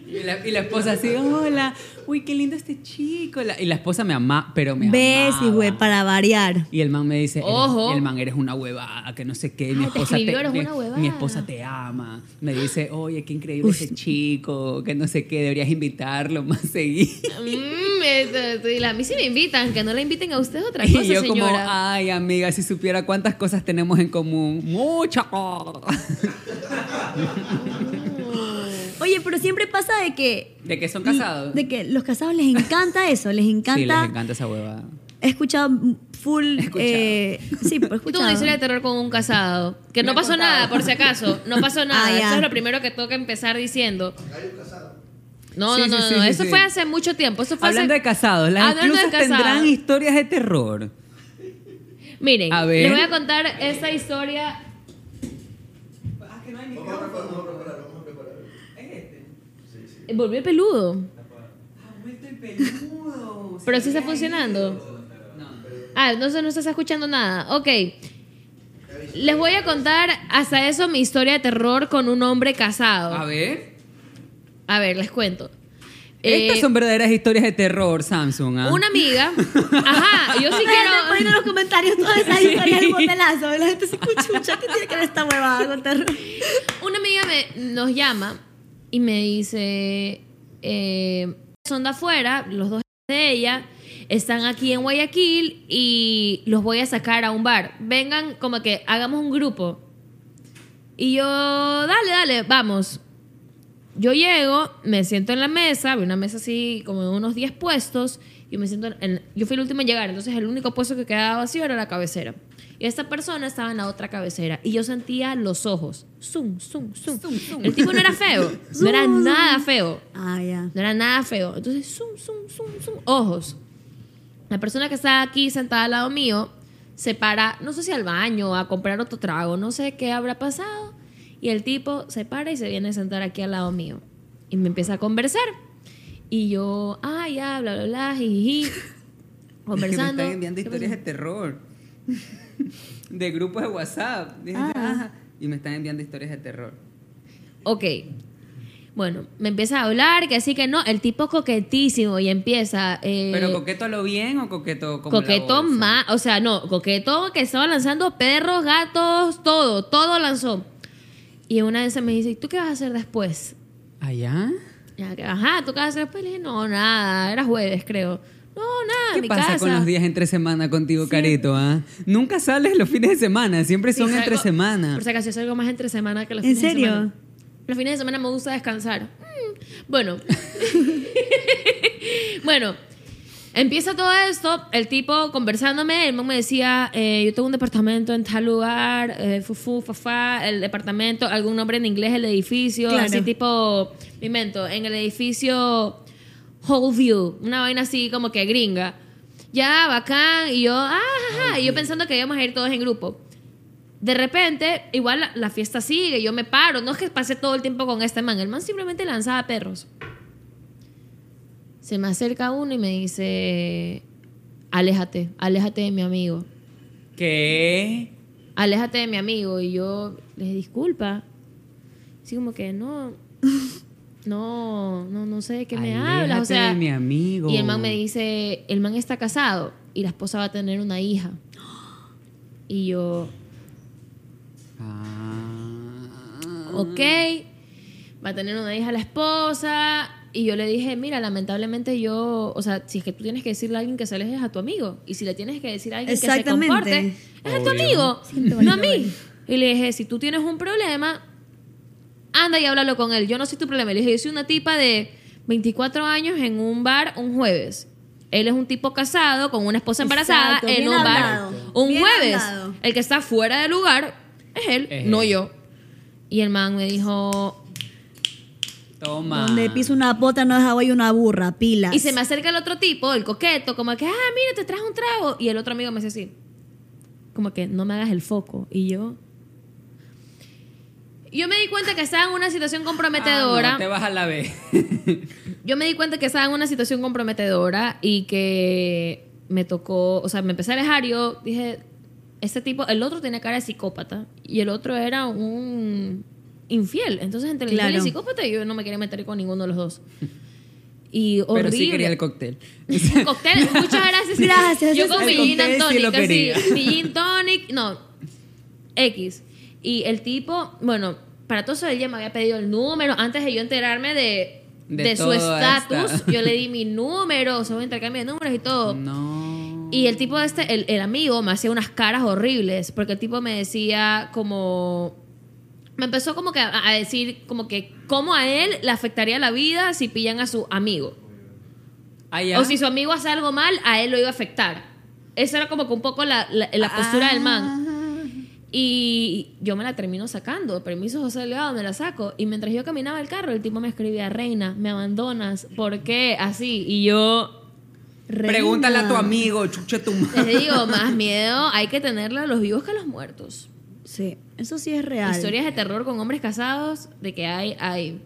Speaker 2: y la, y la esposa así, hola, uy, qué lindo este chico. La- y la esposa me ama, pero me
Speaker 4: Ves,
Speaker 2: amaba.
Speaker 4: y güey, para variar.
Speaker 2: Y el man me dice, eres-
Speaker 1: Ojo.
Speaker 2: y el man eres una huevada, que no sé qué,
Speaker 1: Ah,
Speaker 2: mi
Speaker 1: te
Speaker 2: esposa
Speaker 1: escribió, eres
Speaker 2: mi-
Speaker 1: una huevada.
Speaker 2: mi esposa te ama. Me dice, oye, qué increíble
Speaker 4: Uf.
Speaker 2: ese chico, que no sé qué, deberías invitarlo más seguido.
Speaker 1: Mm, esto- esto- y la- a mí sí me invitan, que no la inviten a usted es otra
Speaker 2: [laughs] Y
Speaker 1: cosa,
Speaker 2: yo como, ah,
Speaker 1: señora.
Speaker 2: ay, amiga, si supiera cuántas cosas tenemos en común, muchas.
Speaker 4: Oye, pero siempre pasa de que...
Speaker 2: De que son casados.
Speaker 4: De que los casados les encanta eso, les encanta...
Speaker 2: Sí, les encanta esa huevada.
Speaker 4: He escuchado full...
Speaker 2: escuchado.
Speaker 4: eh, [laughs]
Speaker 1: Yo
Speaker 4: sí, pero he
Speaker 1: tuve una
Speaker 4: escuchado.
Speaker 1: historia de terror con un casado. Que
Speaker 2: Me
Speaker 1: no
Speaker 2: han
Speaker 1: pasó
Speaker 2: contado.
Speaker 1: nada, por si acaso. No [laughs] pasó nada.
Speaker 4: Ah, ya.
Speaker 1: Eso es lo primero que tengo que empezar diciendo. No,
Speaker 2: Sí,
Speaker 1: no,
Speaker 2: sí,
Speaker 1: no,
Speaker 2: sí,
Speaker 1: no.
Speaker 2: sí,
Speaker 1: Eso
Speaker 2: sí.
Speaker 1: fue hace mucho tiempo. Eso fue
Speaker 2: Hablando
Speaker 1: hace-
Speaker 2: de casados, las
Speaker 1: Hablando de
Speaker 2: inclusas
Speaker 1: casados.
Speaker 2: tendrán historias de terror.
Speaker 1: Miren,
Speaker 2: A ver.
Speaker 1: les voy a contar esta historia. Ah, Eh, Volvió peludo. Pero sí está funcionando. Ah, entonces no estás escuchando nada. Ok. Les voy a contar hasta eso mi historia de terror con un hombre casado.
Speaker 2: A ver.
Speaker 1: A ver, les cuento.
Speaker 2: Estas
Speaker 1: Eh,
Speaker 2: son verdaderas historias de terror, Samsung. ¿ah?
Speaker 1: Una
Speaker 2: [laughs]
Speaker 1: [laughs] amiga. Ajá, yo sí
Speaker 4: Están poniendo en
Speaker 1: quiero.
Speaker 4: los comentarios todas esas historias del botelazo. La gente se cuchucha. ¿Qué tiene que ver esta [laughs] huevada con terror?
Speaker 1: Una amiga me, nos llama y me dice: eh, Son de afuera, los dos de ella, están aquí en Guayaquil y los voy a sacar a un bar. Vengan, como que hagamos un grupo. Y yo, dale, dale, vamos. Yo llego, me siento en la mesa, había una mesa así como de unos 10 puestos, y me siento en- en- yo fui el último en llegar, entonces el único puesto que quedaba vacío era la cabecera. Y esta persona estaba en la otra cabecera y yo sentía los ojos. Zum, zum, zum. El tipo no era feo, no era
Speaker 4: Zum, zum.
Speaker 1: nada feo.
Speaker 4: Ah, ya.
Speaker 1: No era nada feo. Entonces, zum, zum, zum, zum. Ojos. La persona que está aquí sentada al lado mío se para, no sé si al baño, a comprar otro trago, no sé qué habrá pasado. Y el tipo se para y se viene a sentar aquí al lado mío. Y me empieza a conversar. Y yo, ah, ya, bla, bla, bla, jiji.
Speaker 2: Es que
Speaker 1: [laughs] Conversando.
Speaker 2: me están enviando
Speaker 1: ¿Qué
Speaker 2: historias de
Speaker 1: pasó?
Speaker 2: terror. [laughs] De grupos de WhatsApp. Dije, "Ah", Y me están enviando historias de terror.
Speaker 1: Ok. Bueno, me empieza a hablar, que así que no, el tipo coquetísimo y empieza. eh,
Speaker 2: ¿Pero coqueto a lo bien o coqueto como la
Speaker 1: coqueto
Speaker 2: bolsa?
Speaker 1: más, o sea, no, coqueto que estaba lanzando perros, gatos, todo, todo lanzó. Y una vez se me dice, ¿y tú qué vas a hacer después?
Speaker 2: ¿Allá?
Speaker 1: Ya que, Ajá, ¿tú qué vas a hacer después? Le dije, no, nada, era jueves, creo. No, nada, en
Speaker 2: ¿Qué
Speaker 1: Ah, mi
Speaker 2: pasa
Speaker 1: casa.
Speaker 2: con los días entre semana contigo, Carito? ah? Nunca sales los fines de semana, siempre
Speaker 1: Sí,
Speaker 2: son
Speaker 1: salgo-
Speaker 2: entre semana.
Speaker 1: Por si acaso, yo salgo más entre semana que los
Speaker 4: ¿En
Speaker 1: fines de
Speaker 4: serio?
Speaker 1: semana. Los fines de semana me gusta descansar. Mm, Bueno. bueno. Empieza todo esto, el tipo conversándome, el man me decía, eh, yo tengo un departamento en tal lugar, eh, fufu, fafá, el departamento, algún nombre en inglés, el edificio,
Speaker 4: Claro.
Speaker 1: así tipo, me invento, en el edificio Whole View, una vaina así como que gringa. Ya, bacán, y yo, ah, ajá", y yo pensando que íbamos a ir todos en grupo. De repente, igual la, la fiesta sigue, yo me paro. No es que pasé todo el tiempo con este man. El man simplemente lanzaba perros. Se me acerca uno y me dice: Aléjate, aléjate de mi amigo.
Speaker 2: ¿Qué?
Speaker 1: Aléjate de mi amigo. Y yo le dije: Disculpa. Así como que
Speaker 2: [laughs]
Speaker 1: no. No, no, no sé de qué me
Speaker 2: Aléjate
Speaker 1: hablas. O sea,
Speaker 2: de mi amigo.
Speaker 1: y el man me dice, el man está casado y la esposa va a tener una hija. Y yo,
Speaker 2: Ah.
Speaker 1: ok, va a tener una hija la esposa. Y yo le dije, mira, lamentablemente yo, o sea, si es que tú tienes que decirle a alguien que se aleje es a tu amigo. Y si le tienes que decir a alguien que se
Speaker 4: Exactamente.
Speaker 1: comporte, es a tu
Speaker 2: Obvio.
Speaker 1: amigo,
Speaker 4: Siento
Speaker 1: no a
Speaker 4: válido,
Speaker 1: mí. Y le dije, si tú tienes un problema, anda y háblalo con él. Yo no soy tu problema. Le dije, yo soy una tipa de 24 años en un bar un jueves. Él es un tipo casado con una esposa embarazada
Speaker 4: Exacto,
Speaker 1: en
Speaker 4: bien
Speaker 1: un
Speaker 4: hablado,
Speaker 1: bar un
Speaker 4: bien
Speaker 1: jueves.
Speaker 4: hablado.
Speaker 1: El que está fuera del lugar es él,
Speaker 2: Es
Speaker 1: no
Speaker 2: él.
Speaker 1: yo. Y el man me dijo,
Speaker 2: Toma.
Speaker 4: Donde piso una bota no deja hoy una burra, pilas.
Speaker 1: Y se me acerca el otro tipo, el coqueto, como que, ah, mira, te traes un trago. Y el otro amigo me hace así. como que no me hagas el foco. Y yo... Yo me di cuenta que estaba en una situación comprometedora.
Speaker 2: Ah, no, te vas a la B. [laughs]
Speaker 1: Yo me di cuenta que estaba en una situación comprometedora y que me tocó, o sea, me empecé a alejar yo, dije, este tipo, el otro tenía cara de psicópata y el otro era un infiel. Entonces, entre el
Speaker 4: Claro.
Speaker 1: infiel y el psicópata, yo no me quería meter con ninguno de los dos. Y horrible.
Speaker 2: Pero sí quería el cóctel. [laughs]
Speaker 1: Un cóctel, muchas gracias.
Speaker 4: Gracias,
Speaker 1: Yo
Speaker 4: ese
Speaker 1: con
Speaker 4: es
Speaker 1: mi
Speaker 4: el
Speaker 1: gin and
Speaker 2: cóctel, sí lo
Speaker 1: tonic, así,
Speaker 2: quería.
Speaker 1: mi gin tonic, no, X. Y el tipo, bueno, para todo eso él ya me había pedido el número. Antes de yo enterarme de,
Speaker 2: De
Speaker 1: de su
Speaker 2: todo [laughs]
Speaker 1: estatus,
Speaker 2: esta.
Speaker 1: yo le di mi número, o sea, un intercambio de números y todo.
Speaker 2: No.
Speaker 1: Y el tipo este, el, el amigo, me hacía unas caras horribles, porque el tipo me decía como... Me empezó como que a, a decir como que cómo a él le afectaría la vida si pillan a su amigo.
Speaker 2: Ah, ya.
Speaker 1: O si su amigo hace algo mal, a él lo iba a afectar. Esa era como que un poco la, la- la postura del man. Y yo me la termino sacando. Permiso, José Delgado, me la saco. Y mientras yo caminaba el carro, el tipo me escribía, Reina, me abandonas. ¿Por qué? Así. Y yo... "Reina".
Speaker 2: Pregúntale a tu amigo, chucha tu
Speaker 4: [laughs]
Speaker 1: Les
Speaker 2: madre.
Speaker 1: digo, [laughs] más miedo hay que tenerle a los vivos que a los muertos.
Speaker 4: Sí, eso sí es real.
Speaker 1: Historias de terror con hombres casados, de que hay, hay.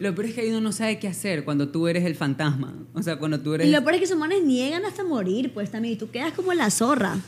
Speaker 2: Lo peor es que ahí uno no sabe qué hacer cuando tú eres el fantasma. O sea, cuando tú eres.
Speaker 4: Y lo peor es que esos manes niegan hasta morir, pues también. Y tú quedas como la zorra.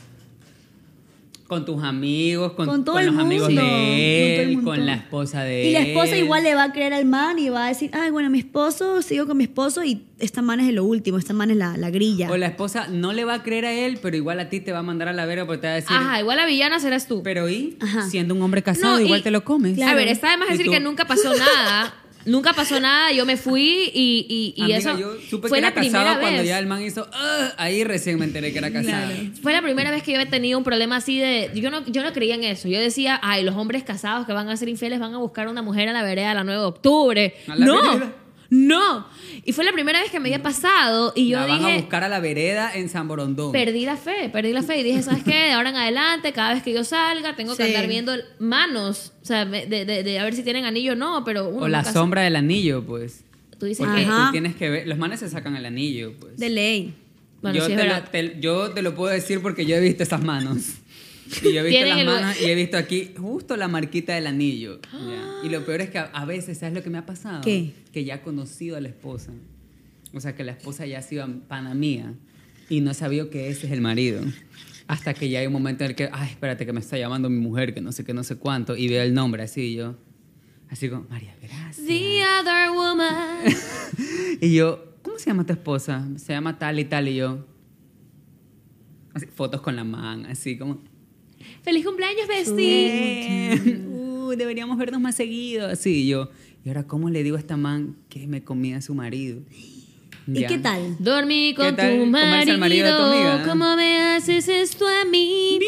Speaker 2: Con tus amigos, con,
Speaker 4: Con todo
Speaker 2: con
Speaker 4: el
Speaker 2: los amigos
Speaker 4: mundo.
Speaker 2: de
Speaker 4: Con todo el
Speaker 2: él, con,
Speaker 4: mundo.
Speaker 2: la esposa de él.
Speaker 4: Y la esposa igual le va a creer al man y va a decir, ay, bueno, mi esposo, sigo con mi esposo y esta man es de lo último, esta man es la, la grilla.
Speaker 2: O la esposa no le va a creer a él, pero igual a ti te va a mandar a la verga porque te va a decir.
Speaker 1: Ajá, igual la villana serás tú.
Speaker 2: Pero y
Speaker 4: Ajá.
Speaker 2: siendo un hombre casado,
Speaker 1: No, y-
Speaker 2: igual te lo comes.
Speaker 1: A
Speaker 4: Claro.
Speaker 1: ver, está además
Speaker 2: Y
Speaker 1: decir
Speaker 2: tú-
Speaker 1: que nunca pasó nada. nunca pasó nada, yo me fui y, y, y
Speaker 2: Amiga,
Speaker 1: eso
Speaker 2: Ah, yo supe
Speaker 1: fue
Speaker 2: que
Speaker 1: la
Speaker 2: era casado
Speaker 1: primera
Speaker 2: cuando
Speaker 1: vez.
Speaker 2: ya el man hizo. "Ah", ahí recién me enteré que era casado.
Speaker 1: Fue la primera vez que yo he tenido un problema así de... Yo no, yo no creía en eso. Yo decía, ay, los hombres casados que van a ser infieles van a buscar a una mujer a la vereda a la 9 de octubre.
Speaker 2: A la
Speaker 1: No,
Speaker 2: vereda.
Speaker 1: no. Y fue la primera vez que me había pasado y yo
Speaker 2: la van a
Speaker 1: dije,
Speaker 2: buscar a la vereda en San Borondón.
Speaker 1: perdí la fe, perdí la fe. Y dije, ¿sabes qué? De ahora en adelante, cada vez que yo salga, tengo que
Speaker 4: Sí.
Speaker 1: andar viendo manos. O sea, me- de, de- de a ver si tienen anillo o no, pero... uno
Speaker 2: o la
Speaker 1: nunca
Speaker 2: sombra del anillo, pues.
Speaker 1: sabe. Tú dices
Speaker 2: Porque
Speaker 1: que...
Speaker 4: Ajá.
Speaker 2: tú tienes que ver. Los manes se sacan el anillo, pues.
Speaker 4: De ley.
Speaker 1: Bueno,
Speaker 2: yo,
Speaker 1: sí es
Speaker 2: te lo,
Speaker 1: verdad.
Speaker 2: te- yo te lo puedo decir porque yo he visto esas
Speaker 1: [laughs]
Speaker 2: manos. Y yo he visto
Speaker 1: Tienen
Speaker 2: las
Speaker 1: el-
Speaker 2: manos y he visto aquí justo la marquita del anillo.
Speaker 1: Ah.
Speaker 2: ya. Y lo peor es que a, a veces, ¿sabes lo que me ha pasado?
Speaker 4: ¿Qué?
Speaker 2: Que ya he conocido a la esposa. O sea, que la esposa ya ha sido pana mía y no he sabido que ese es el marido. Hasta que ya hay un momento en el que, ay, espérate, que me está llamando mi mujer, que no sé qué, no sé cuánto, y veo el nombre así y yo. Así como, María, gracias.
Speaker 1: The other woman.
Speaker 2: Y yo, ¿cómo se llama tu esposa? Se llama tal y tal. Y yo, así, fotos con la man, así como,
Speaker 1: [laughs] Feliz cumpleaños, bestie.
Speaker 2: sí, uh, deberíamos vernos más seguido. Así, y yo, ¿y ahora cómo le digo a esta man que me comía su marido?
Speaker 4: ¿Y
Speaker 2: Ya.
Speaker 4: qué tal?
Speaker 1: Dormí con
Speaker 2: tal
Speaker 1: tu
Speaker 2: comerse
Speaker 1: marido,
Speaker 2: al marido de tu amiga?
Speaker 1: ¿Cómo me haces esto a mí?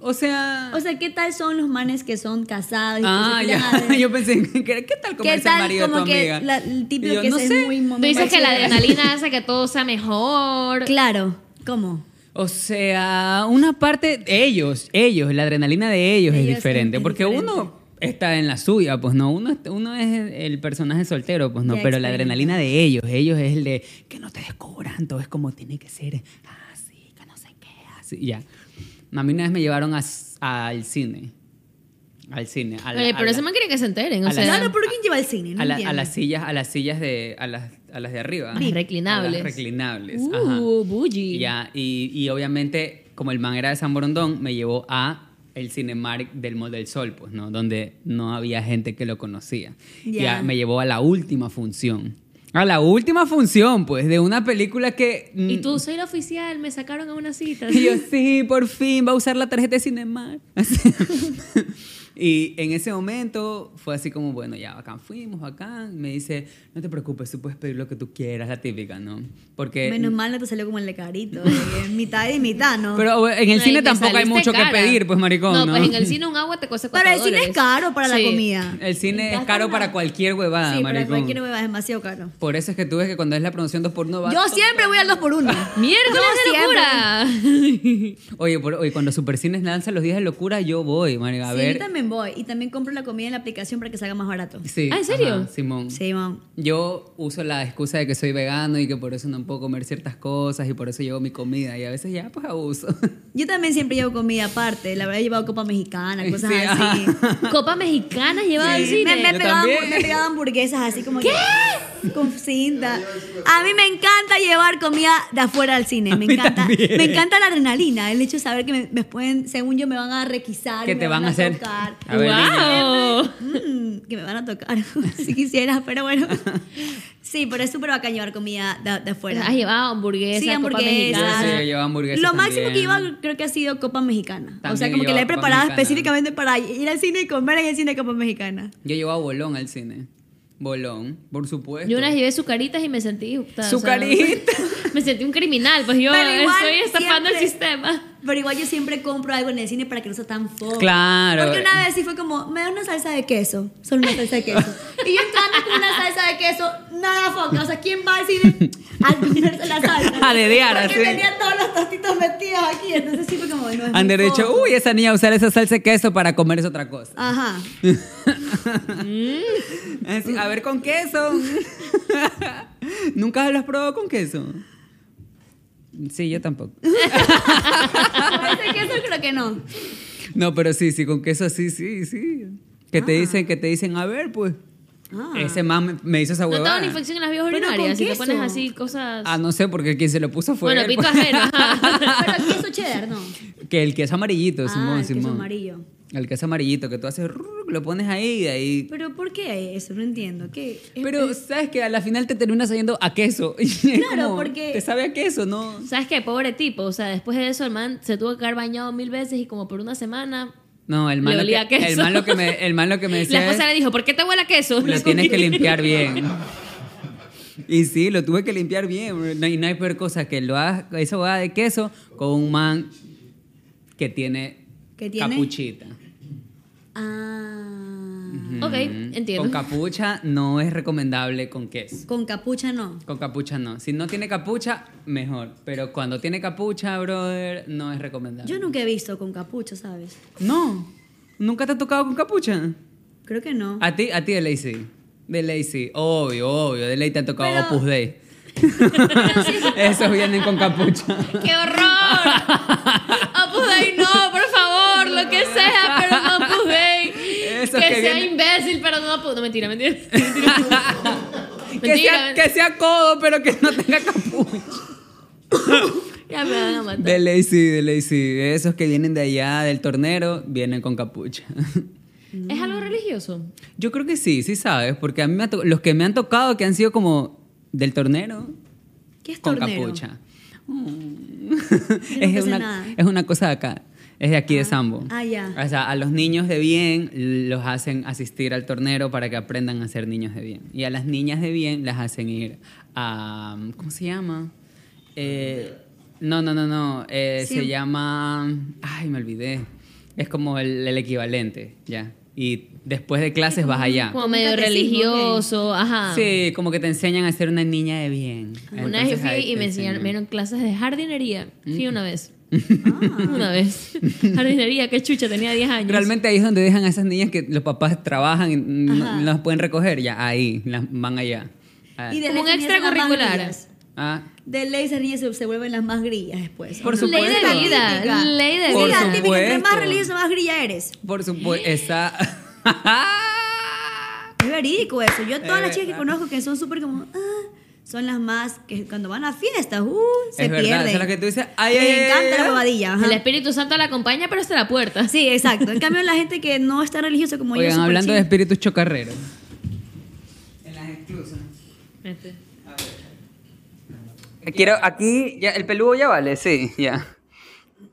Speaker 2: O sea,
Speaker 4: O sea, ¿qué tal son los manes que son casados? y que
Speaker 2: ah,
Speaker 4: se
Speaker 2: ya. [laughs]
Speaker 4: quieren-
Speaker 2: yo pensé, ¿qué, qué tal
Speaker 4: ¿Qué
Speaker 2: comerse al
Speaker 4: tal
Speaker 2: marido de tu
Speaker 4: como que
Speaker 2: amiga?
Speaker 4: la- el
Speaker 2: Y
Speaker 4: típico
Speaker 2: yo,
Speaker 4: que
Speaker 2: no
Speaker 4: es
Speaker 2: sé.
Speaker 4: muy
Speaker 1: Tú dices que la
Speaker 4: machista?
Speaker 1: adrenalina hace que todo sea mejor.
Speaker 4: Claro, ¿cómo?
Speaker 2: O sea, una parte, ellos, ellos, la adrenalina de ellos,
Speaker 4: Ellos
Speaker 2: es diferente,
Speaker 4: es
Speaker 2: porque
Speaker 4: diferente.
Speaker 2: uno está en la suya, pues no, uno, es- uno es el personaje soltero, pues no,
Speaker 4: Ya
Speaker 2: pero la
Speaker 4: experimenta.
Speaker 2: adrenalina de ellos, ellos es el de que no te descubran, todo es como tiene que ser, así, que no sé qué, así, ya. A mí una vez me llevaron a s- al cine, al cine, a la-
Speaker 1: Oye,
Speaker 2: a
Speaker 1: pero ese
Speaker 2: la-
Speaker 1: man quiere que se enteren. O
Speaker 2: a la-
Speaker 1: sea,
Speaker 4: Claro, pero ¿quién lleva al cine? No
Speaker 2: a, la- a
Speaker 4: entiendo.
Speaker 2: las sillas, a las sillas de, a las, a las de arriba.
Speaker 1: Las reclinables.
Speaker 2: A las reclinables, pues, ajá.
Speaker 1: uh, bougie.
Speaker 2: Ya, y, y obviamente, como el man era de San Borondón, me llevó a el Cinemark del Mall del Sol, pues, ¿no? Donde no había gente que lo conocía.
Speaker 4: Ya.
Speaker 2: Ya, me llevó a la última función. A la última función, pues, de una película que... mm,
Speaker 1: Y tú, soy la oficial, me sacaron a una cita.
Speaker 2: [laughs] y yo, sí, por fin, va a usar la tarjeta de Cinemark. Así. [laughs] y en ese momento fue así como, bueno, ya, bacán, fuimos, bacán. Me dice, no te preocupes, tú puedes pedir lo que tú quieras, la típica, ¿no? Porque...
Speaker 4: Menos mal no te salió como el de carito. eh,
Speaker 2: [laughs]
Speaker 4: mitad y mitad, ¿no?
Speaker 2: Pero en
Speaker 1: Ay,
Speaker 2: el cine
Speaker 1: me
Speaker 2: tampoco hay
Speaker 1: saliste
Speaker 2: mucho
Speaker 1: cara.
Speaker 2: que pedir, pues maricón, ¿no?
Speaker 1: pues en el cine un agua te cuesta
Speaker 4: Pero
Speaker 1: cuatro
Speaker 4: el cine
Speaker 1: dólares.
Speaker 4: es caro para
Speaker 1: Sí.
Speaker 4: la comida.
Speaker 2: [laughs] El cine es
Speaker 4: Está
Speaker 2: caro
Speaker 4: caro.
Speaker 2: para cualquier huevada,
Speaker 4: sí, para
Speaker 2: Ah, maricón.
Speaker 4: cualquier hueva es demasiado caro.
Speaker 2: Por eso es que tú ves que cuando es la promoción 2 por 1 va [laughs]
Speaker 4: Yo siempre voy al 2 por 1
Speaker 1: Miércoles de locura. nada.
Speaker 2: Oye, por- oye, cuando Supercines lanza los días de locura, yo voy, marica, a
Speaker 4: Sí, yo
Speaker 2: ver.
Speaker 4: también voy. Y también compro la comida en la aplicación para que salga más barato.
Speaker 2: Sí,
Speaker 1: Ah, ¿en serio?
Speaker 2: ajá, Simón.
Speaker 4: Sí, mam.
Speaker 2: Yo uso la excusa de que soy vegano y que por eso no puedo comer ciertas cosas y por eso llevo mi comida y a veces ya pues abuso.
Speaker 4: Yo también siempre llevo comida aparte. La verdad, he llevado
Speaker 2: [laughs]
Speaker 4: copa mexicana, cosas
Speaker 2: Sí,
Speaker 4: así.
Speaker 2: ajá.
Speaker 4: [laughs]
Speaker 1: Copa mexicana llevada al
Speaker 4: Sí,
Speaker 1: cine.
Speaker 4: me, me, he
Speaker 2: Yo
Speaker 4: pegado
Speaker 2: también.
Speaker 4: hambu- me he pegado hamburguesas así como que con cinta. A mí me encanta llevar comida de afuera al cine. Me
Speaker 2: mí
Speaker 4: encanta,
Speaker 2: también.
Speaker 4: me encanta la adrenalina, el hecho de saber que me, me pueden, según yo, me van a
Speaker 2: [laughs]
Speaker 4: requisar,
Speaker 2: ¿Qué
Speaker 4: me
Speaker 2: te van a hacer?
Speaker 4: tocar.
Speaker 2: A ver,
Speaker 1: ¡Wow!
Speaker 4: Mm, que me van a tocar [laughs] si quisieras, pero
Speaker 1: [laughs]
Speaker 4: bueno. Sí, pero es súper bacán llevar comida de, de afuera.
Speaker 1: Has llevado hamburguesas,
Speaker 4: Sí,
Speaker 1: copa
Speaker 4: hamburguesas.
Speaker 1: mexicana.
Speaker 2: Yo sí, yo llevo hamburguesas
Speaker 4: Lo máximo que
Speaker 2: también.
Speaker 4: iba creo que ha sido copa mexicana. o sea,
Speaker 2: También
Speaker 4: como que
Speaker 2: llevo
Speaker 4: la he
Speaker 2: copa
Speaker 4: preparado
Speaker 2: mexicana.
Speaker 4: específicamente para ir al cine y comer en el cine copa mexicana.
Speaker 2: Yo llevo a Bolón al cine. Bolón, por supuesto.
Speaker 1: Yo una vez llevé sucaritas y me sentí. puta, o sea,
Speaker 2: Sucaritas.
Speaker 1: [laughs] me sentí un criminal, pues yo
Speaker 4: Pero igual,
Speaker 1: estoy estafando el
Speaker 4: siempre-
Speaker 1: sistema.
Speaker 4: Pero igual yo siempre compro algo en el cine para que no sea tan fome.
Speaker 2: Claro.
Speaker 4: Porque una vez sí fue como, me da una salsa de queso. Solo una salsa
Speaker 2: [laughs]
Speaker 4: de queso. Y yo entrando con una salsa de queso, nada foca. O sea, ¿quién va [laughs] al cine a comerse la salsa?
Speaker 2: [laughs] A dedear,
Speaker 4: Porque
Speaker 2: así.
Speaker 4: tenía todos los tostitos metidos aquí. Entonces sí fue como, no es muy
Speaker 2: Han dicho,
Speaker 4: fofo.
Speaker 2: uy, esa niña usar esa salsa de queso para comer es otra cosa.
Speaker 4: Ajá.
Speaker 2: Así, a ver, con
Speaker 4: [laughs]
Speaker 2: queso. ¿Nunca lo has probado con queso? Sí, yo tampoco.
Speaker 4: Ah, Con ese queso creo que no.
Speaker 2: No, pero sí, sí, con queso sí, sí, sí. Que te dicen, que te dicen, a ver, pues.
Speaker 4: Ah.
Speaker 2: Ese man me, me hizo esa
Speaker 1: No te da
Speaker 2: huevada.
Speaker 1: una infección en las vías
Speaker 4: Pero con
Speaker 1: urinarias si te
Speaker 4: queso.
Speaker 1: pones así cosas.
Speaker 2: Ah, no sé, porque quien se lo puso fue
Speaker 1: bueno,
Speaker 2: él,
Speaker 1: pito
Speaker 2: pues.
Speaker 1: ajeno. ajá.
Speaker 4: Pero queso cheddar, no.
Speaker 2: [laughs] Que el queso amarillito,
Speaker 4: Ah,
Speaker 2: [laughs] Simón,
Speaker 4: el queso
Speaker 2: Simón.
Speaker 4: amarillo.
Speaker 2: El queso amarillito, que tú haces, rrr, lo pones ahí y de ahí.
Speaker 4: Pero ¿por qué eso? No entiendo. ¿Qué? Em,
Speaker 2: Pero, ¿sabes que A la final te termina saliendo a queso. [laughs] Y es
Speaker 4: Claro, porque-
Speaker 2: Te sabe a queso, ¿no?
Speaker 1: [laughs] ¿Sabes qué? Pobre tipo. O sea, después de eso, el man se tuvo que haber bañado mil veces y como por una semana.
Speaker 2: No, el
Speaker 1: Le
Speaker 2: man, lo
Speaker 1: olía a
Speaker 2: que,
Speaker 1: queso.
Speaker 2: el man lo que me, el man lo
Speaker 1: [laughs]
Speaker 2: que me
Speaker 1: La
Speaker 2: decía es,
Speaker 1: esposa le dijo, ¿por qué te huele a queso? [laughs]
Speaker 2: lo tienes que limpiar bien. Y sí, lo tuve que limpiar bien. No hay, no hay peor cosa que lo hagas, esa hueá de queso con un man que tiene,
Speaker 4: ¿Que tiene?
Speaker 2: capuchita.
Speaker 4: Ah.
Speaker 1: Ok,
Speaker 2: Con
Speaker 1: entiendo.
Speaker 2: capucha no es recomendable con queso.
Speaker 4: Con capucha no.
Speaker 2: Con capucha no. Si no tiene capucha, mejor. Pero cuando tiene capucha, brother, no es recomendable.
Speaker 4: Yo nunca he visto con capucha, ¿sabes?
Speaker 2: No. ¿Nunca te ha tocado con capucha?
Speaker 4: Creo que no.
Speaker 2: A ti, a ti de ley sí. De ley sí. Obvio, obvio. De ley te ha tocado
Speaker 4: Pero-
Speaker 2: Opus Dei. Esos vienen con capucha.
Speaker 1: ¡Qué
Speaker 2: [laughs]
Speaker 1: horror! Opus Dei, no, por favor, lo que sea, pero no Opus Dei.
Speaker 2: Eso
Speaker 1: que,
Speaker 2: que
Speaker 1: sea
Speaker 2: viene-
Speaker 1: imbécil, pero no Opus No, mentira,
Speaker 2: [laughs]
Speaker 1: mentira.
Speaker 2: que,
Speaker 1: Mentira.
Speaker 2: sea, que sea codo, pero que no tenga capucha.
Speaker 1: ya me van a matar.
Speaker 2: De ley sí, de ley sí. Esos que vienen de allá, del tornero, vienen con capucha. [laughs]
Speaker 1: ¿Es algo religioso?
Speaker 2: Yo creo que sí, sí sabes. Porque a mí me ha to- los que me han tocado que han sido como del tornero,
Speaker 4: ¿Qué es
Speaker 2: con
Speaker 4: tornero?
Speaker 2: capucha. [laughs] Mm.
Speaker 4: sé
Speaker 2: es,
Speaker 4: nada.
Speaker 2: una, es una cosa de acá. Es de aquí de Sambo.
Speaker 4: ah, ya.
Speaker 2: O sea, a los niños de bien los hacen asistir al tornero para que aprendan a ser niños de bien. Y a las niñas de bien las hacen ir a. ¿Cómo se llama? Eh, no, no, no, no. eh,
Speaker 4: Sí.
Speaker 2: Se llama. Ay, me olvidé. Es como el, el equivalente, ya. Y después de clases vas allá.
Speaker 1: Como
Speaker 4: un
Speaker 1: medio
Speaker 4: catecismo,
Speaker 1: religioso, ajá.
Speaker 2: Ah. Sí, como que te enseñan a ser una niña de bien.
Speaker 1: Una vez yo
Speaker 2: Entonces,
Speaker 1: fui
Speaker 2: ahí
Speaker 1: y
Speaker 2: te
Speaker 1: me
Speaker 2: enseñan. Mm.
Speaker 1: enseñaron, me dieron clases de jardinería. Fui una vez. [laughs] Una vez.
Speaker 2: [laughs]
Speaker 1: Jardinería, qué chucha, tenía 10 años.
Speaker 2: Ah. Realmente ahí es donde dejan a esas niñas que los papás trabajan y no,
Speaker 4: Ajá.
Speaker 2: no las pueden recoger. Ya, ahí, las van allá. Ah,
Speaker 4: Y de
Speaker 1: Como
Speaker 4: ley
Speaker 1: un
Speaker 4: esas niñas son las más
Speaker 1: extracurricular.
Speaker 4: grillas.
Speaker 2: ah,
Speaker 4: De ley esas niñas se, se vuelven las más grillas después.
Speaker 2: Por
Speaker 4: Ajá.
Speaker 2: supuesto.
Speaker 1: Ley de vida,
Speaker 4: Típica.
Speaker 1: ley de
Speaker 4: Sí,
Speaker 2: Por
Speaker 1: vida.
Speaker 4: la típica, entre más
Speaker 2: supuesto.
Speaker 4: religiosa, más grilla eres.
Speaker 2: por
Speaker 4: Eh.
Speaker 2: supuesto, esa... [laughs]
Speaker 4: Es verídico eso. Yo todas las chicas que
Speaker 2: verdad.
Speaker 4: conozco que son súper como... ah, son las más que cuando van a fiestas, uh, se
Speaker 2: es verdad,
Speaker 4: pierden.
Speaker 2: esa es la que tú dices. Ay, ay,
Speaker 4: Me
Speaker 2: ay,
Speaker 4: encanta
Speaker 2: ay,
Speaker 4: la
Speaker 2: ay.
Speaker 4: bobadilla. ajá.
Speaker 1: El Espíritu Santo la acompaña, pero hasta la puerta.
Speaker 4: Sí, exacto. En cambio, la gente que no está religiosa como yo.
Speaker 2: Oigan,
Speaker 4: súper
Speaker 2: hablando de
Speaker 4: chill.
Speaker 2: espíritus chocarreros. En las exclusas.
Speaker 1: Este.
Speaker 2: Eh, Quiero, aquí, ya, el peludo ya vale, sí, ya.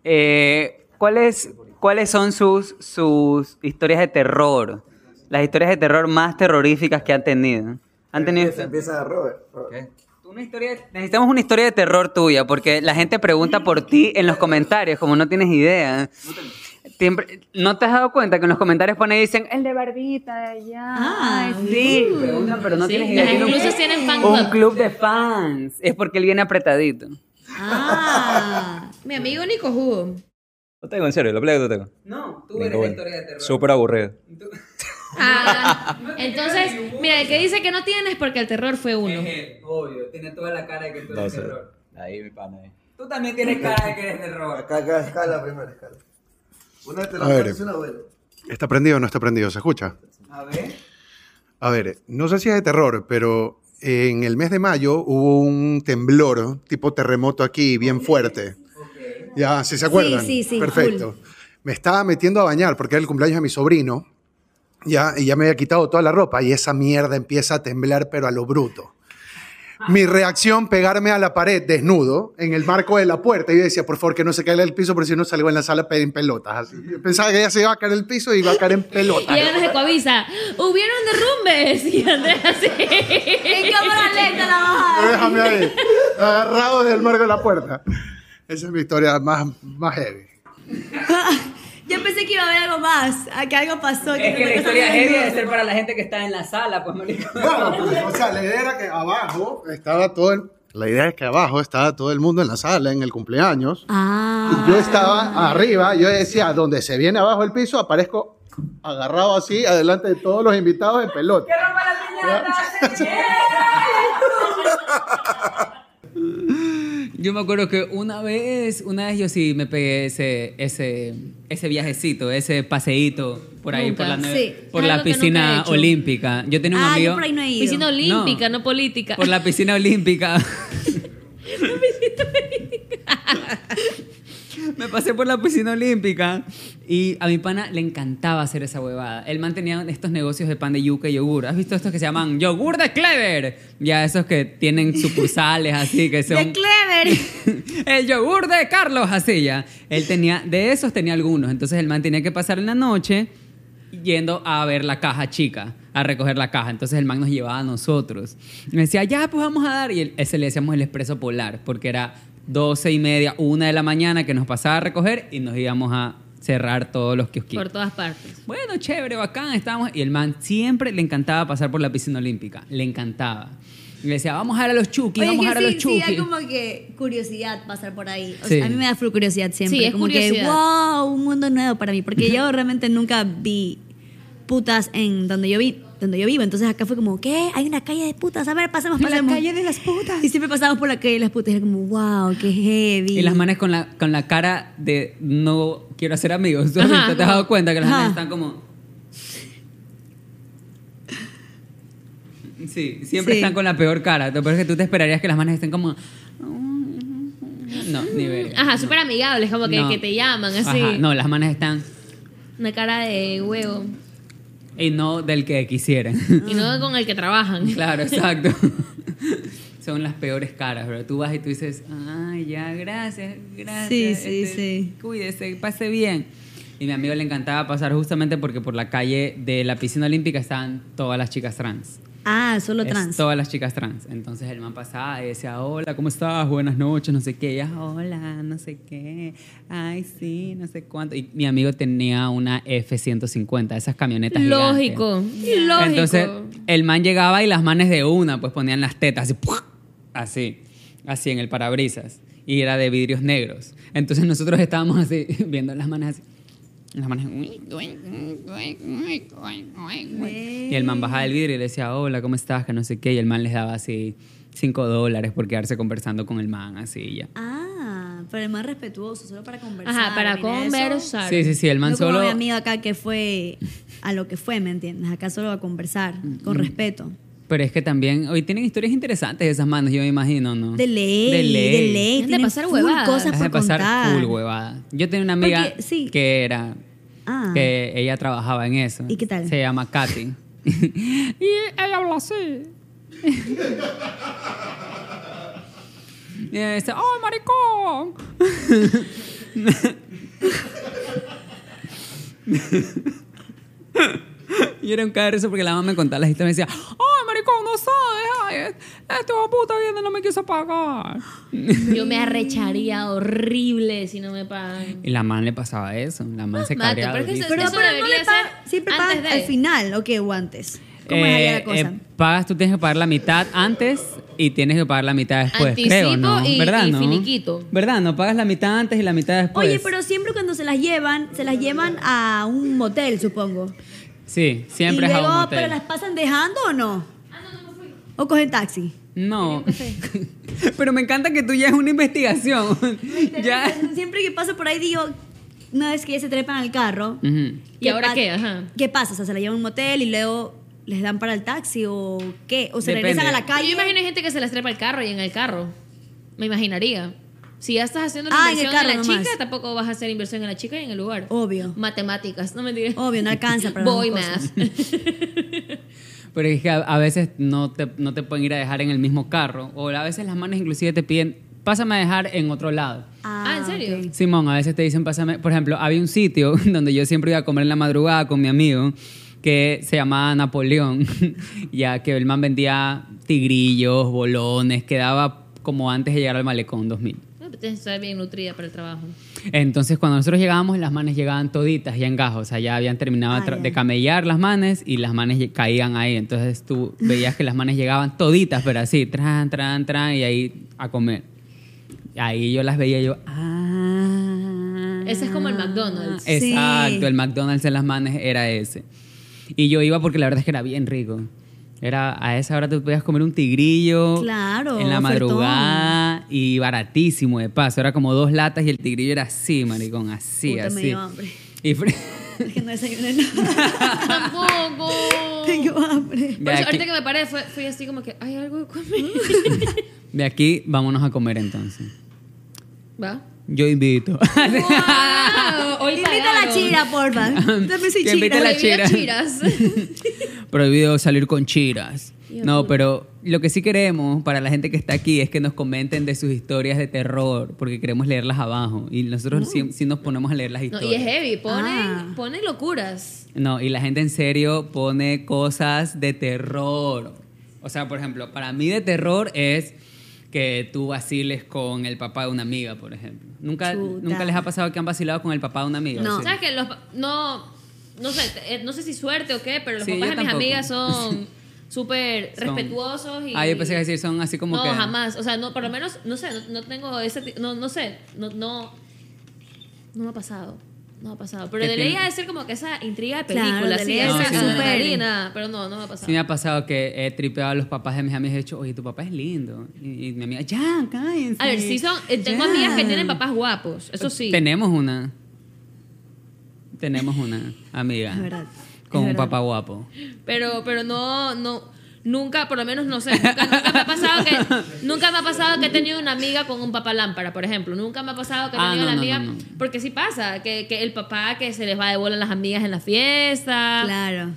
Speaker 2: Eh, ¿cuáles, ¿Cuáles son sus, sus historias de terror? Las historias de terror más terroríficas que han tenido. Han tenido...
Speaker 3: Empieza Robert.
Speaker 2: Una historia- necesitamos una historia de terror tuya, porque la gente pregunta por ti en los comentarios, como no tienes idea. Siempre- ¿No te has dado cuenta que en los comentarios pone y dicen, el de Barbita de allá?
Speaker 4: Ah,
Speaker 2: Ay, sí, preguntan, pero no
Speaker 1: Sí,
Speaker 2: tienes
Speaker 1: las
Speaker 2: idea. Tiene un-
Speaker 1: exclusas tienen fan
Speaker 2: un
Speaker 1: club.
Speaker 2: club de fans. Es porque él viene apretadito.
Speaker 4: Ah,
Speaker 1: Mi amigo Nico Hugo.
Speaker 5: Lo tengo, en serio, lo play lo tengo.
Speaker 2: No, tú
Speaker 5: Venga,
Speaker 2: eres la
Speaker 5: bueno.
Speaker 2: historia de terror.
Speaker 5: Súper aburrido.
Speaker 2: Tú-
Speaker 1: Ah, entonces, mira, el que dice que no tienes porque el terror fue uno.
Speaker 2: Es él, Eh, obvio, tiene toda la cara de que tú
Speaker 5: No
Speaker 2: eres
Speaker 5: sé.
Speaker 2: terror.
Speaker 5: Ahí mi pana. ahí.
Speaker 2: Tú también tienes cara de que eres terror.
Speaker 3: Acá, acá, escala, primera escala. Una de
Speaker 6: A ver.
Speaker 3: las una buena.
Speaker 6: ¿Está prendido o no está prendido? ¿Se escucha?
Speaker 2: A ver.
Speaker 6: A ver, no sé si es de terror, pero en el mes de mayo hubo un temblor, tipo terremoto aquí, bien fuerte. Ya, si se acuerdan.
Speaker 4: Sí, sí, sí,
Speaker 6: Perfecto. Me estaba metiendo a bañar porque era el cumpleaños de mi sobrino. Ya, y ya me había quitado toda la ropa y esa mierda empieza a temblar, pero a lo bruto. Mi reacción, pegarme a la pared desnudo, en el marco de la puerta. Y yo decía, por favor, que no se caiga el piso, porque si no salgo en la sala en pelotas. Así. Pensaba que ya se iba a caer el piso y iba a caer en pelotas.
Speaker 1: Llegan los de Coavisa. Hubieron derrumbes. Y Andrés así.
Speaker 4: En cámara lenta la bajada.
Speaker 6: Pero Déjame ahí, agarrado del marco de la puerta. Esa es mi historia más, más heavy.
Speaker 4: [laughs] Yo pensé que iba a haber algo más. a que algo pasó.
Speaker 2: Es que la
Speaker 4: me
Speaker 2: historia
Speaker 4: pasaron
Speaker 2: heavy debe
Speaker 4: desnudos.
Speaker 2: ser para la gente que está en la sala, pues, [laughs] marico.
Speaker 6: Claro, pues, o sea, la idea era que abajo estaba todo el... La idea es que abajo estaba todo el mundo en la sala, en el cumpleaños.
Speaker 4: Ah.
Speaker 6: Y yo estaba arriba, yo decía, donde se viene abajo el piso, aparezco agarrado así, adelante de todos los invitados en pelota.
Speaker 2: Yo me acuerdo que una vez, una vez yo sí me pegué ese, ese, ese viajecito, ese paseíto por ahí,
Speaker 1: Nunca.
Speaker 2: por la, neve-
Speaker 4: Sí.
Speaker 2: por
Speaker 1: Es
Speaker 2: la
Speaker 1: algo que nunca he
Speaker 2: piscina
Speaker 1: hecho.
Speaker 2: olímpica. Yo tenía un
Speaker 4: Ah, yo
Speaker 2: amigo
Speaker 4: por ahí no he ido.
Speaker 1: Piscina olímpica, no,
Speaker 2: No.
Speaker 1: política.
Speaker 2: por la piscina olímpica. Me pasé por la piscina olímpica y a mi pana le encantaba hacer esa huevada. El man tenía estos negocios de pan de yuca y yogur. ¿Has visto estos que se llaman yogur de Clever? Ya esos que tienen sucursales así que son
Speaker 4: De Clever.
Speaker 2: [laughs] el yogur de Carlos así ya. Él tenía, de esos tenía algunos. Entonces el man tenía que pasar en la noche yendo a ver la caja chica, a recoger la caja. Entonces el man nos llevaba a nosotros. Y me decía, ya, pues vamos a dar. Y el- ese le decíamos el expreso polar, porque era 12 y media, una de la mañana que nos pasaba a recoger y nos íbamos a cerrar todos los kiosquitos.
Speaker 1: Por todas partes.
Speaker 2: Bueno, chévere, bacán, estábamos. Y el man siempre le encantaba pasar por la piscina olímpica. Le encantaba. Y le decía, vamos a dar a los chuki,
Speaker 4: Oye,
Speaker 2: vamos
Speaker 4: que
Speaker 2: a dar a
Speaker 4: sí,
Speaker 2: los
Speaker 4: sí,
Speaker 2: chuki.
Speaker 4: da como que curiosidad pasar por ahí. O
Speaker 2: Sí.
Speaker 4: sea, a mí me da full curiosidad siempre.
Speaker 1: Sí, es
Speaker 4: como que,
Speaker 1: curiosidad.
Speaker 4: wow, un mundo nuevo para mí.
Speaker 2: [laughs]
Speaker 4: Porque yo realmente nunca vi putas en donde yo, vi, donde yo vivo. Entonces acá fue como, ¿qué? Hay una calle de putas. A ver, pasemos por la calle de las putas. Y siempre pasábamos por la calle de las putas. Y era como, wow, qué heavy.
Speaker 2: Y las manes con la, con la cara de no quiero hacer amigos. ¿Tú has
Speaker 1: Ajá.
Speaker 2: visto? ¿Te has dado cuenta que las
Speaker 4: Ajá.
Speaker 2: manes están como... Sí, siempre
Speaker 4: Sí.
Speaker 2: están con la peor cara. Lo peor es que tú te esperarías que las manes estén como... No, ni ver.
Speaker 1: Ajá, súper amigables, como que,
Speaker 2: No.
Speaker 1: que te llaman, así.
Speaker 2: Ajá, no, las manes están...
Speaker 1: Una cara de huevo.
Speaker 2: Y no del que quisieran.
Speaker 1: Y no con el que trabajan.
Speaker 2: Claro, exacto. [laughs] Son las peores caras, pero tú vas y tú dices, ay, ya, gracias, gracias. este,
Speaker 4: Sí, sí, sí.
Speaker 2: Cuídese, pase bien. Y mi amigo le encantaba pasar justamente porque por la calle de la piscina olímpica estaban todas las chicas trans.
Speaker 4: Ah, solo
Speaker 2: Es
Speaker 4: trans.
Speaker 2: todas las chicas trans. Entonces el man pasaba y decía, hola, ¿cómo estás? Buenas noches, no sé qué. Ella, hola, no sé qué. Ay, sí, no sé cuánto. Y mi amigo tenía una F-150, esas camionetas gigantes.
Speaker 1: Lógico. Lógico.
Speaker 2: Entonces, el man llegaba y las manes de una, pues ponían las tetas así, ¡pua! así, así en el parabrisas. Y era de vidrios negros. Entonces nosotros estábamos así, [laughs] viendo las manes así. Las manes. "Uy, uy, uy, uy, uy, uy, uy, uy". Y el man bajaba del vidrio y le decía, hola, ¿cómo estás? Que no sé qué. Y el man les daba así 5 dólares por quedarse conversando con el man, así y ya.
Speaker 4: Ah, pero el más respetuoso, solo para conversar.
Speaker 1: Ajá, para
Speaker 4: mira eso.
Speaker 1: conversar.
Speaker 2: Sí, sí, sí, el man
Speaker 4: no
Speaker 2: solo.
Speaker 4: como mi amigo acá que fue a lo que fue, ¿me entiendes? Acá solo a conversar,
Speaker 2: Mm.
Speaker 4: con respeto.
Speaker 2: Pero es que también hoy tienen historias interesantes esas manos, yo me imagino, ¿no?
Speaker 4: De ley, de ley,
Speaker 1: de
Speaker 4: tienen
Speaker 1: pasar
Speaker 4: full
Speaker 1: huevadas.
Speaker 4: cosas
Speaker 2: Deja
Speaker 4: por
Speaker 2: de pasar
Speaker 4: contar.
Speaker 2: full huevada. Yo tenía una amiga
Speaker 4: Porque, sí.
Speaker 2: que era
Speaker 4: Ah.
Speaker 2: que ella trabajaba en eso.
Speaker 4: ¿Y qué tal?
Speaker 2: Se llama
Speaker 4: [laughs]
Speaker 2: Katy. y ella habla así. y ella dice, "Oh, maricón." [laughs] Y era un eso porque la mamá me contaba las historias y me decía, ¡Ay, maricón, no sabes! Ay, este hijo de puta viene no me quiso pagar!
Speaker 1: Yo me arrecharía horrible si no me pagan.
Speaker 2: Y la man le pasaba eso. La man se
Speaker 1: Mato,
Speaker 2: cabreaba
Speaker 1: pero es que eso-
Speaker 2: durísimo.
Speaker 4: Pero,
Speaker 1: eso
Speaker 4: pero no
Speaker 1: debería
Speaker 4: le pagan,
Speaker 1: ser
Speaker 4: siempre
Speaker 1: antes
Speaker 4: pagan
Speaker 1: de.
Speaker 4: al final, ¿o qué? O antes. ¿Cómo
Speaker 2: Eh,
Speaker 4: es allá la cosa?
Speaker 2: pagas, tú tienes que pagar la mitad antes y tienes que pagar la mitad después,
Speaker 1: Anticipo
Speaker 2: creo, ¿no?
Speaker 1: y-
Speaker 2: ¿Verdad,
Speaker 1: y
Speaker 2: no?
Speaker 1: finiquito.
Speaker 2: ¿Verdad? No pagas la mitad antes y la mitad después.
Speaker 4: Oye, pero siempre cuando se las llevan, se las llevan a un motel, supongo.
Speaker 2: Sí, siempre
Speaker 4: y
Speaker 2: es a
Speaker 4: luego, ah,
Speaker 2: un motel.
Speaker 4: ¿Pero las pasan dejando o no? Ah, no, no ¿O cogen taxi?
Speaker 2: No. [laughs] pero me encanta que tú ya es una investigación. ya.
Speaker 4: Siempre que paso por ahí digo, una vez que ya se trepan al carro.
Speaker 2: Ujú.
Speaker 1: ¿Y ahora
Speaker 4: pa-
Speaker 1: qué? Ajá.
Speaker 4: ¿Qué pasa? O sea, se la llevan a un motel y luego les dan para el taxi o qué? O se
Speaker 2: Depende.
Speaker 4: regresan a la
Speaker 1: Pero
Speaker 4: calle.
Speaker 1: yo imagino hay gente que se las trepa al carro y en el carro. Me imaginaría. Si ya estás haciendo la
Speaker 4: Ah, en el
Speaker 1: inversión en,
Speaker 4: carro
Speaker 1: la
Speaker 4: nomás. Oh.
Speaker 1: chica, tampoco vas a hacer inversión en la chica y en el lugar.
Speaker 4: Obvio.
Speaker 1: Matemáticas, no me digas.
Speaker 4: Obvio, no alcanza para
Speaker 1: Voy
Speaker 4: las
Speaker 1: más.
Speaker 4: dos
Speaker 1: [laughs]
Speaker 2: Pero es que a, a veces no te, no te pueden ir a dejar en el mismo carro. O a veces las manes inclusive te piden, pásame a dejar en otro lado.
Speaker 1: Ah, ¿en serio?
Speaker 4: ok.
Speaker 2: Simón, a veces te dicen, pásame. Por ejemplo, había un sitio [laughs] donde yo siempre iba a comer en la madrugada con mi amigo que se llamaba Napoleón, [laughs] ya que el man vendía tigrillos, bolones, quedaba como antes de llegar al malecón 2000.
Speaker 1: No, pero tienes que estar bien nutrida para el trabajo.
Speaker 2: Entonces, cuando nosotros llegábamos, las manes llegaban toditas ya en gajos. O sea, ya habían terminado de
Speaker 4: Ah,
Speaker 2: tra-
Speaker 4: ya.
Speaker 2: de camellar las manes y las manes lle- caían ahí. Entonces, tú veías que las manes llegaban toditas, pero así, tran, tran, tran, y ahí a comer. Ahí yo las veía y yo, ah.
Speaker 1: Ese es como el
Speaker 4: [laughs]
Speaker 1: McDonald's.
Speaker 4: Ah, Sí.
Speaker 2: Exacto, el McDonald's en las manes era ese. Y yo iba porque la verdad es que era bien rico. Era, a esa hora tú podías comer un tigrillo
Speaker 4: Claro,
Speaker 2: en la
Speaker 4: ofertón.
Speaker 2: madrugada y baratísimo de paso. Era como dos latas y el tigrillo era así, maricón, así,
Speaker 4: Puta, me
Speaker 2: así.
Speaker 4: dio hambre.
Speaker 2: Y fr- [laughs]
Speaker 4: Es que no desayuné
Speaker 1: [laughs]
Speaker 4: nada.
Speaker 1: Tampoco.
Speaker 4: Tengo hambre.
Speaker 1: Por eso,
Speaker 2: Ya,
Speaker 1: ahorita
Speaker 2: que-
Speaker 1: que me paré, fue- fui así como que, hay algo de comer.
Speaker 4: Mm.
Speaker 2: de aquí vámonos a comer entonces.
Speaker 1: [laughs]
Speaker 2: [laughs]
Speaker 1: ¿Va?
Speaker 2: Yo invito.
Speaker 1: ¡Wow! [laughs] Hoy
Speaker 4: Invita a la
Speaker 1: pagaron.
Speaker 4: chira,
Speaker 2: [laughs]
Speaker 4: porfa. También soy
Speaker 2: Que invite
Speaker 4: chira.
Speaker 2: a la
Speaker 1: Oye, mira,
Speaker 2: chira. [laughs]
Speaker 1: chiras.
Speaker 2: Prohibido salir con chiras.
Speaker 1: Hijo de
Speaker 2: No,
Speaker 1: puta.
Speaker 2: pero lo que sí queremos para la gente que está aquí es que nos comenten de sus historias de terror, porque queremos leerlas abajo. Y nosotros sí, sí nos ponemos a leer las
Speaker 1: No,
Speaker 2: historias.
Speaker 1: y es heavy. Ponen,
Speaker 4: Ah.
Speaker 1: ponen locuras.
Speaker 2: No, y la gente en serio pone cosas de terror. O sea, por ejemplo, para mí de terror es que tú vaciles con el papá de una amiga, por ejemplo. Nunca,
Speaker 4: Chuta.
Speaker 2: nunca les ha pasado que han vacilado con el papá de una amiga.
Speaker 4: No.
Speaker 2: Sí.
Speaker 1: ¿Sabes que los pa- no no sé, eh, no sé si suerte o qué, pero los
Speaker 2: Sí,
Speaker 1: papás
Speaker 2: yo
Speaker 1: de mis
Speaker 2: tampoco.
Speaker 1: amigas
Speaker 2: [laughs]
Speaker 1: son súper
Speaker 2: Son-
Speaker 1: respetuosos y
Speaker 2: Ah, yo pensé que decir son así como
Speaker 1: No,
Speaker 2: que
Speaker 1: jamás, o sea, no por lo menos no sé, no, no tengo ese ti- no no sé, no no no me ha pasado. No me ha pasado. Pero
Speaker 2: ¿Qué
Speaker 1: de ley
Speaker 2: tiene?
Speaker 1: ha de ser como que esa intriga de
Speaker 4: Claro,
Speaker 1: película,
Speaker 4: de
Speaker 1: así,
Speaker 4: ley
Speaker 2: ha de
Speaker 1: esa
Speaker 2: ser súper.
Speaker 1: adrenalina, pero no, no me ha pasado.
Speaker 2: Sí me ha pasado que he tripeado a los papás de mis amigas y he dicho, oye, tu papá es lindo. Y, y mi amiga, ya, cállense.
Speaker 1: a ver, sí son, eh, tengo
Speaker 2: ya".
Speaker 1: amigas que tienen papás guapos, eso sí.
Speaker 2: Tenemos una. Tenemos una amiga.
Speaker 4: Es verdad,
Speaker 2: Con
Speaker 4: es
Speaker 2: un
Speaker 4: verdad.
Speaker 2: papá guapo.
Speaker 1: Pero, pero no, no, nunca, por lo menos no sé, nunca, nunca me ha pasado
Speaker 2: [laughs]
Speaker 1: que, nunca me ha pasado que he tenido una amiga con un papá lámpara, por ejemplo. Nunca me ha pasado que he
Speaker 2: Ah,
Speaker 1: tenido
Speaker 2: no,
Speaker 1: una
Speaker 2: no,
Speaker 1: amiga,
Speaker 2: no, no.
Speaker 1: porque sí pasa, que, que el papá que se les va de bola a las amigas en la fiesta,
Speaker 4: Claro.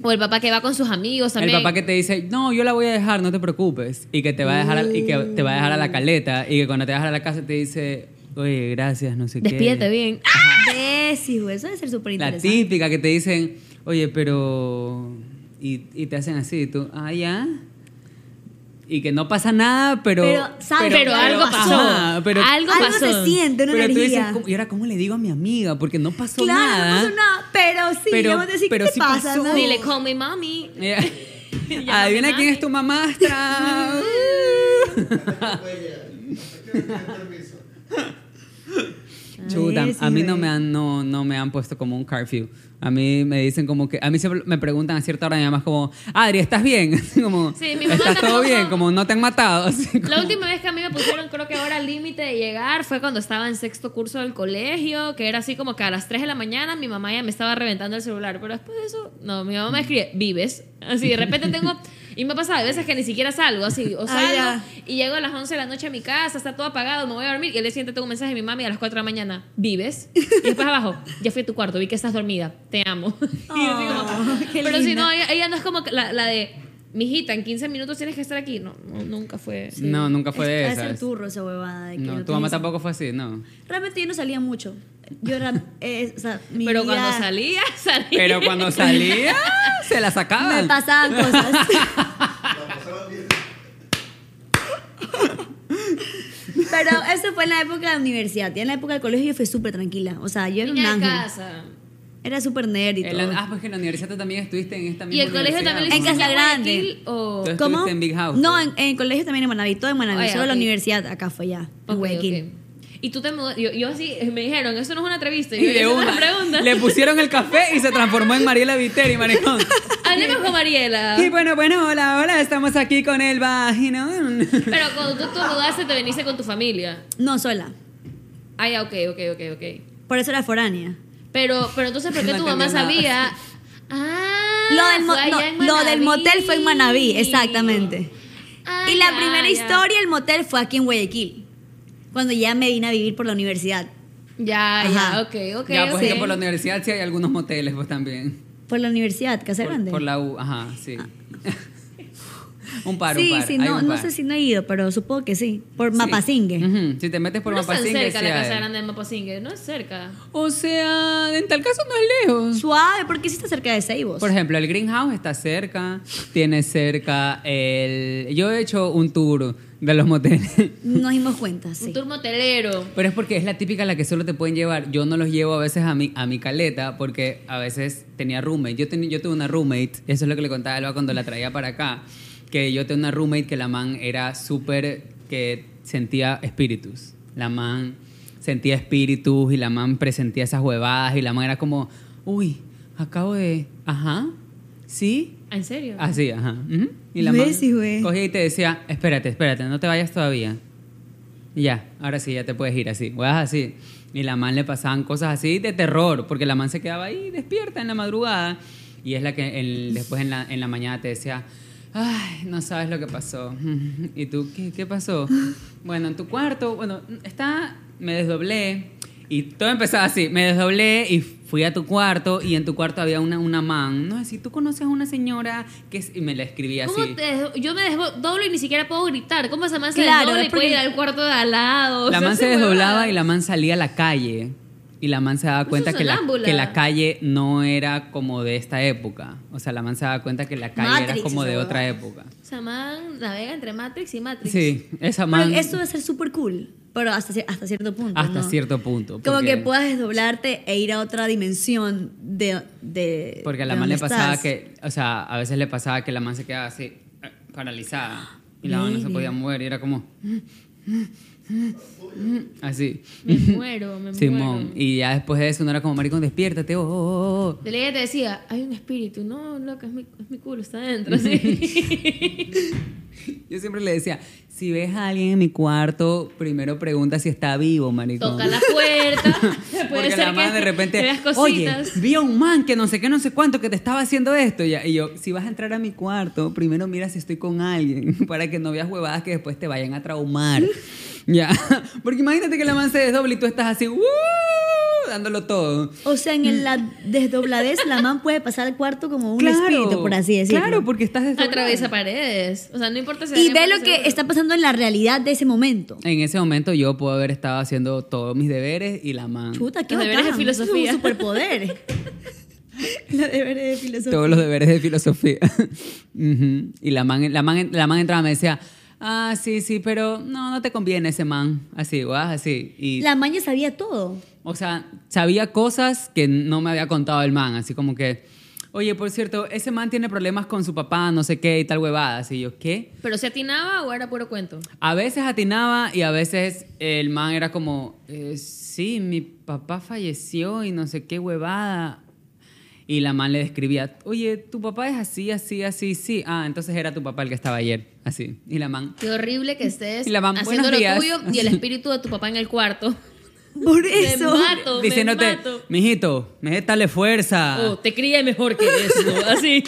Speaker 1: o el papá que va con sus amigos también.
Speaker 2: El papá que te dice, no, yo la voy a dejar, no te preocupes. Y que te va a dejar, a- y que te va a, dejar
Speaker 1: Uh.
Speaker 2: a la caleta. Y que cuando te vas a la casa te dice, oye, gracias, no sé
Speaker 1: Despídete
Speaker 2: qué.
Speaker 1: bien.
Speaker 4: Ves, hijo, eso debe ser súper
Speaker 2: La
Speaker 4: interesante.
Speaker 2: típica que te dicen, oye, pero... Y, y te hacen así, y tú, ah, ya. Y que no pasa nada, pero...
Speaker 4: Pero, ¿sabes?
Speaker 1: Pero algo pasó.
Speaker 2: ajá, pero,
Speaker 1: algo
Speaker 4: Algo
Speaker 1: pasó.
Speaker 4: se siente, una
Speaker 2: pero tú dices,
Speaker 4: energía.
Speaker 2: "¿Cómo- ¿y ahora cómo le digo a mi amiga? Porque no pasó
Speaker 4: claro,
Speaker 2: nada.
Speaker 4: no pasó nada, pero sí,
Speaker 2: Pero-
Speaker 4: pero, vamos a decir,
Speaker 2: pero
Speaker 4: ¿qué te
Speaker 2: sí
Speaker 4: pasa?
Speaker 2: pasó.
Speaker 4: no?
Speaker 1: Dile, call me mommy.
Speaker 2: Ya.
Speaker 1: Llámame
Speaker 2: Adivina
Speaker 1: mami.
Speaker 2: quién es tu mamastra. Chuta,
Speaker 4: Ay, sí,
Speaker 2: a mí no
Speaker 4: güey.
Speaker 2: me han no, no me han puesto como un curfew. A mí me dicen como que a mí siempre me preguntan a cierta hora mi mamá es como, "Adri, ¿estás bien?" [laughs] Así como,
Speaker 1: Sí, mi mamá
Speaker 2: "¿Estás todo
Speaker 1: tampoco-
Speaker 2: bien?" Como, "No te han matado." [laughs] Así
Speaker 4: [laughs]
Speaker 2: como-
Speaker 1: La última vez que a mí me pusieron, creo que hora límite de llegar, fue cuando estaba en sexto curso del colegio, que era así como que a las 3 de la mañana mi mamá ya me estaba reventando el celular. Pero después de eso, no, mi mamá me escribe, vives. Así de repente tengo. Y me ha pasado, hay veces que ni siquiera salgo, así, o
Speaker 4: Ah,
Speaker 1: salgo
Speaker 4: ya.
Speaker 1: y llego a las 11 de la noche a mi casa, está todo apagado, me voy a dormir. Y el día siguiente tengo un mensaje de mi mami a las 4 de la mañana, ¿vives? Y después abajo, ya fui a tu cuarto, vi que estás dormida, te amo. [laughs] Y yo así como,
Speaker 4: Oh, [laughs] qué
Speaker 1: pero si
Speaker 4: linda.
Speaker 1: no, ella, ella no es como que la, la de, mijita, en 15 minutos tienes que estar aquí. No, no, nunca fue.
Speaker 2: No, nunca fue de
Speaker 4: Es
Speaker 2: esas.
Speaker 4: ser turro esa huevada. de que
Speaker 2: No,
Speaker 4: no
Speaker 2: tu mamá
Speaker 4: tenés-
Speaker 2: tampoco fue así, no.
Speaker 4: Realmente yo no salía mucho. Yo era, eh, o sea, mi
Speaker 1: Pero
Speaker 4: vida-
Speaker 1: cuando salía, [laughs] salía.
Speaker 2: Pero cuando salía se la
Speaker 4: Me
Speaker 2: sacaban.
Speaker 4: pasaban cosas. Pero eso fue en la época de la universidad. Ya en la época del colegio yo fui súper tranquila. O sea, yo era un
Speaker 1: Niña de
Speaker 4: ángel.
Speaker 1: casa.
Speaker 4: Era súper nerd
Speaker 2: [laughs]
Speaker 4: y
Speaker 2: En
Speaker 4: todo.
Speaker 2: la- ah, pues que en la universidad tú también estuviste en esta misma
Speaker 1: ¿Y el colegio
Speaker 2: universidad.
Speaker 1: también
Speaker 4: En
Speaker 1: hiciste
Speaker 4: Casa Grande.
Speaker 1: Guayaquil o...?
Speaker 2: Entonces,
Speaker 4: ¿Cómo?
Speaker 2: estuviste en Big House.
Speaker 4: No, en, en colegio también en Manaví, todo en Manaví,
Speaker 1: Ah, ya,
Speaker 4: solo la
Speaker 1: ok.
Speaker 4: universidad acá fue ya, en
Speaker 1: Ok,
Speaker 4: Guayaquil.
Speaker 1: ok. Y tú te mudas- yo, yo así, me dijeron, eso no es una entrevista. Y
Speaker 2: Y
Speaker 1: yo,
Speaker 2: de
Speaker 1: "Eso no es
Speaker 2: una,
Speaker 1: una pregunta. [laughs]
Speaker 2: le pusieron el café y se transformó en Mariela Viteri, maricón.
Speaker 1: Hablemos con
Speaker 4: [laughs]
Speaker 1: Mariela.
Speaker 2: Y bueno, bueno, hola, hola, estamos aquí con el vagino.
Speaker 1: Pero cuando tú te mudaste, te viniste con tu familia.
Speaker 4: No, sola.
Speaker 1: Ah, ya, ok, ok, ok, ok.
Speaker 4: Por eso era foránea.
Speaker 1: Pero, pero entonces, ¿por qué
Speaker 2: No
Speaker 1: tu mamá
Speaker 2: entendió nada.
Speaker 1: sabía? Ah,
Speaker 4: Lo del, mo-
Speaker 1: fue allá
Speaker 4: no,
Speaker 1: en
Speaker 4: lo del
Speaker 1: Manaví.
Speaker 4: motel fue en Manaví, exactamente.
Speaker 1: Ah,
Speaker 4: y la
Speaker 1: ya,
Speaker 4: primera
Speaker 1: ya.
Speaker 4: historia, el motel, fue aquí en Guayaquil, cuando ya me vine a vivir por la universidad.
Speaker 1: Ya,
Speaker 4: Ajá.
Speaker 1: ya, ok, ok.
Speaker 2: ya, pues
Speaker 1: ok.
Speaker 2: que por la universidad sí hay algunos moteles, pues también.
Speaker 4: Por la universidad, Casa
Speaker 2: Por,
Speaker 4: Grande.
Speaker 2: por la U, ajá, sí.
Speaker 1: Ah.
Speaker 2: [laughs] un par,
Speaker 4: sí,
Speaker 2: un par.
Speaker 4: sí,
Speaker 2: hay
Speaker 4: no,
Speaker 2: un
Speaker 4: no
Speaker 2: par.
Speaker 4: sé si no he ido, pero supongo que sí. Por
Speaker 2: Sí.
Speaker 4: Mapasingue.
Speaker 2: Ujú, Si te metes por
Speaker 1: no es tan
Speaker 2: Mapasingue,
Speaker 1: cerca
Speaker 2: sí
Speaker 1: la casa
Speaker 2: hay.
Speaker 1: grande de Mapasingue, no es cerca.
Speaker 2: O sea, en tal caso no es lejos.
Speaker 4: Suave, porque sí está cerca de Seibos.
Speaker 2: Por ejemplo, el Greenhouse está cerca, tiene cerca el... Yo he hecho un tour de los moteles,
Speaker 4: Nos dimos cuenta,
Speaker 1: Un
Speaker 4: sí.
Speaker 1: tour motelero.
Speaker 2: pero es porque es la típica a la que solo te pueden llevar. Yo no los llevo a veces a mi, a mi caleta porque a veces tenía roommate. Yo, tenía yo tuve una roommate, eso es lo que le contaba a Elba cuando la traía para acá, que yo tenía una roommate que la man era súper... que sentía espíritus. La man sentía espíritus y la man presentía esas huevadas y la man era como, uy, acabo de... Ajá. ¿Sí?
Speaker 1: Ah, ¿En serio?
Speaker 2: Así, ajá. Ujú. Y la
Speaker 4: ¿Ves,
Speaker 2: man
Speaker 4: hijo de?
Speaker 2: cogía y te decía, espérate, espérate, no te vayas todavía. Y ya, ahora sí, ya te puedes ir así, huevas así. Y la man le pasaban cosas así de terror, porque la man se quedaba ahí despierta en la madrugada. Y es la que el- después en la, en la mañana te decía, ay, no sabes lo que pasó. [laughs] ¿Y tú qué, qué pasó? Bueno, en tu cuarto, bueno, está, me desdoblé. Y todo empezaba así, me desdoblé y fui a tu cuarto y en tu cuarto había una, una man, no sé si tú conoces a una señora que es, y me la escribía así.
Speaker 1: ¿Cómo te des- yo me desdoblo y ni siquiera puedo gritar. ¿Cómo esa man se
Speaker 4: Claro,
Speaker 1: desdobla
Speaker 4: es
Speaker 1: y
Speaker 4: porque-
Speaker 1: puede ir al cuarto de al lado?
Speaker 2: La
Speaker 1: O sea,
Speaker 2: man se
Speaker 1: esa
Speaker 2: desdoblaba
Speaker 1: huevada.
Speaker 2: y la man salía a la calle. Y la man se daba
Speaker 1: Eso
Speaker 2: cuenta
Speaker 1: es
Speaker 2: que la,
Speaker 1: sonámbula.
Speaker 2: que la calle no era como de esta época. O sea, la man se daba cuenta que la calle era
Speaker 4: Matrix,
Speaker 2: como
Speaker 4: esa
Speaker 2: de
Speaker 4: huevada.
Speaker 2: otra época.
Speaker 1: Esa man navega entre Matrix y Matrix.
Speaker 2: Sí, esa
Speaker 4: Pero
Speaker 2: man
Speaker 4: eso debe ser súper cool, pero hasta, cier- hasta cierto punto.
Speaker 2: hasta
Speaker 4: ¿no?
Speaker 2: cierto punto.
Speaker 4: Como
Speaker 2: porque-
Speaker 4: que puedas desdoblarte e ir a otra dimensión de. de
Speaker 2: Porque a la
Speaker 4: de
Speaker 2: man le
Speaker 4: donde
Speaker 2: pasaba
Speaker 4: estás.
Speaker 2: que, o sea, a veces le pasaba que la man se quedaba así, eh, paralizada. Y la man no se
Speaker 4: Baby.
Speaker 2: podía mover y era como... Así.
Speaker 1: Me muero, me
Speaker 2: Simón.
Speaker 1: muero.
Speaker 2: Y ya después de eso no era como, maricón, despiértate, oh, oh, oh, oh".
Speaker 1: De ley ella te decía, hay un espíritu. No, loca, es mi, es mi culo, está adentro.
Speaker 2: [laughs]
Speaker 1: sí.
Speaker 2: Yo siempre le decía, si ves a alguien en mi cuarto, primero pregunta si está vivo, maricón.
Speaker 1: Toca la puerta. Puede
Speaker 2: [laughs] Porque
Speaker 1: ser
Speaker 2: la
Speaker 1: que
Speaker 2: madre de
Speaker 1: te
Speaker 2: repente,
Speaker 1: veas
Speaker 2: oye, [laughs]
Speaker 1: cositas.
Speaker 2: vi a un man que no sé qué, no sé cuánto, que te estaba haciendo esto. Y y yo, si vas a entrar a mi cuarto, primero mira si estoy con alguien, [laughs] para que no veas huevadas que después te vayan a traumar. [laughs] ya, porque imagínate que la man se desdoble y tú estás así, "Uh", dándolo todo.
Speaker 4: O sea, en el-
Speaker 2: Mm.
Speaker 4: la desdobladez, la man puede pasar al cuarto como un espíritu, por así decirlo.
Speaker 2: Claro, porque estás desdoblada.
Speaker 1: Atraviesa paredes. O sea, no importa si
Speaker 4: Y
Speaker 1: alguien
Speaker 4: ve lo
Speaker 1: pasa
Speaker 4: que
Speaker 1: seguro.
Speaker 4: está pasando en la realidad de ese momento.
Speaker 2: En ese momento yo puedo haber estado haciendo todos mis deberes y la man...
Speaker 4: Chuta, qué
Speaker 1: Los deberes de
Speaker 4: bacán. Eso
Speaker 1: filosofía.
Speaker 4: Es un superpoder.
Speaker 1: [laughs]
Speaker 4: los deberes de filosofía.
Speaker 2: todos los deberes de filosofía. [laughs] Ujú. Y la man, la, man, la man entraba y me decía, ah, sí, sí, pero no, no te conviene ese man. Así, guau, así. Y,
Speaker 4: La maña
Speaker 1: [laughs]
Speaker 4: sabía todo.
Speaker 2: O sea, sabía cosas que no me había contado el man, así como que, oye, por cierto, ese man tiene problemas con su papá, no sé qué, y tal huevada. Así yo, ¿qué?
Speaker 1: ¿Pero se atinaba o era puro cuento?
Speaker 2: A veces atinaba y a veces el man era como, eh, sí, mi papá falleció y no sé qué huevada. Y la man le describía, oye, tu papá es así, así, así, sí. Ah, entonces era tu papá el que estaba ayer, así. Y la man,
Speaker 1: Qué horrible que estés
Speaker 2: Y la mam,
Speaker 1: haciendo lo
Speaker 2: "Buenos días".
Speaker 1: tuyo y el espíritu de tu papá en el
Speaker 2: [laughs]
Speaker 1: cuarto.
Speaker 4: Por
Speaker 1: Me
Speaker 4: eso.
Speaker 1: mato, me
Speaker 2: diciéndote, "Ah".
Speaker 1: mato.
Speaker 2: mijito, métale fuerza.
Speaker 1: Oh, te crié mejor que eso, así.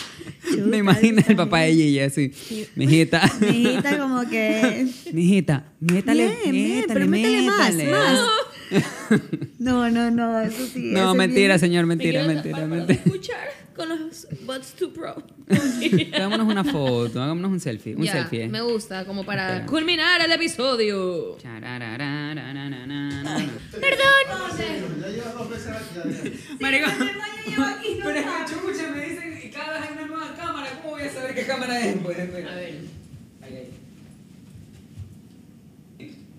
Speaker 2: [laughs] Me imagino el papá de Gigi así,
Speaker 1: [laughs]
Speaker 2: mijita.
Speaker 4: Mijita, como que.
Speaker 2: [laughs] Mijita, métale,
Speaker 4: Bien, bien,
Speaker 2: métale,
Speaker 4: pero métale más,
Speaker 2: métale.
Speaker 4: más. No, no, no, eso sí. eso
Speaker 2: No,
Speaker 4: es
Speaker 2: mentira,
Speaker 4: bien-
Speaker 2: señor,
Speaker 1: Me quiero
Speaker 2: mentira,
Speaker 1: tapar para
Speaker 2: mentira,
Speaker 1: no
Speaker 2: mentira.
Speaker 1: escuchar con los Buds to Pro.
Speaker 2: Hagámonos una foto, hagámonos un selfie, un
Speaker 1: Ya,
Speaker 2: selfie. eh.
Speaker 1: Me gusta, como para culminar el episodio.
Speaker 2: Chararararararararara.
Speaker 1: Perdón.
Speaker 2: Maricón, pero es que chucha, me dicen que cada vez hay una nueva cámara, ¿cómo voy a saber qué cámara es? Pues, espera. Ahí, ahí.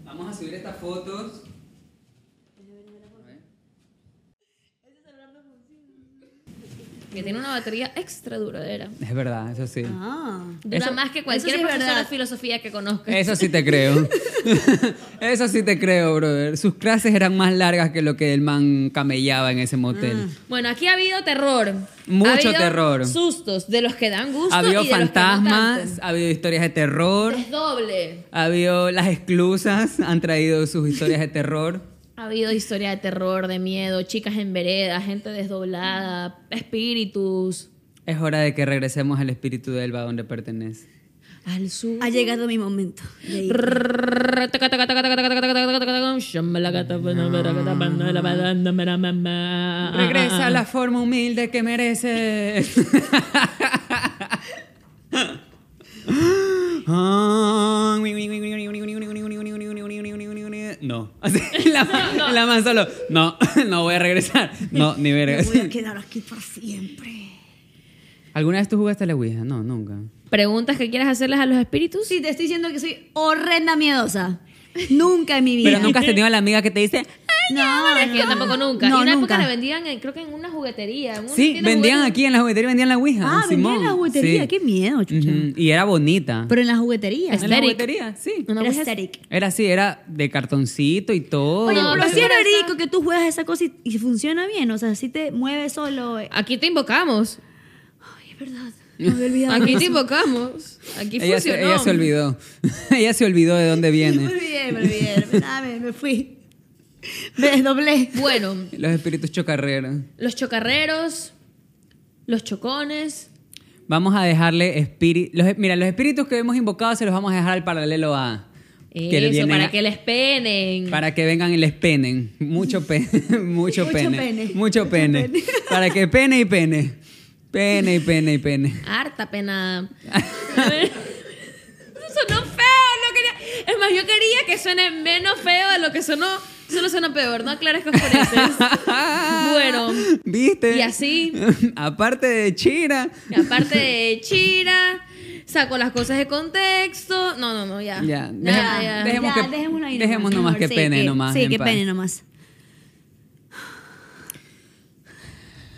Speaker 2: Vamos a subir estas fotos.
Speaker 1: que tiene una batería extra duradera.
Speaker 2: Es verdad, eso sí.
Speaker 4: Ah.
Speaker 1: Dura
Speaker 2: Eso-
Speaker 1: más que
Speaker 4: eso
Speaker 1: cualquier
Speaker 4: sí es
Speaker 1: profesora de
Speaker 4: verdad.
Speaker 1: filosofía que conozca.
Speaker 2: Eso sí te creo. Eso sí te creo, brother. Sus clases eran más largas que lo que el man camellaba en ese motel.
Speaker 1: Bueno, aquí ha habido terror.
Speaker 2: Mucho
Speaker 1: Ha habido
Speaker 2: terror.
Speaker 1: Sustos, de los que dan gusto.
Speaker 2: Ha habido
Speaker 1: y de los que no
Speaker 2: fantasmas,
Speaker 1: tanto.
Speaker 2: ha habido historias de terror,
Speaker 1: Es doble.
Speaker 2: ha habido las exclusas, han traído sus historias de terror.
Speaker 1: Ha habido historia de terror, de miedo, chicas en vereda, gente desdoblada, espíritus.
Speaker 2: Es hora de que regresemos al espíritu de Elba donde pertenece.
Speaker 1: Al sur.
Speaker 4: Ha llegado mi momento. de ir.
Speaker 2: Regresa a la forma humilde que merece. No. [laughs] La, man- la man solo. No, no voy a regresar. No, ni
Speaker 4: Me voy a
Speaker 2: verga.
Speaker 4: quedar aquí por siempre.
Speaker 2: ¿Alguna vez tú jugaste a la Ouija? No, nunca.
Speaker 1: ¿Preguntas que quieras hacerles a los espíritus?
Speaker 4: Sí, te estoy diciendo que soy horrenda miedosa. Nunca en mi vida.
Speaker 2: Pero nunca has tenido a la amiga que te dice.
Speaker 4: No,
Speaker 1: Es que yo
Speaker 4: no.
Speaker 1: tampoco nunca.
Speaker 4: No,
Speaker 1: y en una época
Speaker 4: nunca.
Speaker 1: la vendían, en- creo que en una juguetería. en una
Speaker 2: Sí,
Speaker 1: tienda de
Speaker 2: vendían
Speaker 1: juguetes.
Speaker 2: aquí en la juguetería, vendían la Ouija.
Speaker 4: Ah, vendía
Speaker 2: Simón.
Speaker 4: en la juguetería.
Speaker 2: Sí.
Speaker 4: Qué miedo, chucha.
Speaker 2: Ujú, Y era bonita.
Speaker 4: Pero en la juguetería.
Speaker 2: en la
Speaker 1: Aesthetic.
Speaker 2: juguetería, sí.
Speaker 1: Una
Speaker 4: Era
Speaker 1: Ouija-
Speaker 4: aesthetic.
Speaker 2: Era así, era de cartoncito y todo.
Speaker 4: Oye,
Speaker 1: No,
Speaker 4: pero
Speaker 1: pero
Speaker 4: si era
Speaker 1: esa-
Speaker 4: rico que tú juegas esa cosa y, y funciona bien, o sea, si te mueves solo. eh.
Speaker 1: Aquí te invocamos.
Speaker 4: Ay, es verdad, me había olvidado.
Speaker 1: Aquí te invocamos. Aquí
Speaker 2: ella, se,
Speaker 1: funcionó.
Speaker 2: ella se olvidó. [laughs] ella se olvidó de dónde
Speaker 4: Me [laughs]
Speaker 2: viene.
Speaker 4: olvidé, me olvidé, [laughs] me, me fui. Me desdoblé.
Speaker 1: Bueno,
Speaker 2: Los espíritus chocarreros.
Speaker 1: los chocarreros, los chocones.
Speaker 2: Vamos a dejarle espíritus. Mira, los espíritus que hemos invocado se los vamos a dejar al paralelo A. Que
Speaker 1: Eso,
Speaker 2: vienen
Speaker 1: para
Speaker 2: a-
Speaker 1: que les penen.
Speaker 2: para que vengan y les penen. Mucho, pe- [laughs] mucho,
Speaker 4: Mucho
Speaker 2: pene.
Speaker 4: pene.
Speaker 2: Mucho pene. para que pene y pene. Pene y pene y pene.
Speaker 1: Harta
Speaker 2: [laughs]
Speaker 1: pena. Eso sonó feo, no quería. Es más, yo quería que suene menos feo de lo que sonó. Solo suena peor, no aclares que
Speaker 2: [laughs]
Speaker 1: oscureces. bueno,
Speaker 2: ¿Viste?
Speaker 1: Y así.
Speaker 2: [laughs] Aparte de Chira.
Speaker 1: aparte de Chira, saco las cosas de contexto. No, no, no, ya. ya,
Speaker 2: Ya, deja-
Speaker 1: ya.
Speaker 2: deja- dejemos que- dejemos nomás
Speaker 4: mejor.
Speaker 2: que pene nomás,
Speaker 4: Sí,
Speaker 2: en
Speaker 4: que
Speaker 2: paz.
Speaker 4: pene nomás.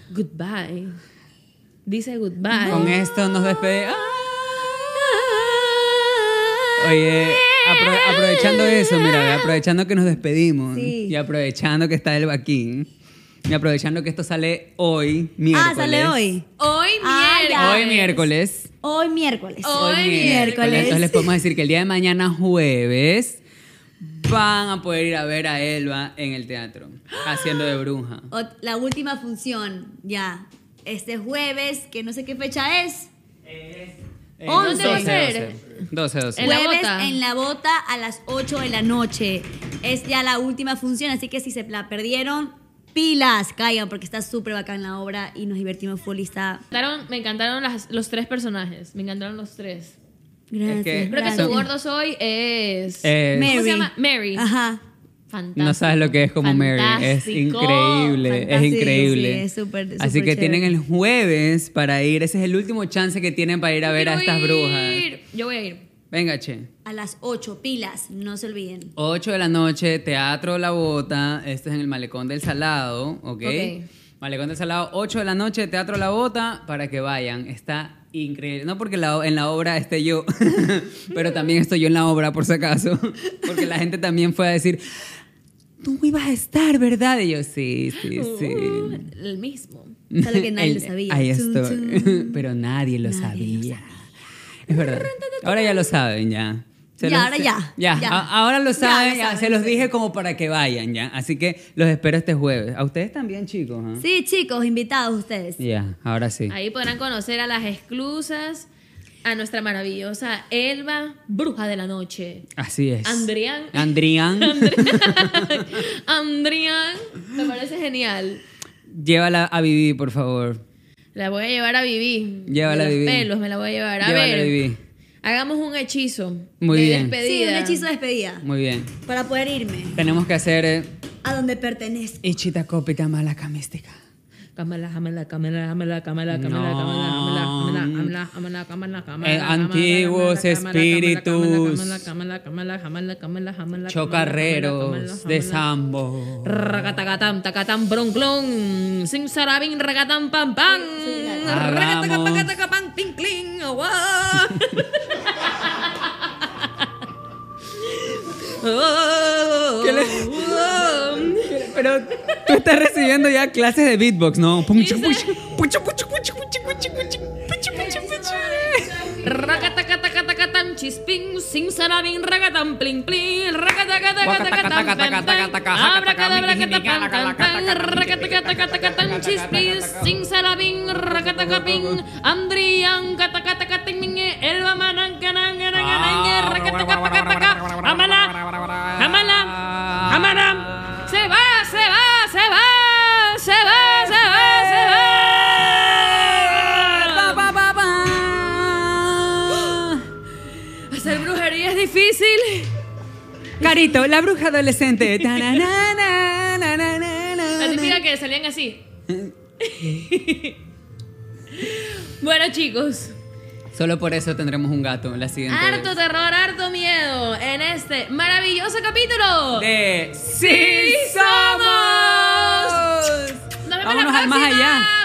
Speaker 1: Goodbye. Dice goodbye.
Speaker 2: Con E. esto nos despedimos. Oye, apro- aprovechando eso, mira, ve, aprovechando que nos despedimos
Speaker 4: Sí.
Speaker 2: y aprovechando que está el vaquín y aprovechando que esto sale hoy, miércoles.
Speaker 4: Ah, sale hoy.
Speaker 1: Hoy
Speaker 4: Ah,
Speaker 1: miércoles.
Speaker 4: ya.
Speaker 2: Hoy miércoles.
Speaker 4: Hoy miércoles.
Speaker 1: Hoy miércoles.
Speaker 2: Entonces les podemos decir que el día de mañana jueves van a poder ir a ver a Elba en el teatro haciendo de bruja.
Speaker 4: Ot- La última función, ya. Este jueves, que no sé qué fecha es.
Speaker 1: ¿Dónde va a
Speaker 2: 12,
Speaker 1: ser?
Speaker 2: 12, 12.
Speaker 1: En la
Speaker 4: jueves
Speaker 1: bota.
Speaker 4: en la bota a las 8 de la noche. Es ya la última función, así que si se la perdieron, pilas, caigan, porque está súper bacán la obra y nos divertimos full y está.
Speaker 1: Me encantaron, me encantaron las- los tres personajes. Me encantaron los tres.
Speaker 4: Gracias.
Speaker 2: Es que-
Speaker 1: Creo que
Speaker 4: gracias.
Speaker 1: su gordo soy es.
Speaker 2: Eh,
Speaker 1: ¿Cómo se llama? Mary.
Speaker 4: Ajá.
Speaker 1: Fantástico.
Speaker 2: No sabes lo que es como Mary. Es
Speaker 1: Fantástico.
Speaker 2: increíble, es
Speaker 4: Fantástico,
Speaker 2: increíble.
Speaker 4: sí, es súper-
Speaker 2: Así
Speaker 4: súper
Speaker 2: que
Speaker 4: chévere.
Speaker 2: tienen el jueves para ir. Ese es el último chance que tienen para ir a ver a
Speaker 1: Quiero
Speaker 2: estas
Speaker 1: ir.
Speaker 2: brujas.
Speaker 1: Yo voy a ir.
Speaker 2: Venga, che.
Speaker 4: A las 8, pilas, no
Speaker 2: [laughs]
Speaker 4: se olviden.
Speaker 2: 8 de la noche, Teatro La Bota. Este es en el Malecón del Salado, ¿ok?
Speaker 1: Ok.
Speaker 2: Malecón del Salado, 8 de la noche, Teatro La Bota, para que vayan. Está increíble. No porque la- en la obra esté yo, [laughs] pero también estoy yo en la obra, por si acaso. [laughs] Porque la gente también fue a decir, tú ibas a estar, ¿verdad? Y yo, sí, sí, sí.
Speaker 1: Uh, el mismo.
Speaker 2: [laughs]
Speaker 4: Solo que nadie
Speaker 2: El-
Speaker 4: lo sabía.
Speaker 2: Ahí
Speaker 4: Tun,
Speaker 2: estoy. [laughs]
Speaker 4: tun.
Speaker 2: Pero nadie lo
Speaker 4: Nadie lo
Speaker 2: sabía. Es verdad. Ahora ya lo saben, ya.
Speaker 4: Ya,
Speaker 2: los-
Speaker 4: ahora ya,
Speaker 2: Ya,
Speaker 4: ya.
Speaker 2: a- ahora lo
Speaker 4: Ya
Speaker 2: saben,
Speaker 4: lo
Speaker 2: ya,
Speaker 4: saben,
Speaker 2: se los
Speaker 4: sí.
Speaker 2: dije como para que vayan, ya. Así que los espero este jueves. A ustedes también, chicos. ¿ah?
Speaker 4: Sí, chicos, invitados ustedes.
Speaker 2: Ya, ahora sí.
Speaker 1: Ahí podrán conocer a las exclusas, a nuestra maravillosa Elba, bruja de la noche.
Speaker 2: Así es.
Speaker 1: Andrián.
Speaker 4: [laughs]
Speaker 2: Andrián.
Speaker 1: Andrián, me parece genial.
Speaker 2: [laughs] Llévala a vivir, por favor.
Speaker 1: La voy a llevar a vivir.
Speaker 2: Llévala
Speaker 1: De los
Speaker 2: a Vivi.
Speaker 1: pelos, me la voy a llevar. A
Speaker 2: Llévala a
Speaker 1: ver.
Speaker 2: Vivi.
Speaker 1: Hagamos un hechizo.
Speaker 2: Muy
Speaker 1: de
Speaker 2: bien.
Speaker 1: Despedida.
Speaker 4: Sí, un hechizo de despedida.
Speaker 2: Muy bien.
Speaker 4: Para poder irme
Speaker 2: Tenemos que hacer eh,
Speaker 4: a donde pertenezco.
Speaker 2: Ichita Cópica Malaca Mística.
Speaker 1: Cámara, cámara, cámara, cámara, cámara, cámara, cámara,
Speaker 2: No.
Speaker 1: cámara, cámara, Amala, amala, amala, amala,
Speaker 2: Eh,
Speaker 1: amala,
Speaker 2: antiguos
Speaker 1: amala, amala,
Speaker 2: espíritus.
Speaker 1: amala, amala, amala, amala, amala, amala,
Speaker 2: Chocarreros
Speaker 1: amala,
Speaker 2: de
Speaker 1: amala.
Speaker 2: Sambo.
Speaker 1: Racatacatam, tacatán, bronclón, sin sarabín, racatán, pam, pam,
Speaker 2: Hagamos.
Speaker 1: racatacapacatacapam, ping, cling, guau. Oh, oh.
Speaker 2: Pero tú estás recibiendo ya clases de beatbox, ¿no? Pum, chu,
Speaker 1: Dice-
Speaker 2: puch, puchu, puchu, puchu, puchu, puchu, puchu, puchu, puchu, puchu.
Speaker 1: Racatacatacatacatán, chispín, sin sarabín, racatán, pling, pling, racatacatacatacatán, pam, pam, abracadabracatapam, pam, pam, racatacatacatacatán, chispín, sin sarabín, racatacapín, andrián, catacatacatín, miñe, elba, manán, canán, canán, canán, ñe, racatacapacapaca, amala, amala, amala. Se va, se va, se va, se va, se va, se va. Hacer brujería es difícil.
Speaker 2: Carito, la bruja adolescente. Tananana, nananana.
Speaker 7: La típica que salían así. bueno, chicos.
Speaker 2: Solo por eso tendremos un gato en la siguiente.
Speaker 7: Harto
Speaker 2: vez.
Speaker 7: terror, harto miedo en este maravilloso capítulo.
Speaker 2: de Sí somos.
Speaker 7: Nos vemos
Speaker 2: Vámonos
Speaker 7: la
Speaker 2: al más
Speaker 7: próxima.
Speaker 2: allá.